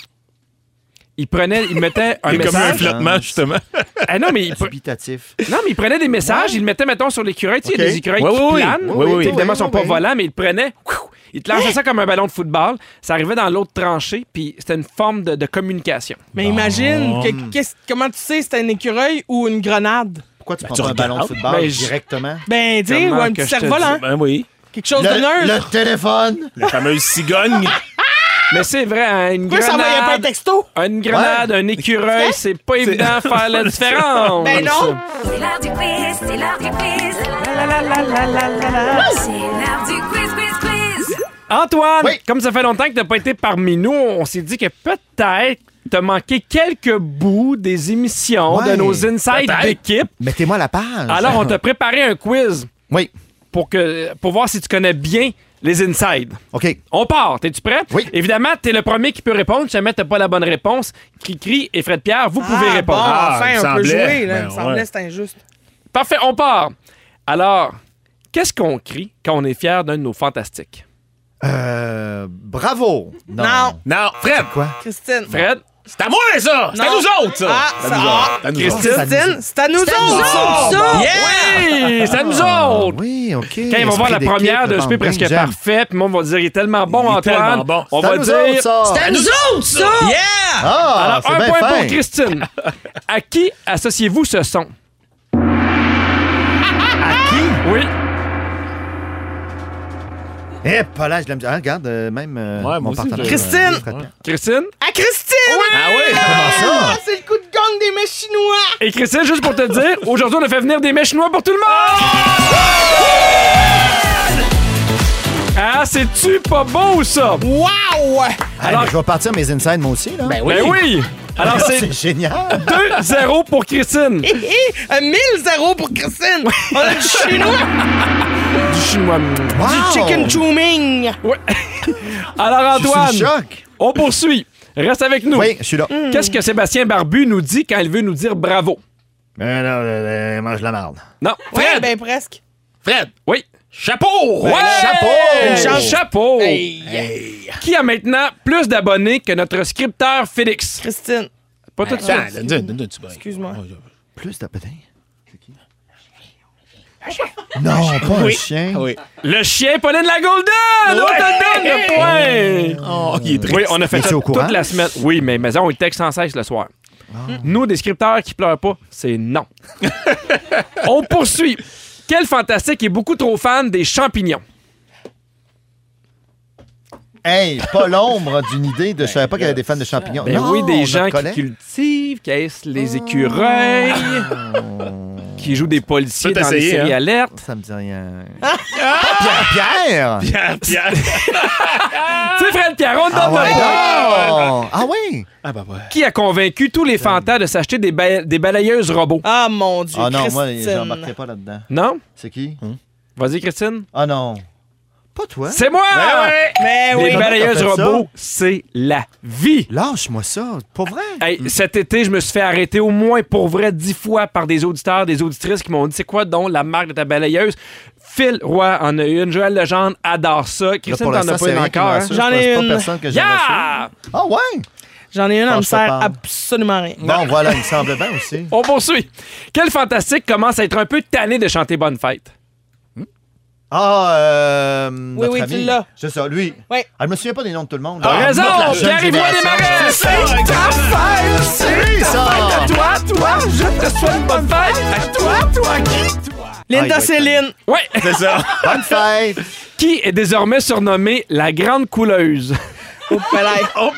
Speaker 1: Il prenait, il mettait un
Speaker 4: Il y a comme eu un
Speaker 1: message.
Speaker 3: Euh.
Speaker 4: flottement, justement.
Speaker 1: Ah non, mais il, pre-
Speaker 3: Dubitatif.
Speaker 1: non, mais il prenait des messages, il le mettait, mettons, sur l'écureuil. Tu sais, il y a
Speaker 3: Ok.
Speaker 1: des écureuils
Speaker 4: Ouais,
Speaker 1: qui
Speaker 4: ouais, ouais.
Speaker 1: planent.
Speaker 4: Ouais, ouais,
Speaker 1: Tu sais,
Speaker 4: ouais.
Speaker 1: Évidemment, ils sont
Speaker 3: Ouais,
Speaker 1: pas
Speaker 3: ouais.
Speaker 1: volants, mais il le prenait. Il te lançait ça comme un ballon de football. Ça arrivait dans l'autre tranchée, puis c'était une forme de, de communication.
Speaker 2: Mais imagine, que- qu'est-ce- comment tu sais si c'est un écureuil ou une grenade?
Speaker 3: Pourquoi tu
Speaker 4: Ben,
Speaker 3: prends
Speaker 4: tu
Speaker 3: pas un
Speaker 4: regardes.
Speaker 3: ballon de football
Speaker 1: Ben, je-
Speaker 3: directement?
Speaker 2: Ben, dis, ou
Speaker 1: Comment
Speaker 2: un
Speaker 1: que
Speaker 2: petit
Speaker 1: je te
Speaker 2: cerf-volant.
Speaker 4: Ben oui.
Speaker 2: Quelque chose de
Speaker 3: Le,
Speaker 2: neutre.
Speaker 3: le téléphone!
Speaker 4: La fameuse cigogne.
Speaker 1: Mais c'est vrai, hein, une
Speaker 2: Pourquoi ça envoyait pas un
Speaker 1: grenade,
Speaker 2: texto?
Speaker 1: une grenade, un écureuil, c'est pas évident de faire la différence.
Speaker 2: Ben non!
Speaker 9: C'est l'heure du quiz, c'est l'heure du quiz. C'est l'heure du quiz, quiz, quiz.
Speaker 1: Antoine,
Speaker 3: Oui.
Speaker 1: comme ça fait longtemps que t'as pas été parmi nous, on s'est dit que peut-être t'as manqué quelques bouts des émissions
Speaker 3: Ouais,
Speaker 1: de nos insides
Speaker 4: peut-être.
Speaker 1: d'équipe.
Speaker 3: Mettez-moi la page.
Speaker 1: Alors, on t'a préparé un quiz
Speaker 3: Oui.
Speaker 1: pour, que, pour voir si tu connais bien les insides.
Speaker 3: OK.
Speaker 1: On part, t'es-tu prêt?
Speaker 3: Oui.
Speaker 1: Évidemment, t'es le premier qui peut répondre. Si jamais t'as pas la bonne réponse, Cri-Cri et Fred Pierre, vous pouvez
Speaker 2: Ah,
Speaker 1: répondre.
Speaker 2: Bon,
Speaker 4: Ah, il me
Speaker 2: enfin, on peut
Speaker 4: semblait.
Speaker 2: jouer, là.
Speaker 4: Ben,
Speaker 2: il me semblait
Speaker 4: ouais.
Speaker 2: c'est injuste.
Speaker 1: Parfait, on part. Alors, qu'est-ce qu'on crie quand on est fier d'un de nos fantastiques?
Speaker 3: Euh, bravo! Non.
Speaker 2: Non.
Speaker 4: Non, Fred,
Speaker 2: Christine.
Speaker 1: Fred?
Speaker 3: Ah,
Speaker 4: c'est à moi, ça! C'est à
Speaker 2: Non.
Speaker 4: nous autres, ça!
Speaker 2: Ah,
Speaker 4: c'est
Speaker 2: ça-
Speaker 4: à nous autres. C'est à nous
Speaker 1: Christine.
Speaker 4: autres.
Speaker 2: Christine, c'est à nous autres!
Speaker 1: autres,
Speaker 2: ça!
Speaker 1: Yeah! C'est à nous
Speaker 3: Ah,
Speaker 1: autres!
Speaker 3: oui, OK.
Speaker 1: Oh! Quand ils vont voir la
Speaker 3: Esprit
Speaker 1: première de
Speaker 3: d'équipe,
Speaker 1: Juppé
Speaker 3: bande
Speaker 1: presque
Speaker 3: j'aime.
Speaker 1: parfait, puis moi, on va dire, il est tellement bon,
Speaker 4: Il est
Speaker 1: Antoine.
Speaker 4: tellement bon.
Speaker 1: On
Speaker 3: C'est à
Speaker 1: va
Speaker 3: nous
Speaker 1: dire...
Speaker 3: autres, ça!
Speaker 4: À nous autres, ça!
Speaker 5: Yeah!
Speaker 3: Ah,
Speaker 1: Alors,
Speaker 3: c'est
Speaker 1: un
Speaker 3: bien
Speaker 1: point
Speaker 3: fin.
Speaker 1: pour Christine. à qui associez-vous ce son?
Speaker 3: Qui?
Speaker 1: Oui.
Speaker 3: Eh, pas là, je l'aime. Ah, regarde, euh, même euh,
Speaker 4: Ouais, moi
Speaker 3: mon
Speaker 4: aussi,
Speaker 3: partenaire.
Speaker 4: je-
Speaker 2: Christine!
Speaker 3: Fred-
Speaker 1: Christine?
Speaker 2: À Christine!
Speaker 4: Ah oui!
Speaker 3: Comment
Speaker 2: Ah,
Speaker 3: ça?
Speaker 2: c'est le coup de gang des mets chinois!
Speaker 1: Et Christine, juste pour te dire, aujourd'hui, on a fait venir des mets chinois pour tout le monde! Ah, c'est-tu pas beau, ça?
Speaker 2: Wow!
Speaker 3: Ah,
Speaker 1: Alors-
Speaker 3: mais Je vais partir mes insides, moi aussi, là.
Speaker 1: Ben oui! Alors, c'est
Speaker 3: c'est génial.
Speaker 1: 2-0 pour Christine.
Speaker 2: Hé, hé, un 1000 zéros pour Christine! On a du chinois!
Speaker 1: Du chinois.
Speaker 3: Wow.
Speaker 2: Du
Speaker 4: Oh.
Speaker 2: chicken chooming!
Speaker 1: Ouais. Alors,
Speaker 3: Je suis sous le
Speaker 1: Antoine,
Speaker 3: choc.
Speaker 1: on poursuit. Reste avec nous.
Speaker 3: Oui, je suis là.
Speaker 1: Qu'est-ce que Sébastien Barbu nous dit quand il veut nous dire bravo?
Speaker 3: Mais non, euh, euh, mange la marde.
Speaker 1: Non.
Speaker 2: Ouais,
Speaker 4: Fred.
Speaker 2: ben presque.
Speaker 4: Fred,
Speaker 1: Oui.
Speaker 4: chapeau!
Speaker 1: Ouais!
Speaker 3: ben, chapeau!
Speaker 2: chance.
Speaker 1: Chapeau!
Speaker 2: Hey,
Speaker 1: Qui a maintenant plus d'abonnés que notre scripteur Félix?
Speaker 2: Christine.
Speaker 1: Pas tout de
Speaker 4: Attends,
Speaker 1: suite.
Speaker 4: donne- donne- donne un petit break.
Speaker 2: Excuse-moi.
Speaker 3: Plus d'abonnés. Non, pas un chien. Ah
Speaker 4: Oui.
Speaker 1: Le chien Pauline la Golden! On te donne le point!
Speaker 4: Oh, il est triste.
Speaker 1: Oui, on a fait
Speaker 3: Es-tu
Speaker 1: ça
Speaker 3: au courant?
Speaker 1: toute la semaine. Oui, mais maison, on texte sans cesse le soir.
Speaker 3: Ah.
Speaker 1: Nous, des scripteurs qui pleurent pas, c'est non. on poursuit. Quel fantastique est beaucoup trop fan des champignons?
Speaker 3: Hey, pas l'ombre d'une idée de. Je savais pas qu'il y avait des fans de champignons.
Speaker 1: Ben
Speaker 3: Non, Ah.
Speaker 1: oui, des
Speaker 3: notre
Speaker 1: gens qui
Speaker 3: collègue.
Speaker 1: cultivent, qui haïssent les écureuils, qui jouent des policiers
Speaker 4: Peut
Speaker 1: dans les
Speaker 4: essayer,
Speaker 1: séries
Speaker 4: hein.
Speaker 1: alertes.
Speaker 3: Ça me dit rien. Ah, Pierre! Pierre!
Speaker 4: Pierre, Pierre.
Speaker 1: Tu sais, Fred Pierre, on te
Speaker 3: Ah
Speaker 1: donne
Speaker 3: ouais,
Speaker 1: le point.
Speaker 3: donc! Ah oui!
Speaker 4: Ah, bah, ouais.
Speaker 1: Qui a convaincu tous les fantas de s'acheter des, ba- des balayeuses robots?
Speaker 2: Ah, mon Dieu,
Speaker 3: Ah non, moi,
Speaker 2: Christine.
Speaker 3: j'embarquais pas là-dedans.
Speaker 1: Non?
Speaker 3: C'est qui?
Speaker 1: Vas-y, Christine.
Speaker 3: Ah non. Pas toi.
Speaker 1: C'est moi!
Speaker 4: Ah
Speaker 2: Ben Mais oui.
Speaker 1: Les balayeuses
Speaker 3: Ben T'as fait ça?
Speaker 1: robots, c'est la vie.
Speaker 3: Lâche-moi ça, pour vrai.
Speaker 1: Hey, Cet été, je me suis fait arrêter au moins pour vrai dix fois par des auditeurs, des auditrices qui m'ont dit c'est quoi donc la marque de ta balayeuse? Phil Roy en a une, Joël Legendre adore ça,
Speaker 3: Là,
Speaker 1: Christine t'en as pas
Speaker 3: c'est
Speaker 1: une
Speaker 3: rien qui
Speaker 1: encore.
Speaker 3: m'assure.
Speaker 1: hein?
Speaker 2: J'en
Speaker 3: Je pense
Speaker 2: ai
Speaker 3: pas
Speaker 2: une.
Speaker 3: personne que j'aime
Speaker 1: Yeah!
Speaker 3: Ah ouais?
Speaker 2: J'en ai une, elle me
Speaker 3: Pense pas
Speaker 2: sert
Speaker 3: parle.
Speaker 2: absolument rien.
Speaker 3: Bon, voilà, il me semble bien aussi.
Speaker 1: On poursuit. Quel fantastique commence à être un peu tanné de chanter Bonne Fête?
Speaker 3: Ah, euh. notre
Speaker 2: oui,
Speaker 3: ami.
Speaker 2: tu l'as.
Speaker 3: C'est ça, lui.
Speaker 2: Oui.
Speaker 3: Ah, je me souviens pas des noms de tout le monde. Ah,
Speaker 1: T'as raison!
Speaker 3: notre la jeune
Speaker 1: Pierre-Yvoy
Speaker 3: génération.
Speaker 1: Desmarais!
Speaker 4: Ah,
Speaker 3: C'est
Speaker 4: bah,
Speaker 3: ta fête, c'est ça!
Speaker 1: Toi, toi, je te souhaite bonne fête! À toi, toi, qui?
Speaker 3: Ah, il va
Speaker 2: Linda
Speaker 3: être
Speaker 2: Céline.
Speaker 1: Ouais!
Speaker 4: C'est ça.
Speaker 3: Bonne fête!
Speaker 1: Qui est désormais surnommée la Grande Couleuse? Oh,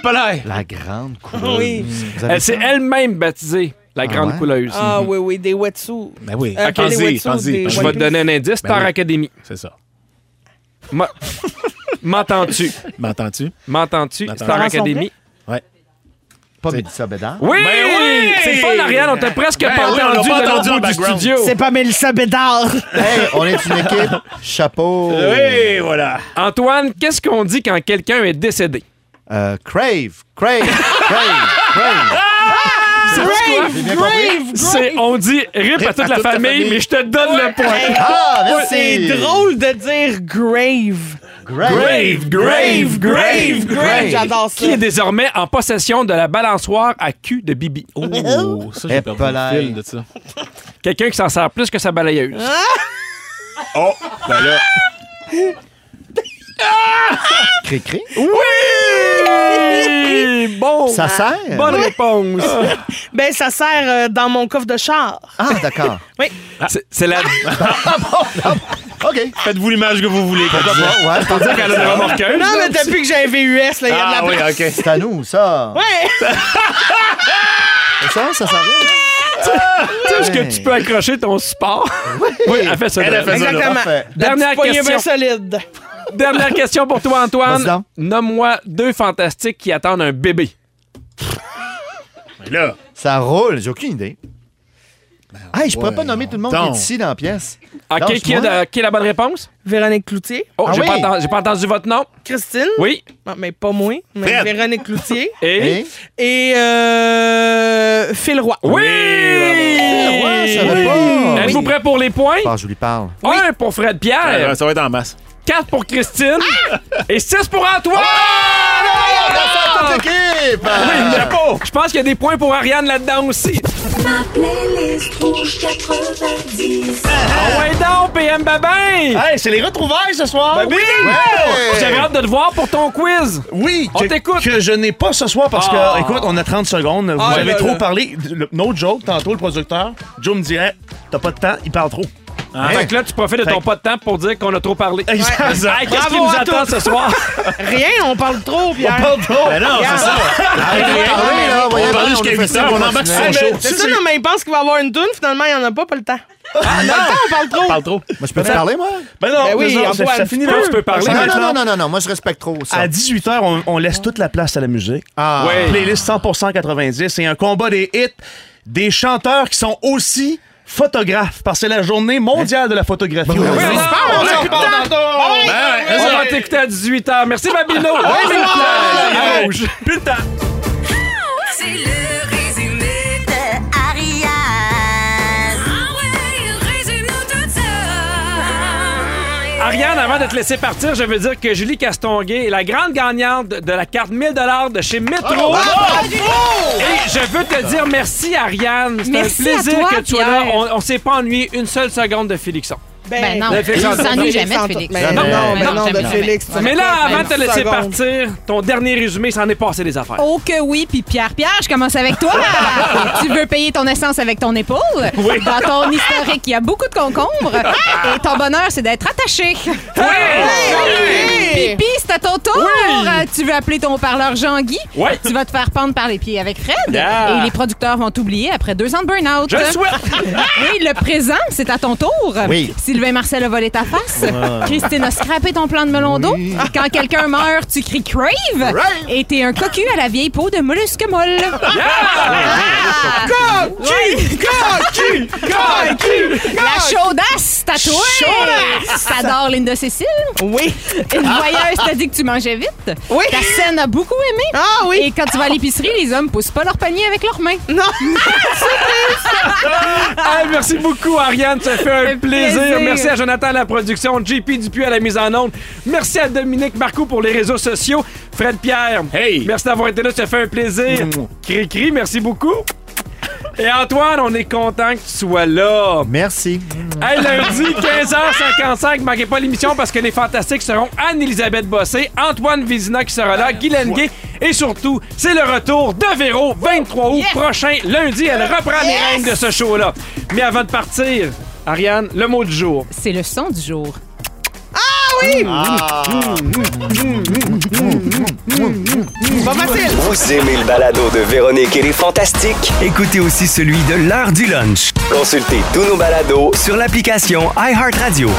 Speaker 1: palais.
Speaker 3: La grande couleuse.
Speaker 2: Oui.
Speaker 3: Vous avez
Speaker 1: Elle s'est
Speaker 3: ça?
Speaker 1: elle-même baptisée la Grande
Speaker 3: ouais?
Speaker 1: Couleuse.
Speaker 2: Ah oui, oui, des wetsuits.
Speaker 4: Ben oui.
Speaker 2: Euh, pas les
Speaker 4: Pensez,
Speaker 2: wetsuits,
Speaker 4: pensez,
Speaker 2: des-
Speaker 4: pensez.
Speaker 1: Je vais te donner un indice.
Speaker 4: Ben
Speaker 1: Star
Speaker 4: oui.
Speaker 1: Academy.
Speaker 4: C'est ça.
Speaker 1: Ma- M'entends-tu?
Speaker 4: M'entends-tu?
Speaker 1: M'entends-tu?
Speaker 4: M'entends-tu?
Speaker 1: Star Academy.
Speaker 3: Pas Mélissa Bédard.
Speaker 1: Oui!
Speaker 4: Ben oui!
Speaker 1: C'est pas Ariane, on t'a presque
Speaker 4: Ben
Speaker 1: pas
Speaker 4: oui, on l'a
Speaker 1: entendu
Speaker 4: pas
Speaker 1: de
Speaker 4: entendu
Speaker 1: l'autre
Speaker 4: en
Speaker 1: bout du
Speaker 4: background.
Speaker 1: studio.
Speaker 2: C'est pas Mélissa Bédard.
Speaker 3: Hey, on est une équipe. Chapeau.
Speaker 4: Oui, voilà.
Speaker 1: Antoine, qu'est-ce qu'on dit quand quelqu'un est décédé?
Speaker 3: Euh, crave, crave, crave, crave.
Speaker 2: Grave,
Speaker 3: bien compris.
Speaker 2: grave, grave.
Speaker 1: C'est, on dit rip à toute la famille, mais je te donne le point.
Speaker 3: Ah, merci.
Speaker 2: C'est drôle de dire grave.
Speaker 3: Grave.
Speaker 1: grave, grave,
Speaker 3: grave.
Speaker 2: J'adore ça.
Speaker 1: Qui est désormais en possession de la balançoire à cul de Bibi?
Speaker 4: Oh, ça, j'ai perdu le
Speaker 3: Épelay.
Speaker 4: fil de ça.
Speaker 1: Quelqu'un qui s'en sert plus que sa balayeuse.
Speaker 4: Oh, ben là.
Speaker 3: Cri, cri.
Speaker 1: Oui! Bon!
Speaker 3: Ça sert?
Speaker 1: Bonne réponse.
Speaker 2: Ben, ça sert euh, dans mon coffre de char.
Speaker 3: Ah, d'accord. Ah,
Speaker 1: C'est- C'est la
Speaker 3: OK.
Speaker 4: Faites-vous l'image que vous voulez.
Speaker 3: Pourquoi pas? Ouais, je
Speaker 1: qu'elle a une remorqueuse.
Speaker 2: Non, mais depuis que j'ai un VUS, là, il y a de la
Speaker 4: Ah oui, OK.
Speaker 3: C'est à nous, ça.
Speaker 2: Ouais!
Speaker 3: Ça, ça hein. sert bien.
Speaker 1: Tu sais, est-ce que tu peux accrocher ton support? Oui, elle fait ça.
Speaker 4: Elle a
Speaker 1: drôle.
Speaker 4: fait ça, là.
Speaker 2: Exactement.
Speaker 3: Parfait.
Speaker 2: La
Speaker 1: Dernière
Speaker 2: petite poignée
Speaker 1: question.
Speaker 2: bien solide.
Speaker 1: Dernière question pour toi,
Speaker 3: Vas-y
Speaker 1: Antoine.
Speaker 3: donc.
Speaker 1: Nomme-moi deux fantastiques qui attendent un bébé.
Speaker 4: Mais là,
Speaker 3: Ça roule, j'ai aucune idée. Hey, je pourrais pas
Speaker 4: ouais,
Speaker 3: nommer tout le monde qui
Speaker 4: donc.
Speaker 3: est ici dans la pièce.
Speaker 1: OK, Ah, qui est,
Speaker 3: Lâche-moi.
Speaker 1: de- qui est la bonne réponse?
Speaker 2: Véronique Cloutier.
Speaker 1: Oh,
Speaker 3: Ah
Speaker 1: j'ai
Speaker 3: oui.
Speaker 1: pas, entendu- j'ai pas entendu votre nom.
Speaker 2: Christine.
Speaker 1: Oui.
Speaker 2: Ah, mais pas moi. Mais
Speaker 4: Fred.
Speaker 2: Véronique Cloutier.
Speaker 1: Et.
Speaker 3: Hein?
Speaker 2: Et euh, Phil Roy.
Speaker 1: Oui!
Speaker 3: Ah, ouais, je savais
Speaker 1: Eh Oui.
Speaker 3: pas.
Speaker 1: Êtes-vous prêts pour les points?
Speaker 3: Ah, je lui parle.
Speaker 1: Un pour Fred Pierre,
Speaker 4: ça va être en masse.
Speaker 1: 4 pour Christine et 6 pour Antoine! Ah!
Speaker 3: Merci à toute l'équipe!
Speaker 1: Je pense qu'il y a des points pour Ariane là-dedans aussi.
Speaker 9: Ma playlist rouge 90.
Speaker 1: Ah ouais donc, PM Babin!
Speaker 4: Ah!
Speaker 10: Hey, c'est les retrouvailles ce soir!
Speaker 4: Ben
Speaker 1: oui!
Speaker 3: Ouais.
Speaker 1: J'avais hâte de te voir pour ton quiz.
Speaker 10: Oui,
Speaker 1: On
Speaker 10: que-
Speaker 1: t'écoute.
Speaker 10: Que je n'ai pas ce soir parce que,
Speaker 1: Ah.
Speaker 10: écoute, on a 30 secondes. Vous
Speaker 1: Ah,
Speaker 10: avez
Speaker 1: là,
Speaker 10: trop
Speaker 1: là.
Speaker 10: parlé. Le- no joke, tantôt, le producteur, Joe me dirait T'as pas de temps, il parle trop.
Speaker 1: Ah, Fait que là, tu profites de ton pas de temps pour dire qu'on a trop parlé. Hey, Qu'est-ce qui
Speaker 2: Bravo
Speaker 1: nous
Speaker 2: à
Speaker 1: attend ce soir?
Speaker 2: Rien, on parle trop, Pierre.
Speaker 10: trop!
Speaker 4: Ben non, c'est ça.
Speaker 3: Arrêtez de parler, là.
Speaker 4: On
Speaker 3: Voyons,
Speaker 4: va parler
Speaker 3: on
Speaker 4: jusqu'à
Speaker 3: fait
Speaker 4: 8
Speaker 3: ça
Speaker 4: heures,
Speaker 3: pour
Speaker 4: on embarque sur
Speaker 3: continuer.
Speaker 4: son show.
Speaker 2: C'est ça, non, mais il pense qu'il va avoir une toune. Finalement, il n'y en a pas, pas le temps.
Speaker 4: on parle trop. parle trop.
Speaker 3: Moi, je peux te parler, moi?
Speaker 10: Ben non,
Speaker 2: Ben oui,
Speaker 10: c'est ça,
Speaker 2: Antoine,
Speaker 10: c'est- ça finit
Speaker 1: tu
Speaker 10: là.
Speaker 1: peux- tu peux parler
Speaker 10: Ça
Speaker 3: Non,
Speaker 10: finit
Speaker 3: non,
Speaker 10: là.
Speaker 3: non, non, non, non. Moi, je respecte trop ça.
Speaker 10: À 18h, on, on laisse toute la place à la musique.
Speaker 3: Ah,
Speaker 1: Ouais.
Speaker 10: Playlist 100% 90. C'est un combat des hits, des chanteurs qui sont aussi photographes, parce que c'est la journée mondiale de la photographie. Ah,
Speaker 3: oui,
Speaker 10: aujourd'hui.
Speaker 3: oui.
Speaker 10: on s'en parle tantôt.
Speaker 2: Ben
Speaker 1: On va t'écouter à 18h. Merci, Babino. Plus de temps. À rouge.
Speaker 9: C'est le résumé de Ariane. Ah ouais, résume-nous tout ça.
Speaker 1: Ariane, avant de te laisser partir, je veux dire que Julie Castonguay est la grande gagnante de la carte 1000 de chez Metro. Et je veux te dire merci, Ariane. C'est un
Speaker 11: Merci à
Speaker 1: plaisir
Speaker 11: toi,
Speaker 1: que tu sois là.
Speaker 11: Pierre.
Speaker 1: On, on s'est pas ennuyé une seule seconde de Félixon.
Speaker 11: Ben non,
Speaker 1: Le
Speaker 11: il
Speaker 1: Félix Antoine.
Speaker 11: s'ennuie jamais,
Speaker 2: Félix
Speaker 11: de Félix.
Speaker 2: Antoine.
Speaker 11: Non,
Speaker 2: Ben
Speaker 1: non,
Speaker 11: ben
Speaker 2: ben non,
Speaker 11: jamais,
Speaker 2: de
Speaker 11: jamais.
Speaker 2: Félix, tu
Speaker 11: Ouais.
Speaker 1: Mais là,
Speaker 11: Ben
Speaker 1: avant de
Speaker 11: non.
Speaker 1: te laisser
Speaker 2: seconde.
Speaker 1: partir, ton dernier résumé, s'en est passé des affaires.
Speaker 11: Oh que oui, puis Pierre, Pierre, je commence avec toi. tu veux payer ton essence avec ton épaule. Dans ton historique, il y a beaucoup de concombres.
Speaker 1: Ah.
Speaker 11: Et ton bonheur, c'est d'être attaché.
Speaker 2: Oui!
Speaker 11: Pipi, c'est à ton tour. Euh, Tu veux appeler ton parleur Jean-Guy.
Speaker 1: Ouais.
Speaker 11: Tu vas te faire pendre par les pieds avec Fred.
Speaker 1: Yeah.
Speaker 11: Et les producteurs vont t'oublier après deux ans de burn-out.
Speaker 1: Je le souhaite.
Speaker 11: Et le présent, c'est à ton tour.
Speaker 3: Oui.
Speaker 11: Sylvain Marcel a volé ta face.
Speaker 2: Ah.
Speaker 11: Christine a scrappé ton plan de melon d'eau. Quand quelqu'un meurt, tu cries crave. Et t'es un cocu à la vieille peau de mollusque molle. Ah!
Speaker 2: Cocu! Cocu! Cocu!
Speaker 11: La chaudasse, c'est à toi. T'adores Linda Cécile.
Speaker 2: Oui!
Speaker 11: Une voyeuse t'a dit que tu mangeais vite.
Speaker 2: Oh, ah! Oui!
Speaker 11: Ta scène a beaucoup aimé.
Speaker 2: Ah
Speaker 11: Et
Speaker 2: oui!
Speaker 11: quand tu vas à l'épicerie, les hommes poussent pas leur panier avec leurs mains.
Speaker 2: Non!
Speaker 1: Hey, merci beaucoup, Ariane. Ça fait un
Speaker 11: fait
Speaker 1: plaisir.
Speaker 11: plaisir.
Speaker 1: Merci à Jonathan à la production, JP Dupuis à la mise en onde. Merci à Dominique Marcoux pour les réseaux sociaux. Fred Pierre,
Speaker 4: Hey.
Speaker 1: merci d'avoir été là. Ça fait un plaisir. Cri-cri, merci beaucoup. Et Antoine, on est content que tu sois là.
Speaker 3: Merci.
Speaker 1: Hey, lundi, 15h55, manquez pas l'émission parce que les fantastiques seront Anne-Elisabeth Bossé, Antoine Vézina qui sera là, Guy Lenguet et surtout, c'est le retour de Véro, 23 août prochain, lundi, elle reprend les règnes de ce show-là. Mais avant de partir, Ariane, le mot du jour.
Speaker 11: C'est le son du jour.
Speaker 2: Ah
Speaker 1: oui!
Speaker 5: Pas facile! Vous aimez le balado de Véronique et les Fantastiques? Écoutez aussi celui de l'heure du lunch. Consultez tous nos balados sur l'application iHeartRadio.